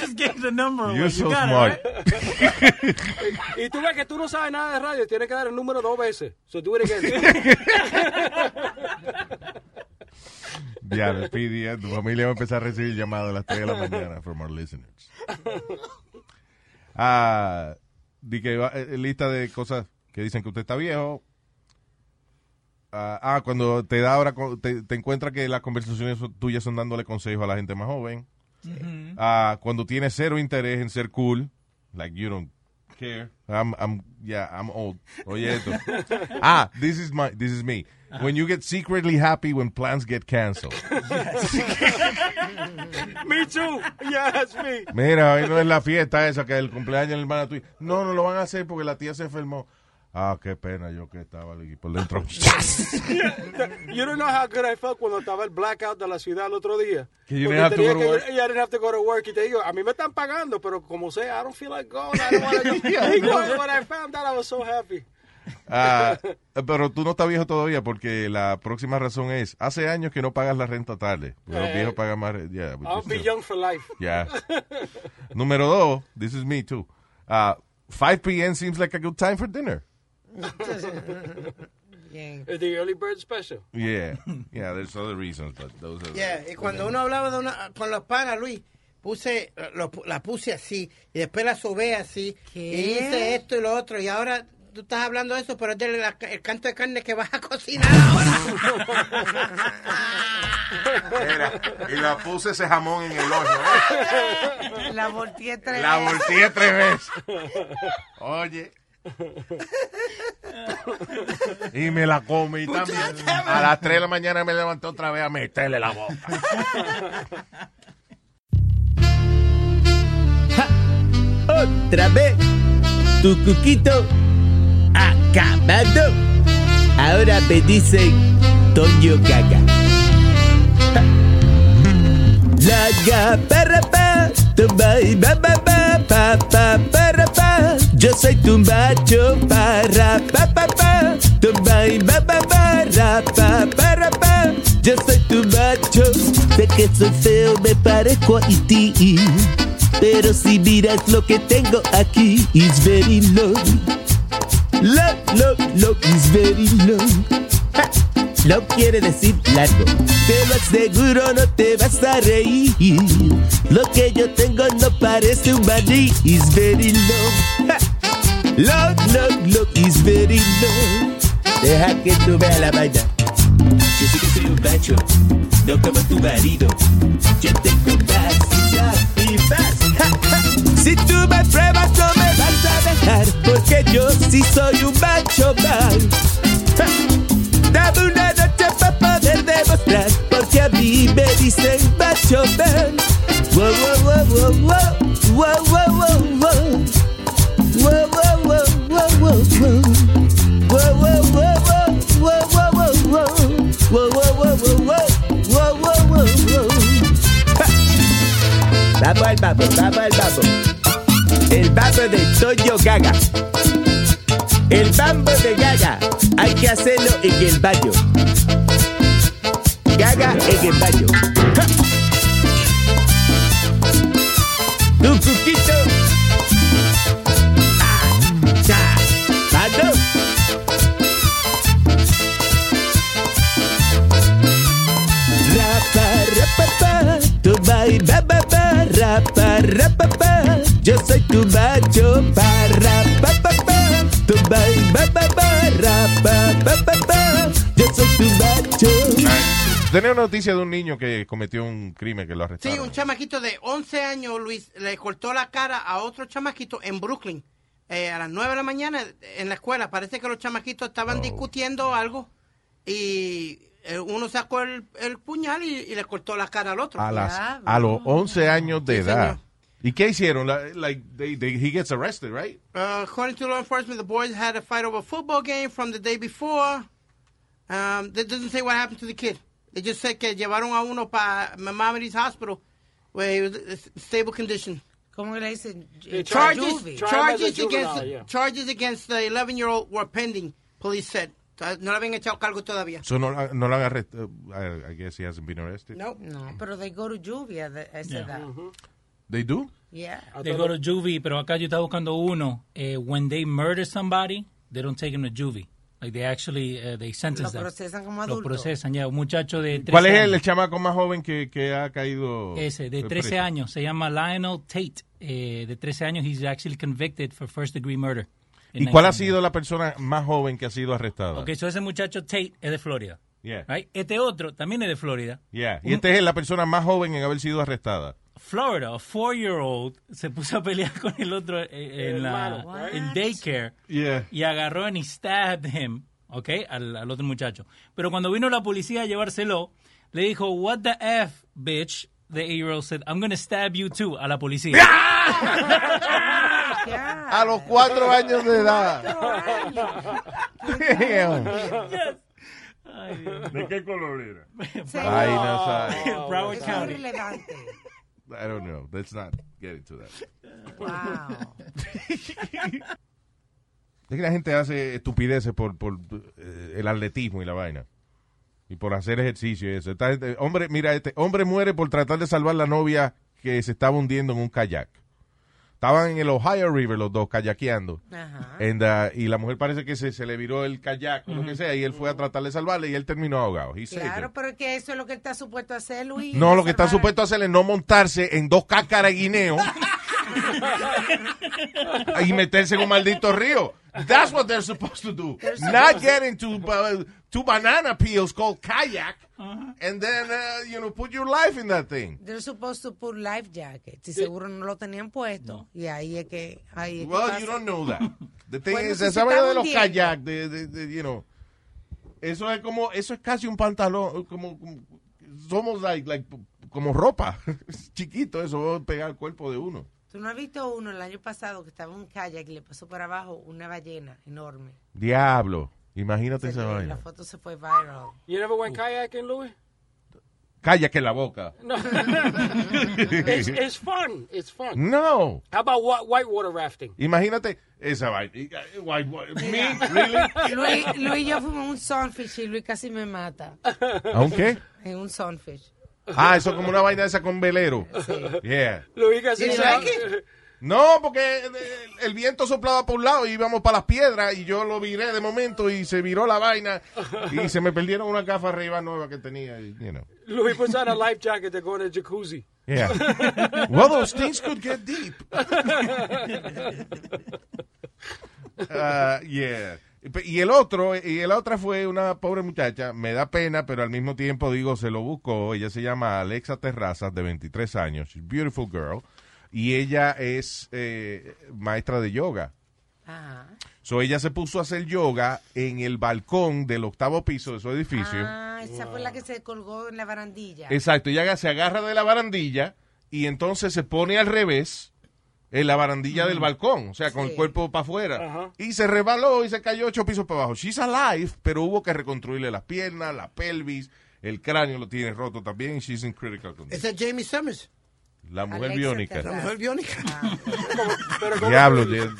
S4: just gave the number away.
S2: You're so
S4: got it,
S2: smart.
S20: y, y tú ves que tú no sabes nada de radio, tienes que dar el número dos veces. So do it again.
S2: Ya, el PD, tu familia va a empezar a recibir llamadas a las 3 de la mañana from our listeners. Ah, di que va- eh, lista de cosas que dicen que usted está viejo. Ah, ah, cuando te da ahora, co- te, te encuentra que las conversaciones son- tuyas son dándole consejos a la gente más joven.
S14: Ujú.
S2: Ah, cuando tienes cero interés en ser cool, like you don't
S14: Care.
S2: I'm, I'm, yeah, I'm old. Oye esto. Ah, this is my, this is me. When you get secretly happy when plans get canceled.
S20: me too. Yes, me.
S2: Mira, hoy no es la fiesta esa que es el cumpleaños de la hermana tuya. No, no lo van a hacer porque la tía se enfermó. Ah, qué pena, yo que estaba aquí por dentro.
S20: you don't know how good I felt cuando estaba el blackout de la ciudad el otro día.
S2: Que you
S20: Porque
S2: didn't have to
S20: tenía
S2: go to
S20: que-
S2: work.
S20: yeah, I didn't have to go to work. Y te digo, a mí me están pagando, pero como sea, I don't feel like going. I don't want to go.
S2: Yeah, I
S20: Y
S2: know.
S20: cuando- when I found out, I was so happy.
S2: Ah, pero tú no estás viejo todavía porque la próxima razón es, hace años que no pagas la renta tarde. Porque los
S20: Eh,
S2: viejos pagan más. re- Yeah,
S20: I'll be young for life.
S2: Yeah. Número dos, this is me too. Ah, 5 p.m. seems like a good time for dinner.
S20: The early bird special.
S2: Yeah, yeah, there's other reasons, but those are
S16: Yeah, y cuando uno hablaba de una, con los panas, Luis, puse, eh, lo- la puse así, y después la sobé así, y hice esto y lo otro, y ahora tú estás hablando de eso, pero es del la- el canto de carne que vas a cocinar ahora.
S2: y la puse ese jamón en el horno. ¿eh?
S3: La volteé tres
S2: La
S3: veces.
S2: volteé tres veces. Oye. Y me la comí también. A las 3 de la mañana me levanté otra vez a meterle la boca.
S8: Otra vez, tu cuquito acabado. Ahora me dicen Toño Gaga. Ja. La ga para pa, tumba y ba ba ba, pa pa para pa. Yo soy tu macho para pa pa pa, tumba y ba ba ba, ra pa para pa. Yo soy tu macho, sé que soy feo, me parezco a ti. Pero si miras lo que tengo aquí, is very low. Low, low, low, is very low. Ja. Low quiere decir largo. Te lo aseguro, no te vas a reír. Lo que yo tengo no parece un maní, is very low. Ja. Low, low, low, is very low. Deja que tú veas la vaina. Yo sé que soy un macho, no como tu marido. Yo tengo más y más y más. Ja, ja. Si tú me pruebas no me vas a dejar, porque yo sí soy un macho mal. Ja. Dame una noche para poder demostrar, porque a mí me dicen macho man. Wow, wow, wow, wow, wow, wow, wow, wow. Wow, wow, wow, wow, wow, wow. Wow, wow, wow, wow, wow, wow, wow. Wow, wow, wow, wow, wow, wow, wow, wow. Ja. Vamos al babo, vamos al babo. El babo de Toño Gaga. El bambo de Gaga. Hay que hacerlo en el baño. Gaga en el baño. ¡Ja! Tu cuquito. Ah, Acabado. Rapa, rapa, pa, tu bai, ba, ba, ba, rapa, rapa, pa. Yo soy tu macho, pa, rapa, pa, pa. Tu bai, ba, ba, ba, rapa, pa, pa, pa. Yo soy tu macho.
S2: Tenía una noticia de un niño que cometió un crimen que lo arrestaron.
S16: Sí, un chamaquito de 11 años, Luis, le cortó la cara a otro chamaquito en Brooklyn. eh, a las 9 de la mañana en la escuela. Parece que los chamaquitos
S2: Oh.
S16: estaban discutiendo algo y eh, uno sacó el, el puñal y, y le cortó la cara al otro.
S2: a, las,
S16: Ya,
S2: a los 11 años de edad. ¿Y qué hicieron? La- Like, they- they- he gets arrested, right?
S16: Uh, according to law enforcement, the boys had a fight over a football game from the day before. Um, that doesn't say what happened to the kid. They just said que llevaron a uno para Mamadi's hospital, where he was in stable condition.
S3: ¿Cómo le dicen?
S16: The
S3: Eh,
S16: charges,
S3: juvie.
S16: charges
S3: Trial as a
S16: against
S3: juvenile, yeah.
S16: charges against the 11 year old were pending. Police said no le habían echado cargo todavía.
S2: So no, la- no lo han arrestado. I, I guess he hasn't been arrested.
S16: No,
S3: no, pero they go to lluvia de- a esa
S4: Yeah.
S3: edad.
S2: They do?
S3: Yeah.
S4: They go to juvie, pero acá yo estaba buscando uno. eh, when they murder somebody, they don't take him to juvie. Like they actually, eh, they sentence
S3: Lo
S4: them.
S3: procesan como
S4: Lo
S3: adulto.
S4: procesan, ya. Un muchacho de 13
S2: ¿Cuál es el,
S4: años.
S2: el chamaco más joven que, que ha caído? eh,
S4: Ese, de
S2: preso?
S4: 13 años. Se llama Lionel Tate. eh, de 13 años, he's actually convicted for first degree murder.
S2: ¿Y cuál ha sido la persona más joven que ha sido arrestada?
S4: Ok, so ese muchacho Tate es de Florida.
S2: Yeah.
S4: Right? Este otro también es de Florida.
S2: Yeah.
S4: Un-
S2: Y esta es la persona más joven en haber sido arrestada.
S4: Florida, a four-year-old se puso a pelear con el otro eh, eh, en, la,
S14: Hermano, right?
S4: en daycare
S2: Yeah.
S4: y agarró and he stabbed him, ok, al, al otro muchacho. Pero cuando vino la policía a llevárselo, le dijo, what the F, bitch, the eight-year-old said, I'm gonna stab you too, a la policía.
S23: A los cuatro años de
S2: edad.
S15: ¿De qué color era?
S2: Ay, Nazario.
S4: Broward
S3: Eso es
S4: County.
S3: irrelevante.
S2: I don't know. Let's not get into that.
S3: Wow.
S2: Es que la gente hace estupideces por, por eh, el atletismo y la vaina. Y por hacer ejercicio y eso. Esta gente- hombre, mira, este hombre muere por tratar de salvar la novia que se estaba hundiendo en un kayak. Estaban en el Ohio River los dos kayakeando. And, uh, y la mujer parece que se, se le viró el kayak o lo que sea. Y él fue a tratar de salvarle y él terminó ahogado. He saved
S3: Claro,
S2: her.
S3: pero es que eso es lo que él está supuesto a hacer,
S23: pues,
S3: Luis.
S2: No, lo que está supuesto a hacer es no montarse en dos cáscaras de guineo y meterse en un maldito río. That's what they're supposed to do.
S23: They're supposed
S2: Not
S23: to-
S2: get into uh, two banana peels called kayak and then, uh, you know, put your life in that thing.
S3: They're supposed to put life jackets. Y seguro no lo tenían puesto. Y ahí es que. Ahí es que
S2: Well,
S3: pasa.
S2: you don't know that. The thing
S3: Bueno,
S2: is,
S3: si
S2: esa
S3: se
S2: vaina
S3: está
S2: de los
S3: hundiendo.
S2: kayak, de, de- de, you know, eso es como, eso es casi un pantalón, como, como- somos like, like, como ropa. Es Chiquito, eso va a pegar al cuerpo de uno.
S3: Tú no has visto uno el año pasado que estaba en un kayak y le pasó por abajo una ballena enorme.
S2: Diablo, imagínate esa
S3: La
S2: vaina.
S3: foto se fue viral.
S20: You never went kayaking, Louis?
S2: Calla que la boca.
S20: No. it's, it's fun. It's fun.
S2: No.
S20: How about wa- whitewater rafting?
S2: Imagínate esa vaina. Y- y- guay, guay, Me, really?
S3: Luis, Luis y yo fuimos a un sunfish y Luis casi me mata.
S2: ¿A un qué?
S3: En un sunfish.
S2: Ah, eso es como una vaina esa con velero. Yeah.
S20: Luis
S3: You
S20: Garcia.
S3: like
S2: No, porque el, el viento soplaba por un lado y íbamos para las piedras y yo lo viré de momento y se viró la vaina y se me perdieron unas gafas arriba nuevas que tenía. y, You know.
S20: Louis puts on pues, a life jacket to go in a jacuzzi.
S2: Yeah. Well, those things could get deep. Ah, yeah. Pe- Y el otro, y la otra fue una pobre muchacha, me da pena, pero al mismo tiempo digo, se lo buscó. Ella se llama Alexa Terrazas, de 23 años, She's a beautiful girl, y ella es eh, maestra de yoga.
S3: Ajá.
S2: So ella se puso a hacer yoga en el balcón del octavo piso de su edificio.
S3: Ah, esa fue la que se colgó en la barandilla.
S2: Exacto, ella se agarra de la barandilla y entonces se pone al revés en la barandilla del balcón, o sea, con el cuerpo para afuera. Y se resbaló y se cayó ocho pisos para abajo. She's alive, pero hubo que reconstruirle las piernas, la pelvis, el cráneo lo tiene roto también. She's in critical condition.
S16: Is that Jamie Summers?
S2: La mujer
S16: Alexa
S2: biónica.
S16: La mujer biónica.
S2: Diablo, the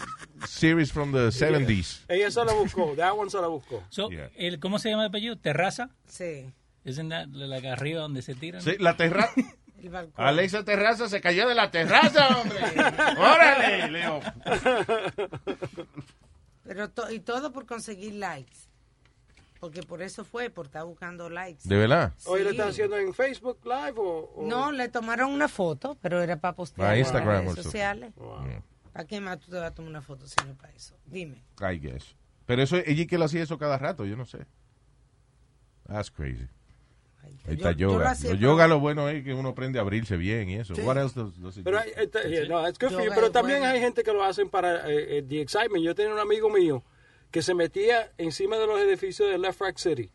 S2: series from the 70s.
S20: Ella se la buscó. That one se la buscó.
S4: So, el, ¿Cómo se llama el apellido? ¿Terraza?
S3: Sí.
S4: ¿Es en la, la que arriba donde se tiran?
S2: Sí, la terra-
S3: El balcón.
S2: Alexa Terraza se cayó de la terraza, hombre. Órale, Leo.
S3: Pero to- y todo por conseguir likes. Porque por eso fue, por estar buscando likes.
S2: ¿De verdad?
S20: Hoy lo
S3: Sí.
S20: están haciendo en Facebook Live o. o-
S3: No, le tomaron una foto, pero era para postear
S2: Ah,
S3: en
S2: Instagram
S3: las
S2: or
S3: redes
S2: something.
S3: sociales.
S2: Yeah.
S3: ¿Para qué más tú te vas a tomar una foto si no es para eso? Dime.
S2: I guess. Pero eso, ella que lo hacía eso cada rato, yo no sé. That's crazy. Ahí está
S20: Yo- yo lo
S2: yoga.
S20: hacía,
S2: Lo
S20: pero-
S2: yoga lo bueno es que uno aprende a abrirse bien y eso.
S20: Sí.
S2: What else does- does it
S20: Pero,
S2: do?
S20: hay- está- yeah, no, it's good for
S9: Yoga
S20: you, pero
S9: es
S20: también
S9: bueno.
S20: hay gente que lo hacen para eh, eh, the excitement. Yo tenía un amigo mío que se metía encima de los edificios de Left Rack City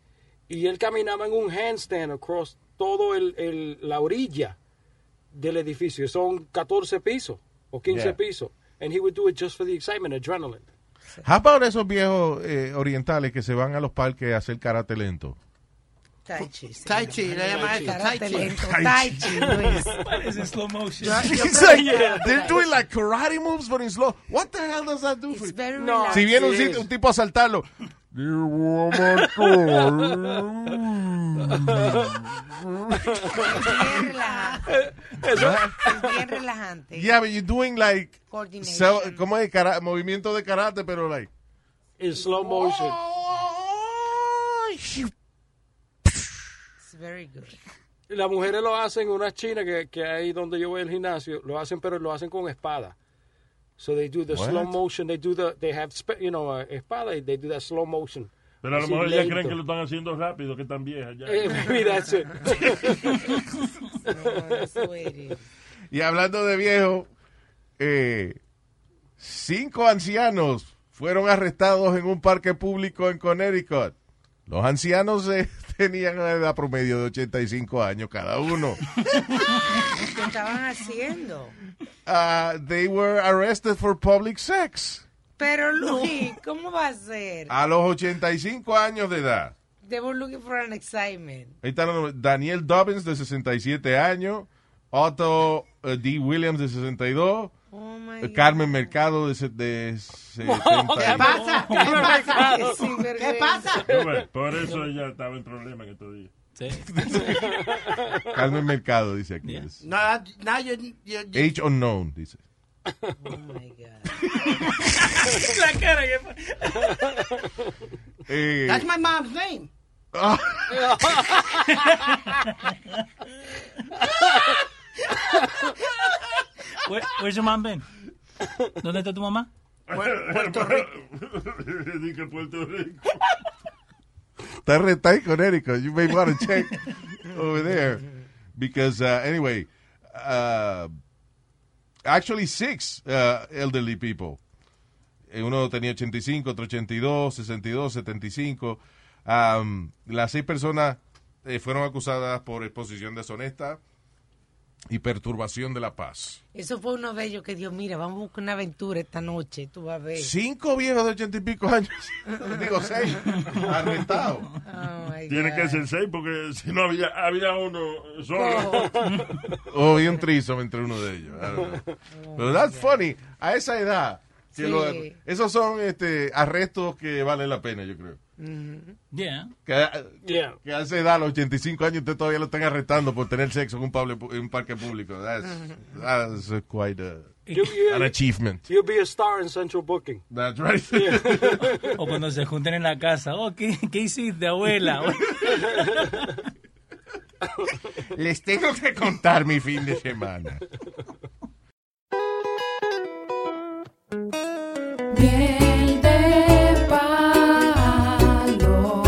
S20: y él caminaba en un handstand across todo el, el- la orilla del edificio. Son 14 pisos o 15
S2: Yeah.
S20: pisos. And he would do it just for the excitement, adrenaline.
S2: How about esos viejos eh, orientales que se van a los parques a hacer karate lento?
S3: Tai Chi. sí.
S16: Tai Chi, le llama eso,
S3: Karate
S16: Tai Chi.
S3: lento,
S16: Tai
S3: Tai
S16: Chi.
S3: Chi, Luis.
S4: Parece slow motion.
S22: It's like, they're doing like karate moves, but in slow. What the hell does that do for you?
S3: No,
S2: si viene un,
S22: sí
S2: sitio- un tipo a saltarlo.
S3: Bien relajante. Bien relajante.
S2: yeah, but you're doing like
S3: Coordination.
S2: se- ¿cómo es? Kara- movimiento de karate, pero like
S20: in slow motion.
S3: It's very good.
S20: Las mujeres lo hacen, unas chinas que, que hay donde yo voy al gimnasio, lo hacen, pero lo hacen con espada. So they do the
S15: What?
S20: slow motion, they do the, they have, spe- you know, uh, espada, y they do that slow motion.
S15: Pero a lo
S20: Así
S15: mejor ellas
S20: lento.
S15: creen que lo están haciendo rápido, que están viejas ya.
S20: Eh, maybe that's it.
S2: Y hablando de viejo, eh, cinco ancianos fueron arrestados en un parque público en Connecticut. Los ancianos eh, tenían una edad promedio de 85 años cada uno.
S3: ¿Qué estaban haciendo?
S2: Ah, they were arrested for public sex
S3: Pero Luis, ¿cómo va a ser?
S2: a los 85 años de edad.
S3: They were looking for an excitement.
S2: Ahí están los- Daniel Dobbins de 67 años, Otto eh, D. Williams de 62,
S3: Oh my
S2: eh,
S3: God.
S2: Carmen Mercado de, se- de 70.
S3: ¿Qué pasa? ¿Qué pasa? Qué sinvergüenza.
S16: ¿Qué pasa?
S15: Yo, bueno, Por eso ella estaba en problemas en estos días.
S2: Carmen Mercado dice aquí. es.
S16: No, ah, no, yo, yo, yo-
S2: Age unknown, dice.
S3: La cara que
S2: Eh,
S16: That's my mom's name.
S2: Ah.
S4: Where, where's your mom been? ¿Dónde está tu mamá?
S15: Puerto Rico. Dije
S2: pues,
S15: Puerto Rico.
S2: Está reta en Connecticut. You may want to check over there. Because, uh, anyway, uh, actually six uh, elderly people. Eh, Uno tenía 85, otro 82, 62, 75. Um, las seis personas eh, fueron acusadas por exposición deshonesta y perturbación de la paz.
S3: Eso fue uno de ellos que dijo, mira, vamos a buscar una aventura esta noche, tú vas a ver.
S2: Cinco viejos de ochenta y pico años, digo seis, arrestados.
S16: Oh,
S15: Tiene que ser seis porque si no había, había uno solo.
S2: O vi un trisom entre uno de ellos. I don't know. Pero that's funny. A esa edad. que
S4: Sí.
S2: lo- esos son este, arrestos que valen la pena, yo creo.
S4: Yeah.
S2: Que,
S20: Yeah.
S2: que a esa edad, a los 85 años, usted todavía lo están arrestando por tener sexo en un, pable- en un parque público. That's, that's quite a-
S20: You- you-
S2: an achievement.
S20: You'll be a star in Central Booking.
S2: That's right.
S4: O cuando se junten en la casa. Oh, ¿qué, qué hiciste, abuela?
S2: Les tengo que contar mi fin de semana.
S24: Piel de palo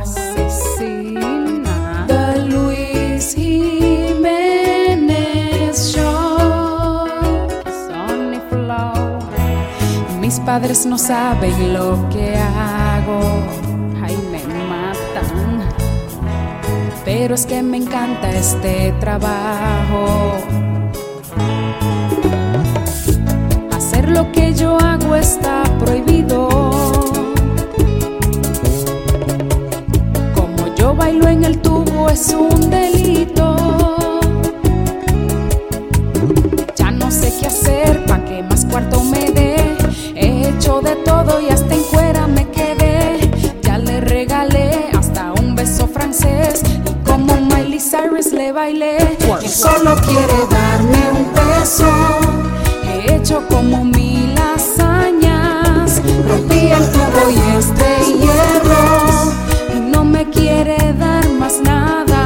S24: asesina de Luis Jiménez Show. Sonny Flow. Mis padres no saben lo que hago. Ay, me matan. Pero es que me encanta este trabajo. Hacer lo que yo hago está prohibido. Como yo bailo en el tubo es un delito. Ya no sé qué hacer pa' que más cuarto me dé. He hecho de todo y hasta en cuera me quedé. Ya le regalé hasta un beso francés. Y como Miley Cyrus le bailé. Que solo quiere darme un beso. He hecho como mil hazañas. Rompí el tubo y este hierro. Y no me quiere dar más nada.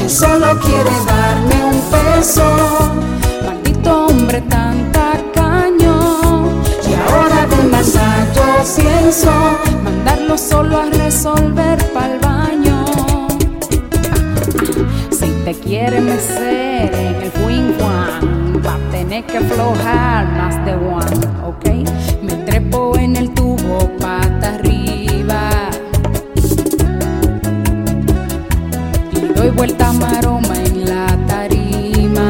S24: Él solo quiere darme un peso. Maldito hombre, tan tacaño. Y ahora de maldad yo pienso mandarlo solo a resolver pa'l baño. quiere mecer en el Queen Juan, va a tener que aflojar más de one, ¿ok? Me trepo en el tubo pata arriba y doy vuelta maroma en la tarima.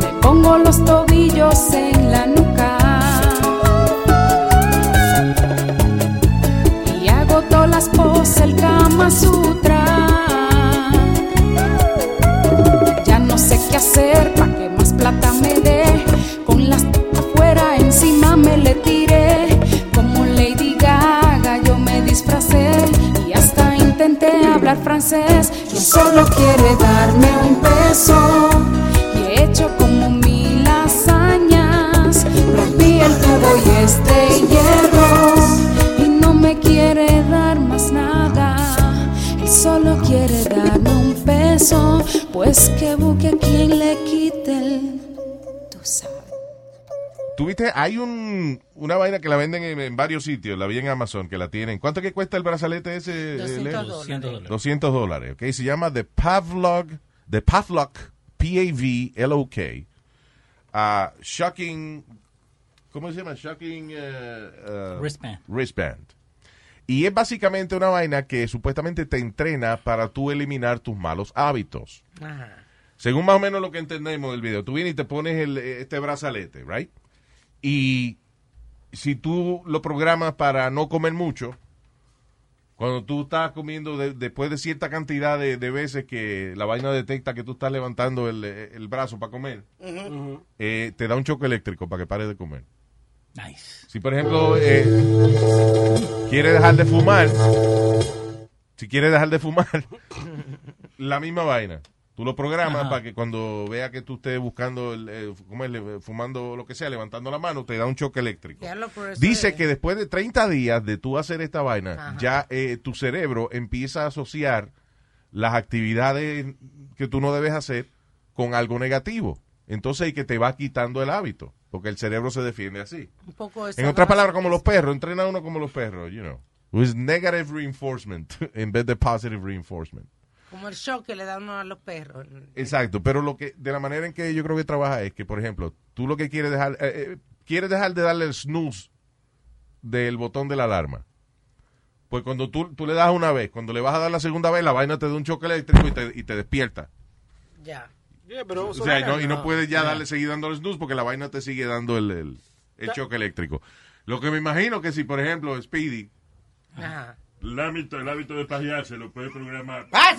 S24: Me pongo los tobillos en la nuca y hago todas las poses, el Kama Sutra. Ya no sé qué hacer para que más plata me dé. Con las tetas afuera encima me le tiré. Como Lady Gaga yo me disfracé y hasta intenté hablar francés. Yo solo quiere darme un beso y he hecho como mil hazañas. Rompí el tubo y este hierro y no me quiere dar más nada. Él solo quiere darme un beso, pues que busque a quien le quite el. Tú sabes.
S2: Tuviste, hay un, una vaina que la venden en, en varios sitios, la vi en Amazon, que la tienen. ¿Cuánto que cuesta el brazalete ese? eh,
S4: 200
S2: Leo?
S4: dólares. 200 dólares.
S2: 200 dólares, ok. Se llama The Pavlok, The Pavlok, P-A-V-L-O-K. Ah, shocking, ¿cómo se llama? Shocking eh, eh,
S4: Wristband.
S2: Wristband. Y es básicamente una vaina que supuestamente te entrena para tú eliminar tus malos hábitos. Según más o menos lo que entendemos del video, tú vienes y te pones el, este brazalete, ¿right? Y si tú lo programas para no comer mucho, cuando tú estás comiendo de- después de cierta cantidad de, de veces que la vaina detecta que tú estás levantando el, el brazo para comer, eh, te da un choque eléctrico para que pares de comer.
S4: Nice.
S2: Si, por ejemplo, eh, quiere dejar de fumar, si quiere dejar de fumar, la misma vaina. Tú lo programas
S4: Ajá.
S2: para que cuando vea que tú estés buscando, el, eh, ¿cómo es? Le- fumando lo que sea, levantando la mano, te da un choque eléctrico.
S3: Diablo, por eso
S2: Dice
S3: es.
S2: que después de 30 días de tú hacer esta vaina,
S3: Ajá.
S2: ya eh, tu cerebro empieza a asociar las actividades que tú no debes hacer con algo negativo. Entonces, y que te va quitando el hábito, porque el cerebro se defiende así.
S3: Un poco
S2: En otras palabras, como los perros, entrena a uno como los perros, you know. With negative reinforcement en vez de positive reinforcement.
S3: Como el shock que le dan uno a los perros.
S2: Exacto, pero lo que de la manera en que yo creo que trabaja es que, por ejemplo, tú lo que quieres dejar, eh, eh, quieres dejar de darle el snooze del botón de la alarma. Pues cuando tú, tú le das una vez, cuando le vas a dar la segunda vez, la vaina te da un choque eléctrico y te, y te despierta.
S3: Ya.
S2: O sea, y no, y Pues no puedes ya darle, seguir dando el snooze porque la vaina te sigue dando el, el- el choque eléctrico. Lo que me imagino que si, por ejemplo, Speedy
S3: Ajá.
S15: El hábito, el hábito de pajearse lo puede programar.
S16: Ah.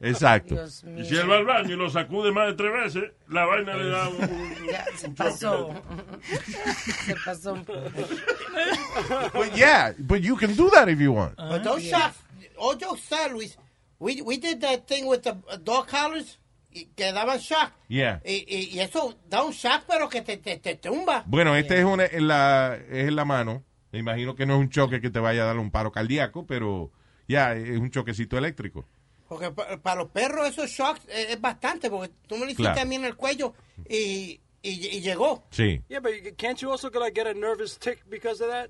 S2: Exacto.
S15: Y si él va al baño y lo sacude más de tres veces, la vaina le da un, un- un choque.
S3: Pasó. Se pasó un poco.
S2: But pues, yeah, but you can do that if you want.
S16: But those shots, all jokes aside, Luis, we, we did that thing with the uh, dog collars y- que daban shock.
S2: Yeah.
S16: Y, y- y eso da un shock, pero que te, te, te tumba.
S2: Bueno, este es, una, es la, es en la mano. Me imagino que no es un choque que te vaya a dar un paro cardíaco, pero ya es un choquecito eléctrico.
S16: Porque pa- para los perros esos shocks es, es bastante, porque tú me lo hiciste
S2: Claro.
S16: a mí en el cuello y, y, y llegó.
S2: Sí.
S20: Yeah, but you- can't you also like, get a nervous tick because of that?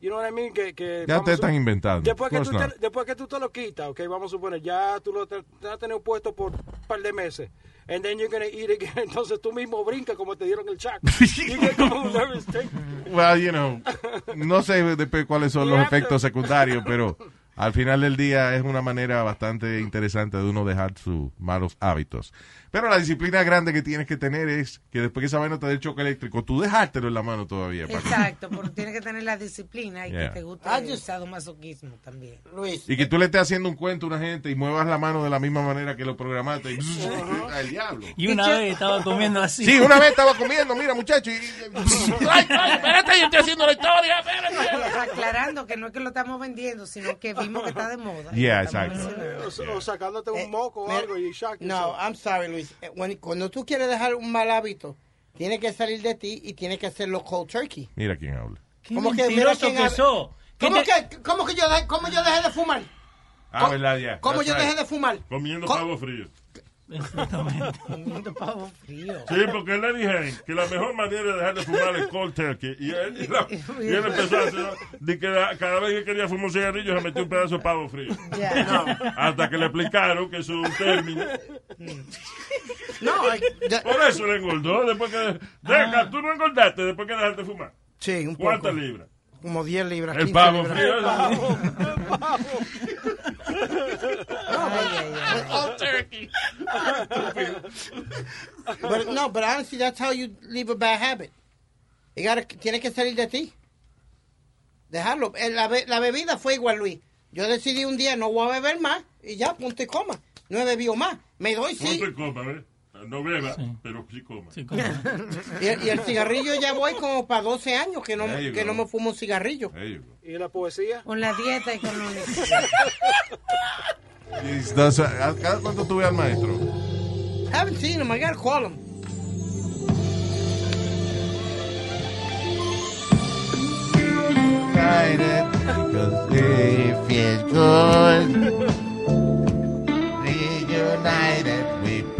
S20: You know what I mean? Que, que
S2: Ya
S20: vamos
S2: te
S20: a-
S2: están inventando.
S20: Después que,
S2: Of
S20: tú
S2: course
S20: te, después que tú te lo quitas, ok, vamos a suponer, ya tú lo te- te vas a tener puesto por un par de meses. And then you're gonna eat again. Entonces tú mismo brincas como te dieron el chac. You get como un nervous tick.
S2: Well, you know, no sé después cuáles son los efectos secundarios, pero al final del día es una manera bastante interesante de uno dejar sus malos hábitos. Pero la disciplina grande que tienes que tener es que después que esa vaina te dé el choque eléctrico, tú dejártelo en la mano todavía. para que-
S3: Exacto, porque tienes que tener la disciplina y
S2: Yeah.
S3: que te guste el sadomasoquismo también.
S16: Luis.
S2: Y que tú le estés haciendo un cuento a una gente y muevas la mano de la misma manera que lo programaste. Y- Al diablo.
S4: Y una vez estaba comiendo así.
S2: Sí, una vez estaba comiendo, mira muchacho. y- y-
S4: Ay, ay, espérate, yo estoy haciendo la historia,
S3: Aclarando que no es que lo estamos vendiendo, sino que vimos que está de moda.
S2: Yeah,
S20: O, o sacándote un moco o algo y shock.
S16: Eh, No, I'm sorry, Luis. Eh, when- cuando tú quieres dejar un mal hábito, tiene que salir de ti y tiene que hacerlo cold turkey.
S2: Mira quién habla.
S4: Qué
S16: ¿Cómo que,
S4: mentiroso
S16: mira quién
S4: que
S16: habla?
S4: sos.
S16: ¿Cómo, que, cómo que yo, de- cómo yo dejé de fumar?
S2: Ah, verdad, ya.
S16: ¿Cómo
S2: That's
S16: yo
S2: right.
S16: dejé de fumar?
S15: Comiendo
S16: Co-
S15: pavo frío.
S4: Exactamente.
S3: Comiendo pavo frío.
S15: Sí, porque le dije que la mejor manera de dejar de fumar es cold turkey. Y él, y la- y él empezó a hacer. De que la- cada vez que quería fumar un cigarrillo, se metió un pedazo de pavo frío.
S16: Ya. No.
S15: Hasta que le explicaron que es un término.
S16: No, Ah.
S15: Por eso le engordó. Después que. Deja, tú no engordaste después que dejaste de fumar.
S16: Sí, un poco.
S15: ¿Cuántas libras?
S16: Como 10 libras.
S15: El
S16: 15
S15: pavo
S16: libras.
S15: frío.
S16: but no, but honestly, that's how you leave a bad habit. You gotta, tiene que salir de ti. Dejarlo. Eh, La, be- la bebida fue igual, Luis. Yo decidí un día no voy a beber más y ya, punto y coma. No he bebido más. Me doy sí.
S15: Punto y coma, ¿ves? No beba, pero sí coma.
S16: Y, el- y el cigarrillo ya voy como para 12 años que no,
S15: There you
S16: que
S15: go.
S16: no me fumo un cigarrillo.
S20: ¿Y la poesía?
S3: Con la dieta y con los...
S2: Is- does- ¿a- ¿Cada cuánto tuve al maestro?
S16: Haven't seen him. I gotta call him.
S5: It feels good. Reunited with